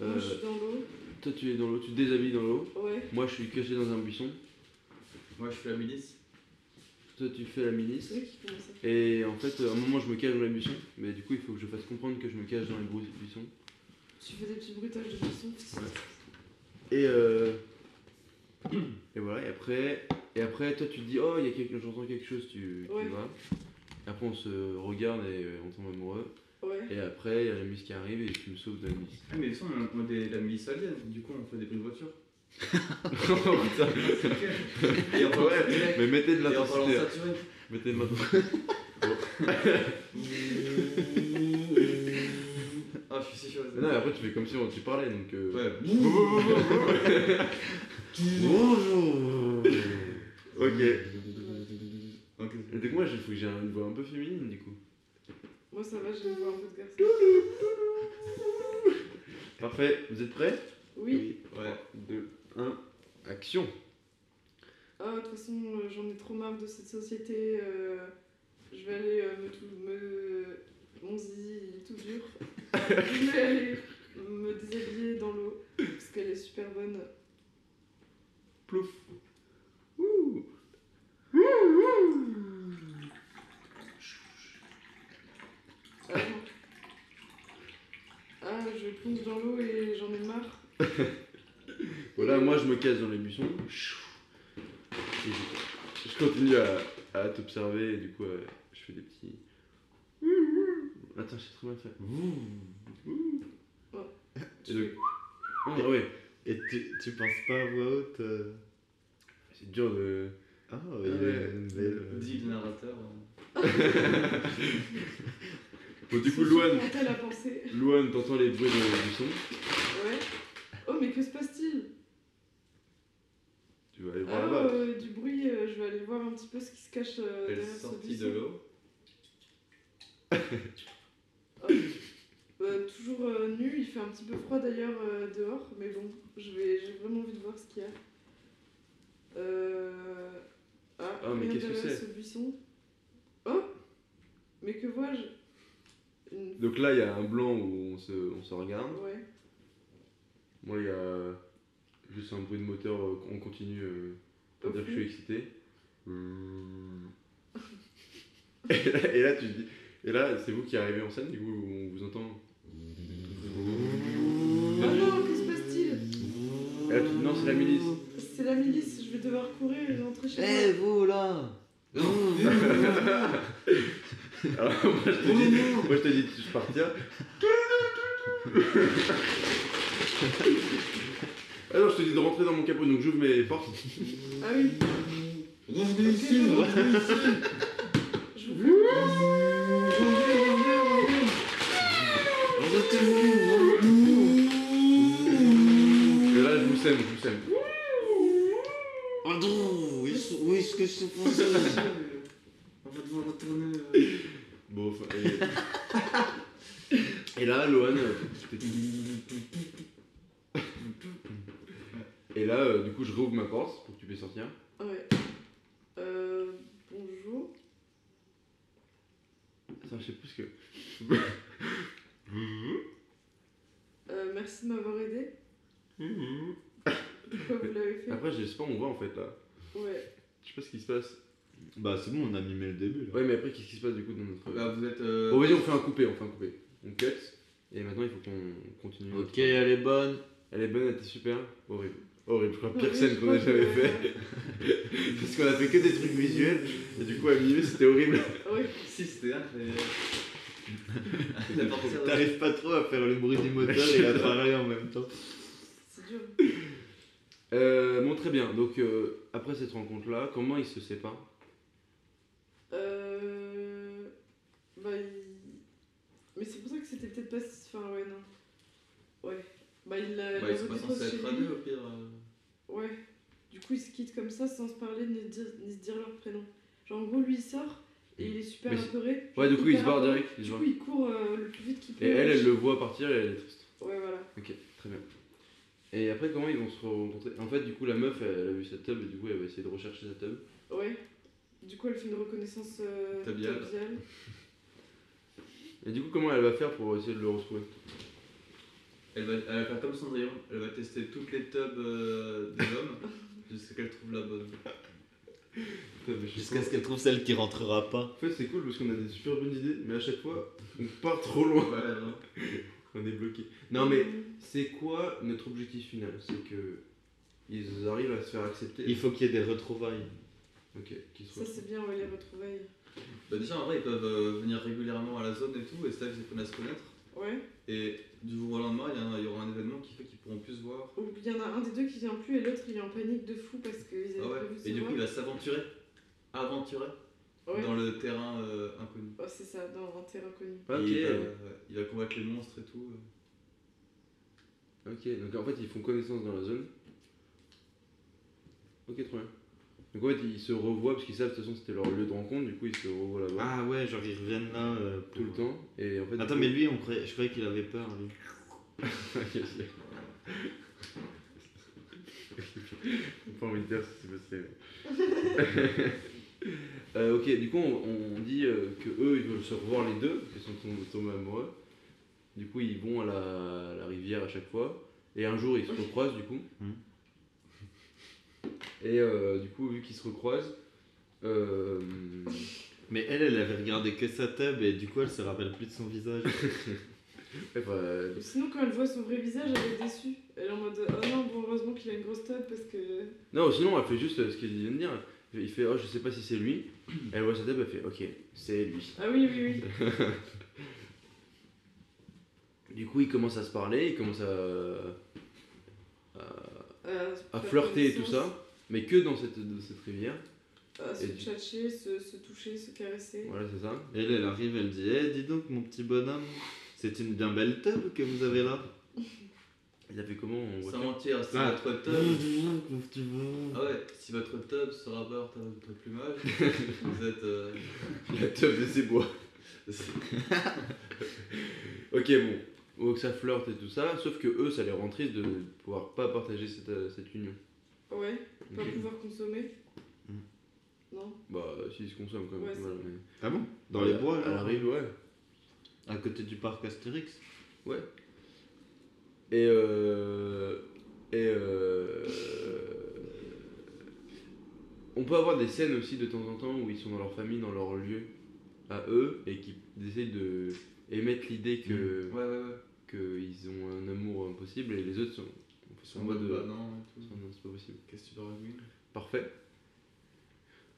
Moi, Euh, je suis dans l'eau. Toi, tu es dans l'eau, tu te déshabilles dans l'eau. Ouais. Moi, je suis caché dans un buisson. Moi, je suis la milice. Toi, tu fais la milice. C'est lui qui commence à Et en fait, à un moment, je me cache dans les buissons. Mais du coup, il faut que je fasse comprendre que je me cache dans les brou- buissons. Tu fais des petits bruitages de façon. Et euh, *clears throat* et voilà. Et après, et après, toi, tu te dis, oh, il y a quelque, j'entends quelque chose. Tu, Ouais. tu vas. Et Après, on se regarde et euh, on tombe amoureux. Ouais. Et après, il y a la musique qui arrive et tu me sauves de la musique. *laughs* *laughs* Ah, mais ça, on a des, la milice alien. Du coup, on fait des bruits de voiture. Et on parle Ouais. saturé. Oh, Mais mettez de Et on parle en l'intensité. hein. saturé. Mettez de l'intensité. Ah, je suis si chaud. Mais Non, mais après, tu fais comme si on- tu parlais donc. euh, Ouais. Bonjour Ok. Ok. Et donc, moi, il faut que j'ai une voix un peu féminine du coup. Moi, ça va, je vais voir un peu de garçon. Parfait, vous êtes prêts Oui. Ouais. 2, 1, action Ah, de toute façon, euh, j'en ai trop marre de cette société. euh, je vais aller euh, me, tou- me. Mon zizi, il est tout dur. je vais aller me déshabiller dans l'eau, parce qu'elle est super bonne. Plouf Ah, non. Ah, je plonge dans l'eau et j'en ai marre. Voilà, moi je me casse dans les buissons. Chou. Et je, je continue à, à t'observer et du coup, euh, je fais des petits. Attends, je sais très bien faire. Et donc- Ah ouais, Et tu, tu penses pas à voix haute euh, c'est dur de. Ah, Ah il y a ouais. une belle. euh, Dis le narrateur. hein. Bon, du coup, C'est Louane, super mental à penser. Louane, t'entends les bruits de buissons. Ouais. Oh, mais que se passe-t-il Tu vas aller voir Ah, là-bas. euh, du bruit, euh, je vais aller voir un petit peu ce qui se cache euh, Elle est derrière ce sortie buisson. de l'eau. Euh, toujours euh, nu, il fait un petit peu froid d'ailleurs euh, dehors, mais bon, je vais, j'ai vraiment envie de voir ce qu'il y a. Euh... Ah, Ah, mais rien qu'est-ce que derrière c'est ce buisson. Oh Mais que vois-je Une... Donc là, il y a un blanc où on se, on se regarde. Ouais. Moi, il y a juste un bruit de moteur euh, on continue euh, pour Au dire que je fond. Hmm. suis excité. *laughs* et, là, et là, tu te dis. Et là, c'est vous qui arrivez en scène, du coup, on vous *laughs* entend. Oh non, que se passe-t-il Et là, tu te dis, non, c'est la milice. C'est la milice, je vais devoir courir et rentrer chez Eh moi. vous là *laughs* Alors, moi, je Oh te dis, moi, je te dis, je *laughs* partir. ah non, je te dis de rentrer dans mon capot, donc j'ouvre mes portes. Ah oui Revenez ici, revenez ici. *laughs* je vous... Et là, je vous sème, je vous sème. Pardon, où est-ce que je pensais On va devoir retourner. Bon, enfin, et... *laughs* et là, Lohan, euh, t'es- et là, euh, du coup, je réouvre ma porte pour que tu puisses sortir. Ouais. Euh... Bonjour. Attends, je sais plus ce que. Euh, merci de m'avoir aidé. Mm-hmm. Pourquoi vous l'avez fait *laughs* Après, je sais pas, on voit en fait là. Ouais. Je sais pas ce qui se passe. Bah, c'est bon, on a mimé le début. Là. Ouais, mais après, qu'est-ce qui se passe du coup dans notre. Bah, vous êtes. euh, Bon, vas-y, on fait un coupé, on fait un coupé. On cut. Et maintenant, il faut qu'on continue. notre- Ok, elle est bonne. Elle est bonne, elle était super. Horrible. *laughs* Horrible, je crois, pire scène qu'on ait jamais fait. *laughs* Parce qu'on a fait que des trucs visuels. Et du coup, à milieu, c'était horrible. *laughs* Oui, Si, c'était là, mais. à partir de- T'arrives pas trop à faire le bruit *laughs* du moteur et à parler en même temps. c'est dur. Euh, bon, très bien. Donc, euh, après cette rencontre-là, comment ils se séparent Euh... Bah, il- Mais c'est pour ça que c'était peut-être pas... Enfin, ouais, non. Ouais. Bah, il l'a... Bah, il ils sont pas redépose censés chez être à lui. deux, au pire. euh. Ouais. Du coup, ils se quittent comme ça sans se parler ni, dire, ni se dire leur prénom. Genre, en gros, lui, il sort et il est super Mais c'est- apeuré. Ouais, du coup, ils se hyper barrent apeuré. direct. ils se Du barrent. coup, il court euh, le plus vite qu'il peut. Et elle, elle le voit partir et elle est triste. Ouais, voilà. Ok, très bien. Et après, comment ils vont se rencontrer En fait, du coup, la meuf, elle a vu sa tub et du coup, elle va essayer de rechercher sa tub. Ouais. Du coup, elle fait une reconnaissance euh, Tabiale. tabiale. Et du coup, comment elle va faire pour essayer de le retrouver Elle va, elle va faire comme Cendrillon, elle va tester toutes les tubs euh, des hommes jusqu'à qu'elle trouve la bonne. Jusqu'à ce qu'elle trouve celle qui rentrera pas. En fait, c'est cool parce qu'on a des super bonnes idées, mais à chaque fois, on part trop loin. *laughs* Ouais, vraiment. On est bloqué. Non, mais Mm. c'est quoi notre objectif final C'est que ils arrivent à se faire accepter. Il faut qu'il y ait des retrouvailles. Ok, qu'ils se Ça, c'est bien, ouais, les retrouvailles. Bah, déjà, en vrai, ils peuvent euh, venir régulièrement à la zone et tout, et c'est là qu'ils apprennent à se connaître. Ouais. Et du jour au lendemain, il y, a un- il y aura un événement qui fait qu'ils pourront plus se voir. Ou il y en a un des deux qui vient plus et l'autre, il est en panique de fou parce qu'ils avaient Ah ouais. prévu de se Et du coup, voir. Ah il va s'aventurer, aventurer Ouais. dans le terrain euh, inconnu. Oh, c'est ça, dans un terrain connu. Ah, Ok. Et il, va, ouais, il va combattre les monstres et tout. euh. Ok, donc en fait, ils font connaissance dans la zone. Ok, trop bien. Donc en fait, ils se revoient parce qu'ils savent de toute façon c'était leur lieu de rencontre, du coup, ils se revoient là-bas Ah ouais, genre ils reviennent là. euh, pour- tout le temps. Et en fait, Attends, mais lui, on croyait- je croyais qu'il avait peur, lui. J'ai pas envie de dire si c'est possible. Euh, ok, du coup, on, on dit euh, que eux ils veulent se revoir les deux, parce qu'ils sont tom- tombés amoureux. Du coup, ils vont à la, à la rivière à chaque fois. Et un jour, ils se recroisent, du coup. Mhm. Et euh, du coup, vu qu'ils se recroisent, euh, Mais elle, elle avait regardé que sa table et du coup, elle se rappelle plus de son *laughs* visage. ouais, bah, Ou Sinon, quand elle voit son vrai visage, elle est déçue. Elle est en mode Oh non, bon, heureusement qu'il a une grosse tête parce que. Non, sinon elle fait juste euh, ce qu'il vient de dire. Il fait, oh, je sais pas si c'est lui. *clears throat* Elle voit sa tête, elle fait, ok, c'est lui. Ah oui, oui, oui. Du coup, ils commencent à se parler, ils commencent à, Euh, à faire flirter et tout connaissance, ça, mais que dans cette, de cette rivière. À euh, se Et du- tchatcher, se, se toucher, se caresser. Voilà, c'est ça. elle, elle arrive, elle dit Eh, dis donc, mon petit bonhomme, c'est une bien belle table que vous avez là. Il a fait comment en voiture S'aventurer, c'est Ah. votre Oh, tub. dis donc, mon petit bonhomme. Ah ouais, si votre tub se rapporte à votre *laughs* plumage, vous êtes. euh, *laughs* La teuf de ses bois. *laughs* ok, bon. Donc ça flirte et tout ça, sauf que eux, ça les rend tristes de pouvoir pas partager cette, euh, cette union. Ouais, pas Ok. pouvoir consommer. Mm. Hmm. Non Bah, s'ils se consomment quand même. Ouais, c'est voilà, vrai. mais- Ah bon Dans les Elle- bois, Elle genre arrive, ouais. À côté du parc Astérix Et euh, et euh, on peut avoir des scènes aussi de temps en temps où ils sont dans leur famille, dans leur lieu à eux et qui essayent de émettre l'idée que Ouais, ouais, ouais. qu'ils ont un amour impossible et les autres sont, sont en Bah mode euh, non, et tout. non, non, c'est pas possible. Qu'est-ce que tu dois régler Parfait.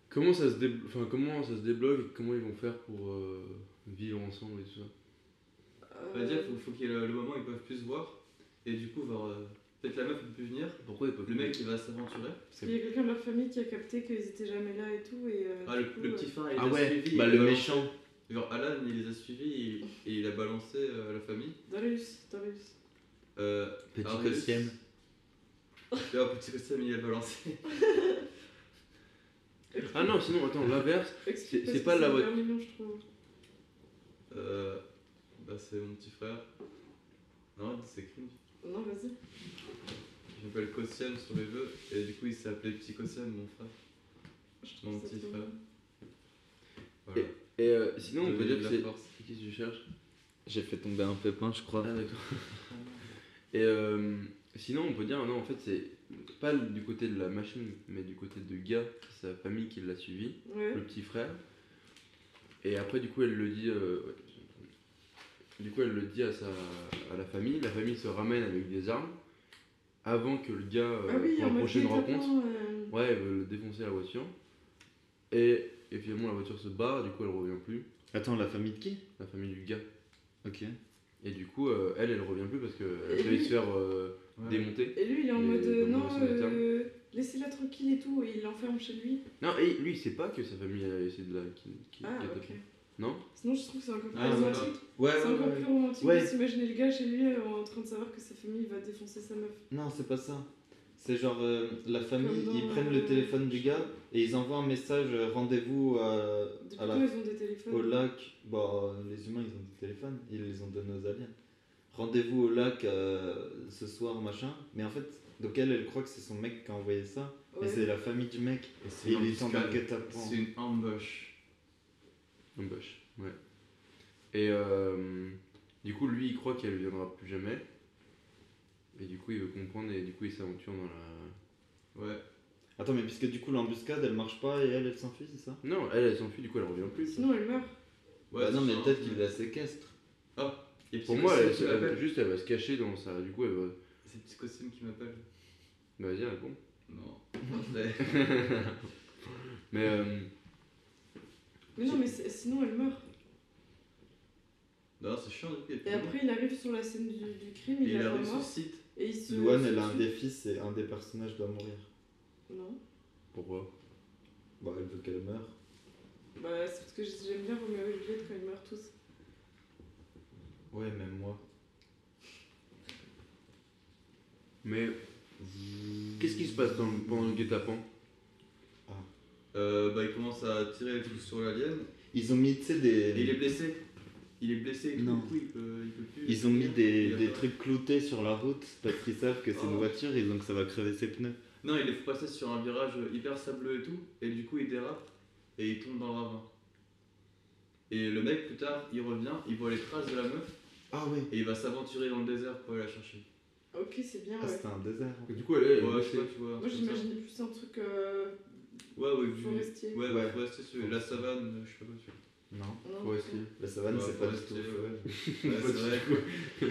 Comment ça se dé- enfin, comment ça se débloque et comment ils vont faire pour euh, vivre ensemble et tout ça Bah, dire, Euh, faut, faut qu'il y ait le, le moment où ils peuvent plus se voir. Et du coup, voir, euh, peut-être la meuf ne peut plus venir. Pourquoi ils peuvent Le mec, il va s'aventurer. Il y a quelqu'un de leur famille qui a capté qu'ils étaient jamais là et tout. Et, euh, Ah, du le, coup, le euh, petit phare, il Ah les a ouais, suivis. Bah, il le a méchant. balancé- Genre, Alan, il les a suivis et, et il a balancé euh, la famille. Darius, Darius. Euh, Petit Arius- *laughs* costume. Ah, petit costume, il a balancé. Ah non, sinon attends, l'inverse. Explique c'est parce pas que la c'est voiture. hyper mignon, je trouve. Euh, bah, c'est mon petit frère. Non, c'est cringe. Non, vas-y. Il m'appelle Cossium sur les jeux. Et du coup, il s'est appelé Petit Cossium, mon frère. Je Mon ça petit trop frère. mignon. Voilà. Et euh, sinon on Donner peut dire de que la c'est force. qu'est-ce que tu cherches Ah, J'ai fait tomber un pépin, je crois. Ah d'accord. Ah, *laughs* Et euh, Sinon, on peut dire, non, en fait, c'est pas du côté de la machine, mais du côté de Ga, sa famille qui l'a suivi, Ouais. le petit frère. Et après, du coup, elle le dit. euh, ouais. Du coup, elle le dit à, sa, à la famille. La famille se ramène avec des armes avant que le gars, euh, ah oui, pour en la mode prochaine guet-apens, rencontre, euh, ouais, elle veut le défoncer la voiture. Et, et finalement, la voiture se barre, du coup, elle revient plus. Attends, la famille de qui La famille du gars. Ok. Et du coup, euh, elle, elle revient plus parce qu'elle Et *laughs* a failli lui se faire euh, Ouais. démonter. Et lui, il est en Et mode euh, donc, non, on va sur le terme. euh, laissez-la tranquille et tout, et il l'enferme chez lui. Non, et lui, il sait pas que sa famille a essayé de la. Qui, qui- Ah, qui a ok. tapé. Non Sinon, je trouve que c'est encore plus Ah, ouais. romantique. Ouais, C'est ouais, encore ouais. plus romantique Euh, Ouais. de s'imaginer le gars chez lui euh, en train de savoir que sa famille va défoncer sa meuf. Non, c'est pas ça. C'est genre euh, la famille, Comme dans, ils prennent le euh, téléphone du gars et ils envoient un message euh, rendez-vous à- Depuis à quand la ils ont des téléphones Au lac, bah, les humains ils ont des téléphones, ils les ont donnés aux aliens. Rendez-vous au lac euh, ce soir, machin. Mais en fait, donc elle, elle croit que c'est son mec qui a envoyé ça, Ouais. mais c'est la famille du mec. Et c'est Et une il est en embuscade. enquête à point. C'est une embauche. Embauche, ouais. Et euh, du coup, lui, il croit qu'elle viendra plus jamais. Et du coup, il veut comprendre et du coup, il s'aventure dans la. Ouais. Attends, mais puisque du coup l'embuscade elle marche pas et elle, elle s'enfuit, c'est ça Non, elle, elle s'enfuit, du coup, elle revient plus. Sinon, elle meurt. ouais Bah non, c'est mais ça, peut-être ouais. qu'il la séquestre. Il y a Pour Petit moi, Cossim elle, qui elle- m'appelle. juste, elle va se cacher dans sa. Du coup, elle va. C'est Petit Cossim qui m'appelle. Bah, vas-y, réponds. Non. *laughs* Ouais. Mais. euh, Mais non, mais c'est- sinon, elle meurt. non, c'est chiant du coup. il y a plus Et de monde. après, il arrive sur la scène du, du crime, Et il il la voit arrive sur morte. site. Et il se. Luan, se elle a un tue. défi, c'est un des personnages doit mourir. Non. pourquoi Bon, elle veut qu'elle meure. Bah, c'est parce que j'aime bien Roméo et Juliette quand ils meurent tous. Ouais, même moi. Mais. Qu'est-ce qui se passe dans le- pendant le guet-apens Euh, bah, il commence à tirer tout sur l'alien. Ils ont mis, tu sais, Et il est des. blessé. Il est blessé et tout. Non. Du coup, il peut, il peut plus. Ils ont mis des, Il a des pas- trucs cloutés sur la route parce qu'ils savent que c'est une Oh. voiture et donc ça va crever ses pneus. Non, il est passé sur un virage hyper sableux et tout, et du coup il dérape et il tombe dans le ravin. Et le mec, plus tard, il revient, il voit les traces de la meuf Ah ouais, et il va s'aventurer dans le désert pour aller la chercher. Ok, c'est bien, Ah, ouais. c'était un désert. en Et fait. Du coup, elle, elle est ouais, je sais blessée. pas, tu vois. un Moi, truc comme ça. j'imaginais plus un truc euh, Ouais, ouais, du... ouais, forestier. ouais, Ouais. forestier, c'est la savane, je sais pas quoi, tu Non. Non, euh, Ouais, si. La savane, Ouais, c'est pas ouais, du tout. c'est- ouais. *laughs* vois. Ouais, c'est vrai.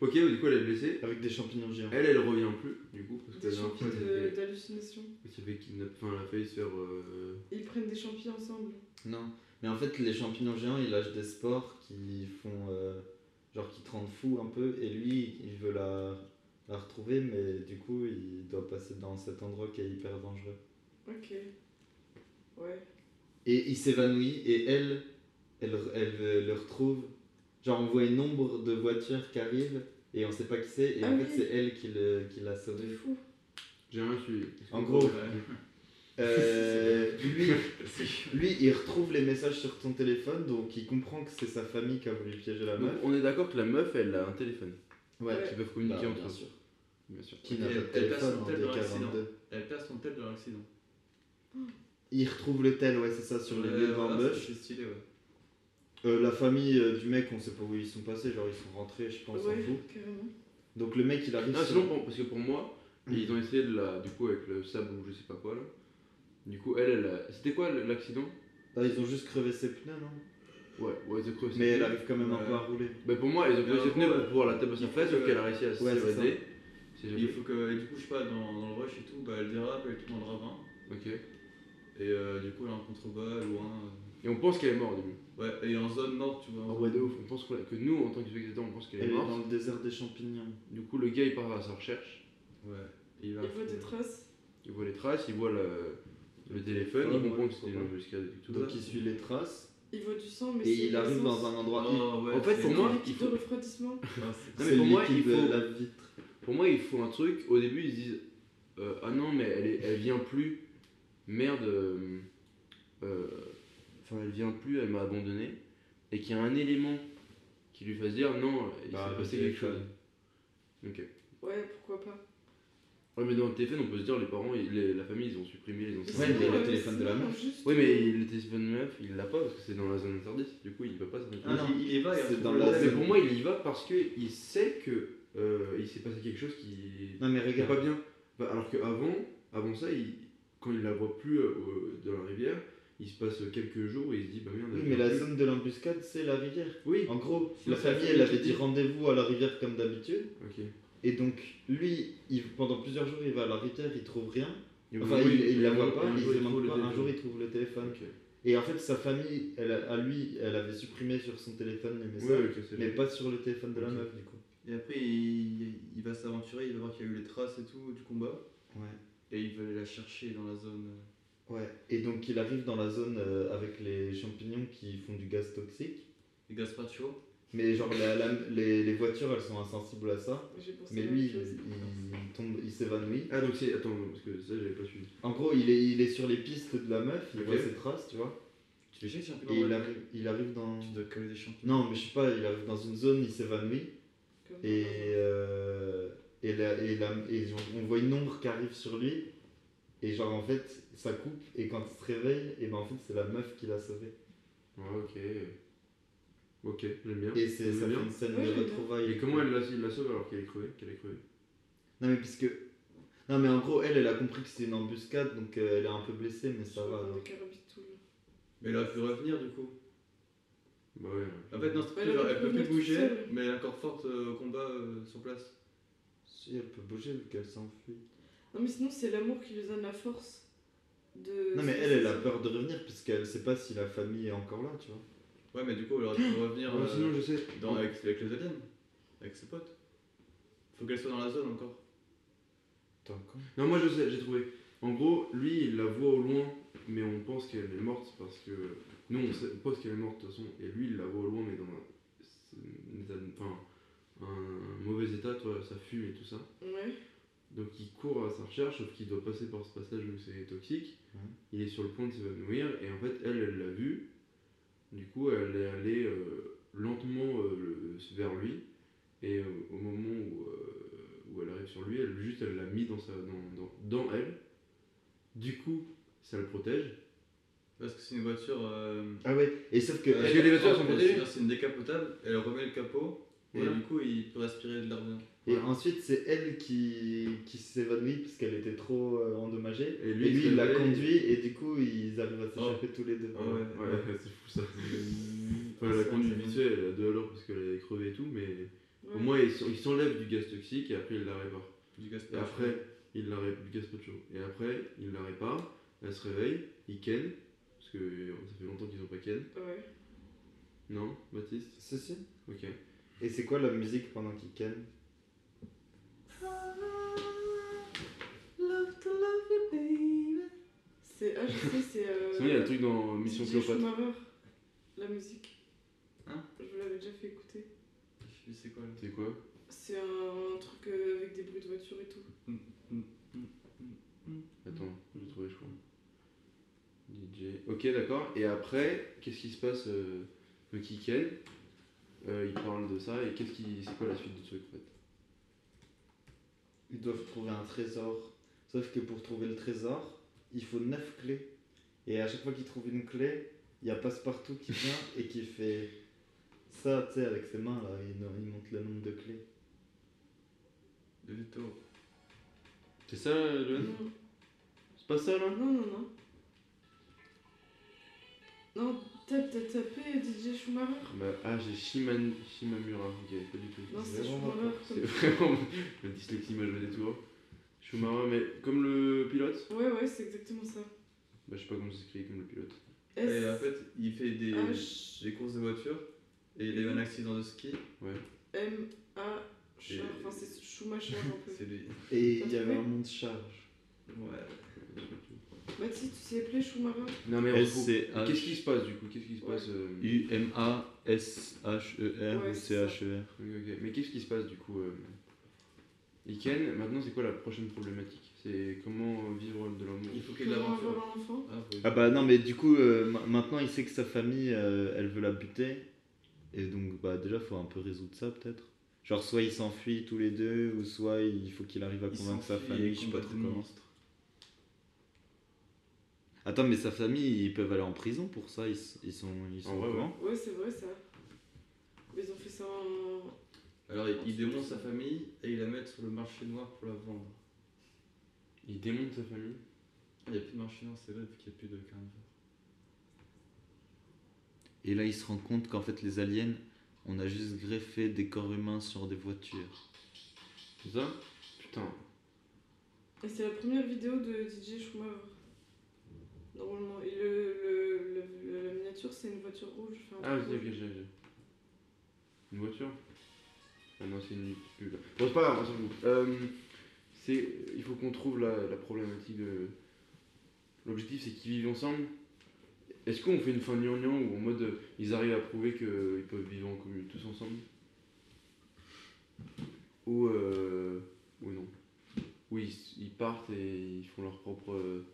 Ok, mais du coup, elle est blessée. Avec des champignons géants. Elle, elle revient plus, du coup, parce que Des la dernière champions fois, elle de- s'est fait- d'hallucination. elle s'est fait kidnapper. Enfin, elle a failli se faire. euh, Ils prennent des champions ensemble. Non. Mais en fait, les champignons géants, ils lâchent des spores qui font. euh, genre qui te rendent fou un peu. Et lui, il veut la, la retrouver, mais du coup, il doit passer dans cet endroit qui est hyper dangereux. Ok. Ouais. Et il s'évanouit, et elle, elle, elle, euh, le retrouve. Genre, on voit une ombre de voiture qui arrive, et on sait pas qui c'est, et Ah en oui. fait, c'est elle qui, le- qui l'a C'est sauvé. fou. J'ai rien suivi. En gros, Ouais. euh, lui, *laughs* C'est chiant. Lui, il retrouve les messages sur son téléphone, donc il comprend que c'est sa famille qui a voulu piéger la Donc, meuf. on est d'accord que la meuf, elle a un téléphone. Ouais, Ouais. Ils peuvent Bah, communiquer entre bien eux. sûr. Bien sûr. Qui n'a pas Et de elle passe téléphone hein, son en tel dans l'accident. D42. Elle perd son tête dans l'accident. Il retrouve le tel, ouais, c'est ça, sur les Ouais, lieux voilà, d'embauche. C'est stylé, ouais. Euh, la famille euh, du mec, on sait pas où ils sont passés, genre ils sont rentrés, je pense, on s'en ouais, fout. carrément. Donc le mec, il arrive Non, sur- Ah, sinon, bon, parce que pour moi, ils ont essayé de la. Du coup, avec le sable ou je sais pas quoi là. Du coup, elle, elle. a- C'était quoi l'accident Ah, ils ont juste crevé ses pneus, non Ouais, ouais, c'est creusé. Mais elle arrive quand même un Ouais. peu à rouler. Mais pour moi, ils ont Mais en creusé ses gros, pneus ouais. pour pouvoir la taper sur Il place, faut sauf que- qu'elle a réussi à Ouais, c'est s'évader. C'est Il jamais. faut que, et du coup, je sais pas, dans, dans le rush et tout, bah, elle dérape, elle tombe dans le ravin, Ok. et euh, du coup, elle a un contrebas loin. euh, Et on pense qu'elle est morte au début. Ouais, et en zone nord, tu vois. Ah ouais, de ouf. On pense qu'on l'a- que nous, en tant que spectateurs, on pense qu'elle est Elle est dans morte. le désert des champignons. Du coup, le gars, il part à sa recherche. Ouais, et il va. Il voit des traces. Il voit les traces, il voit le, le téléphone, Ah, Ouais, il comprend ouais, que c'était une pourquoi embuscade et tout. Donc ça. il suit les traces, Il voit du sang, mais et il arrive dans un endroit... Oh, ouais, En fait, c'est pour énorme. moi, il il faut- faut... de refroidissement. Ah, c'est- Non, mais C'est pour moi, liquide, il faut- la vitre. Pour moi, il faut un truc. Au début, ils se disent euh, Ah non, mais elle, est- elle vient plus. Merde. euh, euh, Enfin, elle vient plus, elle m'a abandonné. Et qu'il y a un élément qui lui fasse dire Non, il Bah, s'est le passé quelque chose. téléphone. Ok. Ouais, pourquoi pas. Ouais, mais dans le téléphone, on peut se dire Les parents, ils- les- la famille, ils ont supprimé les Mais anciens. Ouais, sinon, mais le euh, téléphone de la sinon, meuf. juste- euh, Oui, mais il- le téléphone de meuf, il l'a pas parce que c'est dans la zone interdite. Du coup, il peut pas s'en Ah, non. il, il y va, il C'est Euh, retrouve dans le la tel. Mais pour moi, il y va parce qu'il sait que euh, il s'est passé quelque chose qui Non, mais n'est regarde. pas bien. Bah, alors qu'avant, avant ça, il- quand il la voit plus euh, dans la rivière, il se passe quelques jours et il se dit bah merde. Oui, elle mais la vient scène de l'embuscade, c'est la rivière. plus. Oui. En gros, C'est la la famille, famille elle qui avait dit dit. rendez-vous à la rivière comme d'habitude. Ok. Et donc, lui, il- pendant plusieurs jours, il va à la rivière, il trouve rien. Et au Enfin, moment où il, il la voit et un pas, il jour, se trouve demande le pas. Un téléphone. jour, il trouve le téléphone. Ok. Et en fait, sa famille, elle, a- à lui, elle avait supprimé sur son téléphone les messages, Ouais, ok, c'est mais logique. pas sur le téléphone de la Ok. meuf, du coup. Et après, il, il va s'aventurer, il va voir qu'il y a eu les traces et tout du combat. Ouais. Et il va aller la chercher dans la zone. euh, Ouais. Et donc, il arrive dans la zone euh, avec les champignons qui font du gaz toxique. Les Gaspacho. Mais genre, la- la- les, les voitures, elles sont insensibles à ça. J'ai pensé Mais la lui, même il, chose. il tombe, il s'évanouit. Ah donc c'est attends non, parce que ça j'avais pas suivi. En gros, il est, il est sur les pistes de la meuf, il Ok. voit ses traces, tu vois. Tu les jettes, j'ai un peu Et il dans la- arrive, il arrive dans. Tu dois coller des champignons. Non, mais je sais pas, il arrive dans une zone, il s'évanouit. Comme Et, par hasard. euh, et, la- et la- et on, on voit une ombre qui arrive sur lui. Et genre, en fait, ça coupe. Et quand il se réveille, et ben en fait, c'est la meuf qui l'a sauvé. Ouais, ok. Ok, j'aime bien. Et c'est, J'aime ça fait bien. une scène Ouais, de j'aime bien. retrouvailles. Et comment elle la, il la sauve alors qu'elle est crevée Qu'elle est crevée. Non, mais puisque. Non, mais en gros, elle, elle a compris que c'est une embuscade, donc euh, elle est un peu blessée, mais ça Je va. hein. crois alors. que Carabitoul. Mais elle aurait pu revenir du coup. Bah ouais. En fait, non, c'est Ouais, genre, elle elle peut peut plus revenir toute bouger, seule. mais elle est encore forte euh, au combat euh, sur place. Si, elle peut bouger vu qu'elle s'enfuit. Non, mais sinon, c'est l'amour qui lui donne la force. De... Non, mais elle, elle a peur de revenir, puisqu'elle sait pas si la famille est encore là, tu vois. Ouais, mais du coup, elle *gasps* aurait pu revenir Ouais, euh, Ah, sinon je sais. dans- avec, avec les aliens, avec ses potes. Faut qu'elle soit dans la zone encore. Attends, quoi Non, moi je sais, j'ai trouvé. En gros, lui, il la voit au loin, mais on pense qu'elle est morte parce que. Nous, on, sait- on pense qu'elle est morte de toute façon, et lui, il la voit au loin, mais dans un, c'est- état de- enfin, un mauvais état, toi, ça fume et tout ça. Ouais. Donc il court à sa recherche, sauf qu'il doit passer par ce passage où c'est toxique. Ouais. Il est sur le point de s'évanouir, et en fait, elle, elle l'a vu. Du coup, elle est allée euh, lentement euh, le- vers lui, et euh, au moment où, euh, où elle arrive sur lui, elle, juste elle l'a mis dans, sa, dans, dans, dans elle. Du coup, ça le protège. Parce que c'est une voiture. euh, Ah ouais, et sauf que. Parce que les voitures sont elle- protégées. elle- C'est une décapotable, elle remet le capot, Voilà. et du coup, il peut respirer de l'air *laughs* bien. Et ensuite, c'est elle qui, qui s'évanouit parce qu'elle était trop euh, endommagée. Et Et lui, se il l'a réveille. Oh. conduit et du coup, ils arrivent à s'échapper tous les deux. Ouais, Ouais, ouais, *laughs* c'est fou ça. Enfin, Ah, elle a ça, conduit ça, vite fait, elle a deux à l'heure parce qu'elle est crevée et tout, mais ouais. au moins il s'en- il s'enlève du gaz toxique et après il la répare. Du Et gaspillage. après, il la répare, du gazpacho. Et après, il la répare, elle se réveille, il ken, parce que euh, ça fait longtemps qu'ils n'ont pas ken. Ouais. Non, Baptiste Ceci. Ok. Et c'est quoi la musique pendant qu'ils ken C'est. Ah, je sais, *laughs* c'est. euh, Sinon, il y a le truc dans Mission DJ Cléopâtre. Schumacher, la musique. Hein Je vous l'avais déjà fait écouter. Je sais quoi là C'est quoi C'est un, un truc euh, avec des bruits de voiture et tout. Attends, je l'ai trouvé, je crois. DJ. Ok, d'accord. Et après, qu'est-ce qui se passe euh, Donc, il ken, euh, il parle de ça, et qu'est-ce qui. C'est quoi la suite du truc en fait Ils doivent trouver un trésor. Sauf que pour trouver le trésor, il faut 9 clés. Et à chaque fois qu'ils trouvent une clé, il y a Passepartout qui vient et qui fait ça, tu sais, avec ses mains là. Il, il monte le nombre de clés. De Vito. C'est ça, Johan Non, C'est pas ça là non, non, non. Non, t'as t'as tapé DJ Schumacher bah, Ah, j'ai Shiman... Shimamura. Ok, pas du tout. Non, c'est Vraiment, Schumacher. C'est vraiment *laughs* le dyslexie m'a joué des tours. Schumacher, mais comme le pilote comme- Ouais, ouais, c'est exactement ça. Bah, je sais pas comment ça s'écrit comme le pilote. S, Et en fait, il fait des, Ah, H, des courses de voiture, et il a eu un accident de ski. M, A, Sch- Et- Enfin, c'est Schumacher un peu. C'est lui. Et il y avait un monde charge. Ouais. Mathis, tu sais appeler Schumacher Non, mais on se fout. S-C-H. Qu'est-ce qui se passe du coup Qu'est-ce qui se passe euh, U-M-A-S-H-E-R Ouais, ou c'est ça. C-H-E-R ok, ok. Mais qu'est-ce qui se passe du coup euh... Iken, maintenant c'est quoi la prochaine problématique C'est comment euh, vivre de l'amour Il faut qu'il y ait de Comment l'aventure. avoir un enfant Ah, oui. Ah bah non, mais du coup, euh, ma- maintenant il sait que sa famille, euh, elle veut la buter. Et donc, bah déjà, faut un peu résoudre ça peut-être. Genre, soit ils s'enfuient tous les deux, ou soit il faut qu'il arrive à Il convaincre sa s'enfuit et famille, je sais pas combat trop des comment. monstres. Attends, mais sa famille, ils peuvent aller en prison pour ça, ils, s- ils sont, ils sont En vrai, au courant Ouais, c'est vrai ça. Mais Ils ont fait ça en, Alors, il, il démonte sa famille et il la met sur le marché noir pour la vendre. Il démonte sa famille. Il n'y a plus de marché noir, c'est vrai, depuis qu'il n'y a plus de carnivore. Et là, il se rend compte qu'en fait, les aliens, on a juste greffé des corps humains sur des voitures. C'est ça Putain. Et c'est la première vidéo de DJ Schumacher. Normalement. Et le, le- le- le- la miniature, c'est une voiture rouge. enfin, Ah, un ok, truc ok, rouge. j'ai. j'ai- Une voiture Ah non, c'est une pub. Bon, c'est pas grave, on s'en fout. Euh, c'est- il faut qu'on trouve la, la problématique de. L'objectif, c'est qu'ils vivent ensemble. Est-ce qu'on fait une fin gnangnan ou en mode euh, ils arrivent à prouver qu'ils peuvent vivre en commune tous ensemble Ou. euh, ou non Ou ils, ils partent et ils font leur propre. euh,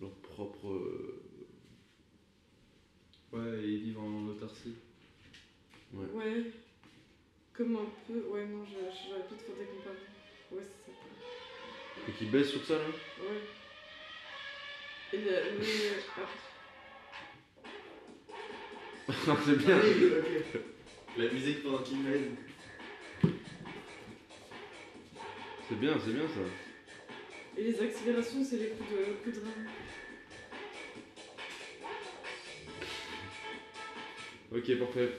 leur propre. euh, Ouais, et ils vivent en autarcie. Ouais. Comme un peu. Ouais, non, je- je- j'aurais pu te faire des comparaisons. Ouais, c'est ça. et qu'ils baissent sur ça là *laughs* Ouais. Et le. le- ah, *laughs* C'est bien La musique pendant qu'il mène. C'est bien, c'est bien ça. Et les accélérations, c'est les coups de, coups de rein. Ok, parfait.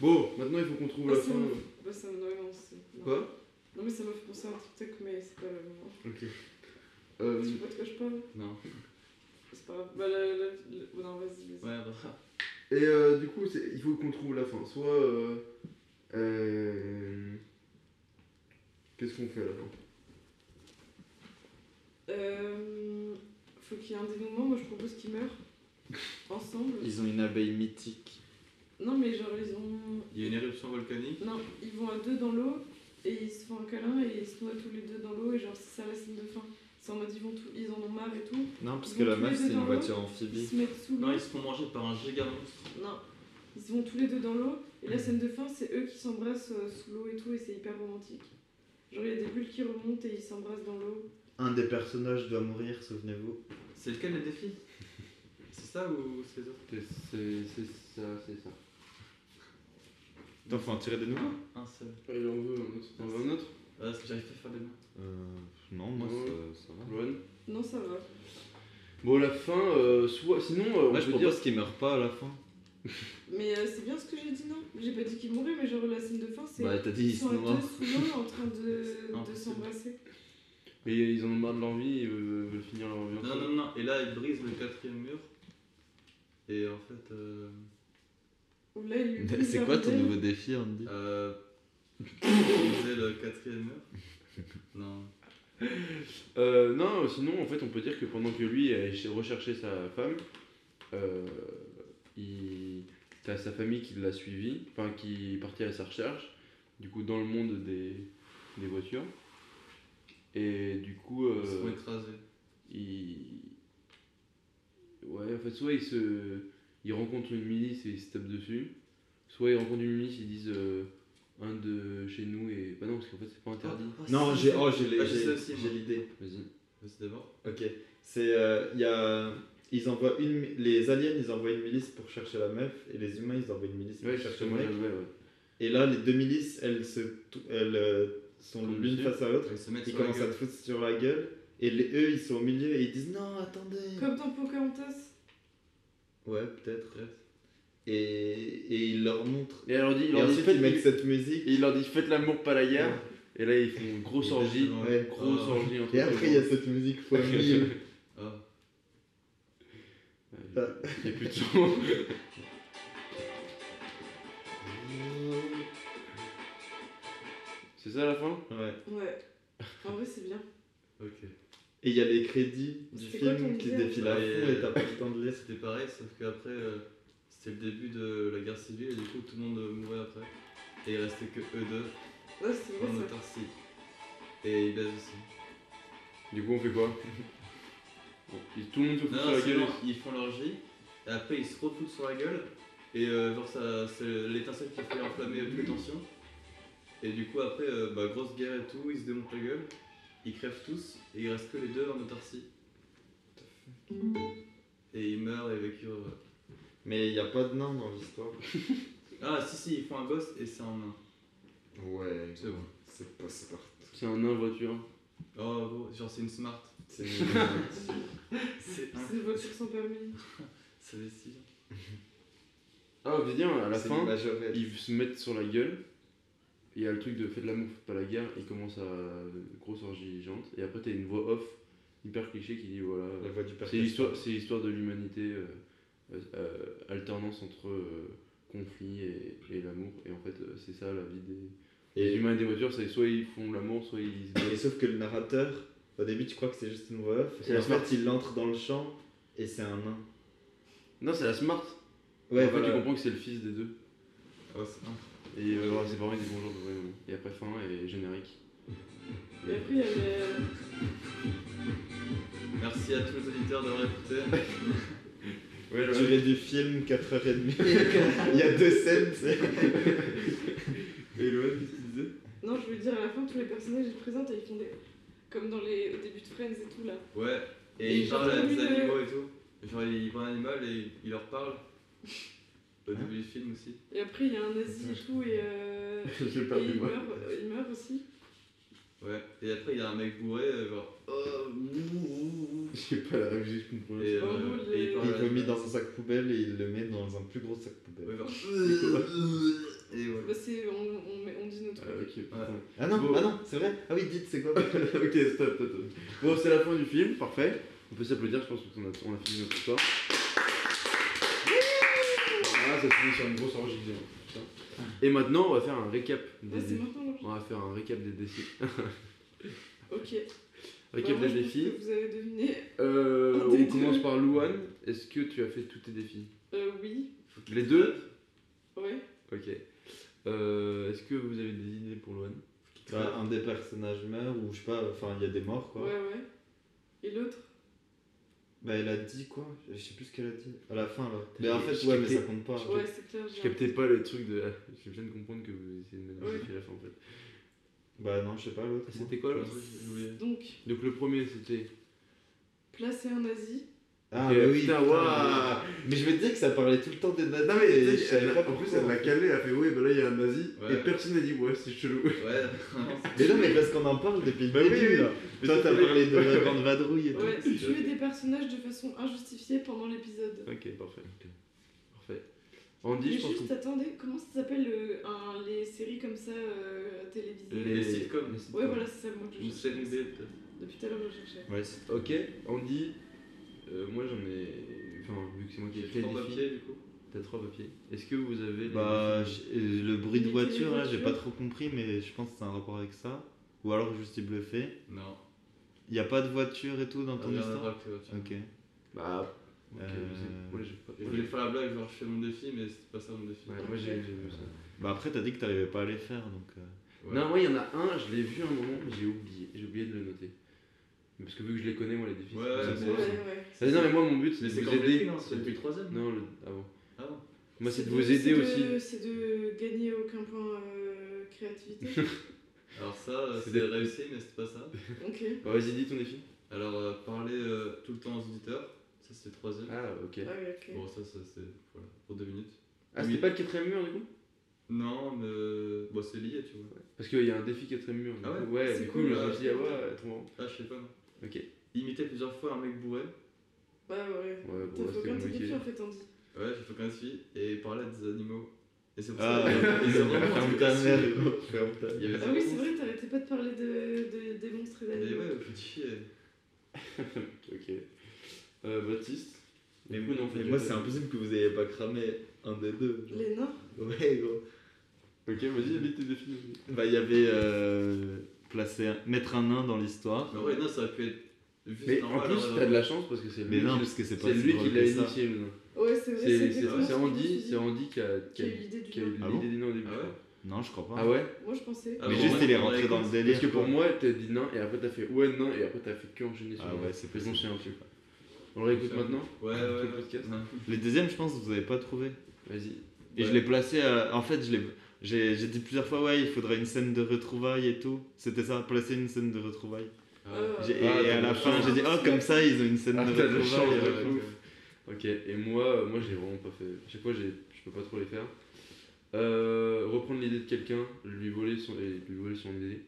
Bon, maintenant il faut qu'on trouve la Ah, c'est fin. bon. Bah, ça me ouais, non, c'est- non. Quoi Non, mais ça m'a fait penser à un truc, mais c'est pas le moment. Ok. Tu Euh, sais pas de quoi je parle Non. C'est pas grave. Bah, la, la, la- oh, Non, vas-y, vas-y. Ouais, bah. et euh, du coup, c'est- il faut qu'on trouve la fin. Soit. euh, euh, Qu'est-ce qu'on fait à la fin Euh, faut qu'il y ait un dénouement, moi je propose qu'ils *laughs* meurent. Ensemble. Ils ont une abeille mythique. Non, mais genre, ils ont. Il y a une éruption volcanique. Non, ils vont à deux dans l'eau et ils se font un câlin et ils se noient tous les deux dans l'eau et genre c'est ça la scène de fin. C'est en mode ils, vont tout- ils en ont marre et tout. Non, parce Ils que vont la tous meuf, les deux c'est dans une l'eau. voiture Ils amphibie. se mettent sous l'eau. Non, ils se font manger par un giga monstre. Non. Ils vont tous les deux dans l'eau et la scène de fin c'est eux qui s'embrassent euh, sous l'eau et tout et c'est hyper romantique. Genre il y a des bulles qui remontent et ils s'embrassent dans l'eau. Un des personnages doit mourir, souvenez-vous. C'est lequel le défi *laughs* C'est ça ou c'est les autres C'est c'est ça, c'est ça. Attends, faut en tirer des nouveaux Un seul. Il en veut un autre. T'en veux un autre Ah, parce que j'arrive pas à faire des mains. Euh, non, moi, Ouais. ça, ça va. Loan Non ça va. Bon, la fin, euh, soit. Sinon, euh, on Moi, je peut dire. propose qu'ils meurent pas à la fin. Mais euh, c'est bien ce que j'ai dit non J'ai pas dit qu'ils mouraient mais genre la scène de fin c'est Bah, t'as dit ils ils se sont à noient. deux sous l'eau en train de, de impossible. s'embrasser. Mais ils en ont marre de leur vie, ils veulent, veulent finir leur vie Non, ensemble. non, non. Et là, ils brisent le quatrième mur. Et en fait, euh. Ou là ils lui *laughs* brisent C'est leur quoi ton modèle. nouveau défi, on me dit euh briser le quatrième mur. Non. Euh, non, sinon, en fait, on peut dire que pendant que lui a ch- recherché sa femme, euh, il... t'as sa famille qui l'a suivi, enfin qui est partie à sa recherche, du coup, dans le monde des, des voitures. Et du coup, euh, Ils se font écraser. il. Ouais, en fait, soit il se. Il rencontre une milice et il se tape dessus, soit il rencontre une milice, ils disent euh, un de chez nous et. Bah non, parce qu'en fait, c'est pas interdit. Ah, Non, si, j'ai si. oh, j'ai Ah, les- je sais j'ai- aussi, j'ai moi. l'idée. Vas-y. Mais c'est d'abord. Ok. C'est. euh, Il y a. Ils envoient une. mi- Les aliens, ils envoient une milice pour chercher la meuf. Et les humains, ils envoient une milice pour Ouais, je chercher cherche le moi, mec. ouais, ouais. Et là, les deux milices, elles, se, tou- elles euh, sont Comme l'une dessus. face à l'autre. Ils se mettent Ils sur la commencent à te gueule. foutre sur la gueule. Et les, eux, ils sont au milieu et ils disent non, attendez. Comme dans Pocahontas. Ouais, peut-être. Peut-être. Et, et ils leur montrent. Et alors, dit, Et, il leur dit, ensuite, faites- ils mettent cette musique. Et il leur dit faites l'amour pas la guerre. Et là ils font une grosse Ils orgie, Euh, pètent Ouais. une grosse Ah. orgie entre Et après, il y a cette musique fois mille. *laughs* devant. Ah. a... Euh, Il y a plus de son. *laughs* C'est ça la fin Ouais. Ouais. En vrai c'est bien. Ah, Ok. Et il y a les crédits du C'était quoi ton film qui se idée, défilent à en fond fait et t'as pas le temps de lire. C'était pareil, sauf qu'après, euh, c'était le début de la guerre civile et du coup tout le monde euh, mourait après. Et il restait que eux deux Ouais, c'est en vrai ça. autarcie. Et ils baisent aussi. Du coup on fait quoi Bon, ils- Tout le monde se fout Non, sur non, la gueule. sinon, ils font leur J, et après ils se refoutent sur la gueule, et euh, genre ça, c'est l'étincelle qui fait enflammer toute les tensions. Et du coup après, euh, bah, grosse guerre et tout, ils se démontent la gueule, ils crèvent tous, et il reste que les deux en autarcie. Et ils meurent et vécurent. euh. Mais il y a pas de nain dans l'histoire. Ah si si, ils font un boss et c'est un nain. Ouais, C'est bon. C'est pas smart. C'est un nain voiture. Oh, gros, genre, c'est une smart. C'est *laughs* C'est C'est voiture sans permis. Ça décide. Ah, je veux dire, à la c'est fin, une majorette. ils se mettent sur la gueule. et Il y a le truc de faites l'amour, faites pas la guerre. Ils commencent à euh, grosse orgie géante. Et après, t'as une voix off hyper cliché qui dit voilà. La voix du père C'est l'histoire, c'est l'histoire de l'humanité, euh, euh, euh, alternance entre euh, conflit et, et l'amour. Et en fait, euh, c'est ça la vie des, des Et, humains et des voitures, c'est soit ils font l'amour, soit ils se et baissent. sauf que le narrateur, au début, tu crois que c'est juste une voix off. C'est Et la en smart. fait, il entre dans le champ et c'est un nain. Non, c'est la smart. Ouais, en fait, voilà. tu comprends que c'est le fils des deux. Oh, c'est- Et euh, voilà, ses parents ils disent bonjour. ouais, ouais. Et après, fin et *laughs* générique. Et après, il y avait. Merci à tous les auditeurs d'avoir écouté. Ouais, Durée du film, *laughs* 4h30. il y a deux scènes, c'est. Et Loan, qu'est-ce qu'il disait Non, je veux dire, à la fin, tous les personnages, ils se présentent et ils font des. Comme dans les... au début de Friends et tout, là. Ouais. Et Et il genre, parle à oui, des le- animaux et tout. Genre, il voit un animal et il leur parle. Au début du film aussi. Et après, il y a un nazi et tout, et. euh, Je sais pas, et il mais ouais. meurt, euh, il meurt aussi. Ouais. Et après, il y a un mec bourré, euh, genre. Oh, ouh, ouh, ouh. J'ai pas la régie, je comprends. Et, pas euh, drôle, et il les- parle Il à- vomit dans un sac poubelle et il le met dans un plus gros sac poubelle. Ouais, genre. euh, Et *laughs* ouais. Bah, c'est. On, on, met- on dit nos trucs. Ah, ok, putain. Ah non, Bon. ah non, c'est vrai. Ah oui, dites, c'est *laughs* quoi *laughs* ok, stop, stop, stop. Bon, c'est la fin du film, parfait. On peut s'applaudir, je pense qu'on a, on a fini notre histoire. Voilà, ça finit sur une grosse orgie de viande. Putain. Et maintenant, on va faire un récap des Ah, c'est défis. maintenant, là. On va faire un récap des défis. Ok. Récap Bah, des moi, je pense défis. que Oh, Vous avez deviné. Euh, Un des on deux. commence par Louane. Est-ce que tu as fait tous tes défis Euh, oui. Les deux Ouais. Ok. Euh, Est-ce que vous avez des idées pour Louane Bah, Un des personnages meurt ou je sais pas, enfin il y a des morts quoi. Ouais, ouais. Et l'autre Bah elle a dit quoi Je sais plus ce qu'elle a dit. À la fin là. Mais Je en fait captais- ouais mais ça compte pas. Ouais, c'est clair. Je j'ai captais pas le truc de. ah, Je viens de comprendre que vous essayez de mettre des Ouais. Ah, défis à la fin en fait. Bah non je sais pas l'autre. moi. C'était quoi l'autre J'ai oublié. un- Donc, Donc le premier c'était. placer un nazi. Ah Ok, bah oui. putain, putain, waouh. mais- Mais je me disais que ça parlait tout le temps des nazis. Non mais et tu je sais, elle savais a- pas en plus pourquoi. elle l'a calé, elle a fait ouais bah là il y a un nazi Ouais. et personne n'a dit ouais c'est chelou. Ouais. Mais non mais parce qu'on en parle depuis le Bah oui, début oui. là. Toi t'as parlé de *laughs* la grande vadrouille et tout. Ouais, tuer des personnages de façon injustifiée pendant l'épisode. Ok parfait. Parfait. Andy Et je pense juste, qu'on... attendez, comment ça s'appelle euh, un- les séries comme ça euh, télévisées Les sitcoms. Ouais, voilà, c'est ça, moi que Une je série cherchais. B, peut-être. Depuis tout à l'heure, je cherchais. Ouais, c'est- Ok Andy, euh, moi j'en ai... Enfin vu que c'est moi qui ai fait Trois les défis, papiers, du coup. t'as trois papiers. Est-ce que vous avez... les Bah défis je- euh, le bruit de Imiter les voiture là j'ai pas voitures. trop compris mais je pense que c'est un rapport avec ça. Ou alors je suis bluffé. Non. Ah, Il y a pas de voiture et tout dans ton Rien à histoire. voir avec les voitures. Ok. Bah... Ok, Euh, je sais. Moi j'ai pas... Je voulais faire la blague, genre je fais mon défi, mais c'était pas ça mon défi. Ouais, moi j'ai j'ai vu ça. Bah après t'as dit que t'arrivais pas à les faire donc. euh, Ouais. Non moi il y en a un, je l'ai vu un moment mais j'ai oublié. J'ai oublié de le noter. Mais Parce que vu que je les connais moi les défis... Ouais, c'est pour ça ouais, que mais- c'est Ouais, pour ça. ouais. Ah, Non mais moi mon but c'est Mais de c'est vous quand j'ai aider. pris, non C'est depuis le troisième Non, le... avant. Ah non. Moi, c'est de de- vous aider c'est de- aussi. C'est de gagner aucun point euh, créativité. *laughs* Alors ça, euh, C'est c'est des- réussi, mais c'était pas ça. ok. Bah, vas-y, dis ton défi. Alors, euh, parler euh, tout le temps aux auditeurs, ça c'était le troisième. Ah, ok. Ah ouais, ok. Bon, ça, ça c'est voilà, pour deux minutes. Ah, c'était Oui. pas le quatrième mur du coup Non, mais euh, bon, c'est lié, tu vois. Parce qu'il y a un défi quatrième mur. du Ah ouais coup. C'est du cool, coup, je me ouais. suis dit, ah ouais, trop marrant. Ah, je sais pas, non. Ok. Imiter plusieurs fois un mec bourré. Bah ouais. Ouais, T'as bon, fait c'était aucun petit défi compliqué. en fait, Andy. Ouais, j'ai fait qu'un défi. Et parler à des animaux. Et c'est pour Ah, ça. que- et c'est vraiment un ferme truc ta assez- mère, gros, ferme ta Il y avait Ah oui, c'est vrai, t'arrêtais pas de parler de, de- des monstres et Mais d'animaux. ouais, faut te chier. Ok. Euh, Baptiste Mais Du coup, non, mais fais moi, pas c'est ça. impossible que vous ayez pas cramé un des deux. genre. Les nains Ouais, gros. Ok, vas-y, lis tes défis. vas-y. Bah, il y avait euh, placer un- mettre un nain dans l'histoire. Mais ouais, non, ça aurait pu être juste Mais en normal, plus, alors, euh, t'as de la chance parce que c'est lui, Mais non, qui- parce que c'est pas c'est si lui drôle qui que l'a ça. initié. le nom. Ouais, c'est vrai. C'est c'est- c'est exactement ce que je me suis Andy, dit. c'est Andy qui a, qui Qui a- a eu l'idée qui du a eu l'idée nain. Ah bon des nains au début. Ah ouais Non, je crois pas. Ah ouais Moi, je pensais. Ah mais bon, juste, ouais, il est on rentré avait dans le compris. délire. Parce que pour quoi. moi, t'as dit nain et après t'as fait ouais nain et après t'as fait que enchaîner sur Ah le nain. ouais, c'est Mais bon, possible. c'est un peu. On le réécoute maintenant Ouais, Tout le ouais. podcast. ouais. Le deuxième, je pense, que vous avez pas trouvé. Vas-y. Et je Ouais. l'ai placé à- En fait, je l'ai. J'ai j'ai dit plusieurs fois, ouais, il faudrait une scène de retrouvailles et tout. C'était ça, placer une scène de retrouvailles. Ah ouais. Euh, J'ai- Et, Ah, à t'as de la la fin, chance. j'ai dit, oh, comme ça, ils ont une scène Ah, de t'as de la retrouvailles. euh. chance, *laughs* ouais. euh, ouais. Ok, et moi, euh, moi j'ai vraiment pas fait. À chaque fois, j'ai- je peux pas trop les faire. Euh, reprendre l'idée de quelqu'un, lui voler son, et lui voler son idée.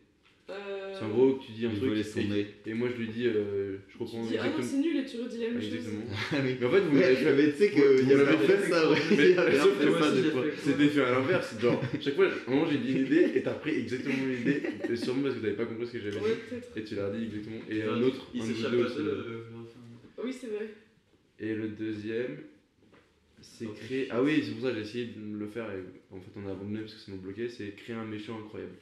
Euh, C'est en gros que tu dis un Il truc voulait son et, nez. et moi je lui dis, euh, je Tu reprends dis, ah non, exactement. c'est nul et tu redis la Ah, même chose. *laughs* exactement. Ah oui. Mais en fait, vous *laughs* Ouais, l'avez je l'avais, tu sais, que Vous il y avait l'avez un fait fait *laughs* ça, ouais. *laughs* Il y avait un sauf que fait moi ça aussi, des j'ai fois. fait C'était fait à l'inverse. Genre, chaque fois, à un moment j'ai dit une idée et t'as pris exactement l'idée, et sûrement parce que t'avais pas compris ce que j'avais Ouais, dit. peut-être. Et tu l'as dit exactement. Et Genre, un autre, Il un s'échappe autre, pas c'est- seul. euh, genre, enfin, Oui, c'est vrai. Et le deuxième, c'est Ok. créer. Ah oui, c'est pour ça que j'ai essayé de me le faire et en fait on a abandonné parce que ça nous bloquait. C'est créer un méchant incroyable.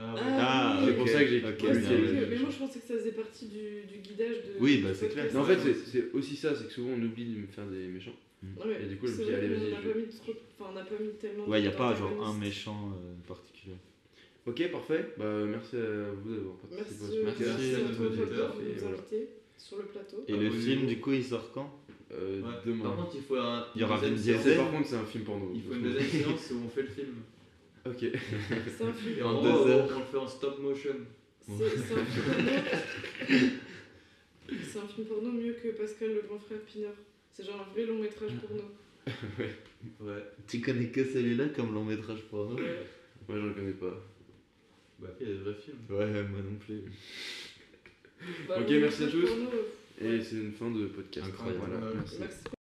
Ah ouais. Ah, Ah, oui. C'est pour ça que j'ai ok, Ouais, c'est bien, ouais, vrai que- bien, mais mais moi, je pensais que ça faisait partie du, du guidage de. Oui, du bah, c'est podcast. clair. Non, en fait, c'est- c'est aussi ça, c'est que souvent on oublie de me faire des méchants. Ouais, et du coup, je me c'est dis, vrai allez, qu'on vas-y, n'a je- pas mis trop- enfin, on n'a pas mis tellement. Ouais, il n'y a de- pas genre un d'antagonistes. méchant euh, particulier. Ah, Ok, parfait. Bah, merci à vous d'avoir Merci, participé à ce merci, podcast. Merci à à nos nos auditeurs auditeurs, de et nous voilà. inviter sur le *laughs* plateau. Et Ah, le oui, film, oui. du coup, il sort quand Euh, Ouais. Par Demain. contre, il faut un. Il y aura une Vin deuxième C'est- Diesel. séance. Par contre, c'est un film porno. Il faut *laughs* une deuxième séance où on fait le film. Ok. C'est un film. Et en En gros, deux heures. on, on le fait en stop motion. C'est c'est un film porno. C'est un film porno mieux que Pascal le grand frère Pineur. C'est genre un vrai long métrage porno. Ouais. Tu connais que celui-là comme long métrage porno Ouais. Moi, je reconnais pas. Bah, il y a des vrais films. Ouais, moi non plus. Bah, Ok, long merci à métrage tous. porno, euh, Et c'est une fin de podcast. Incroyable. Voilà, Ouais. merci. Merci.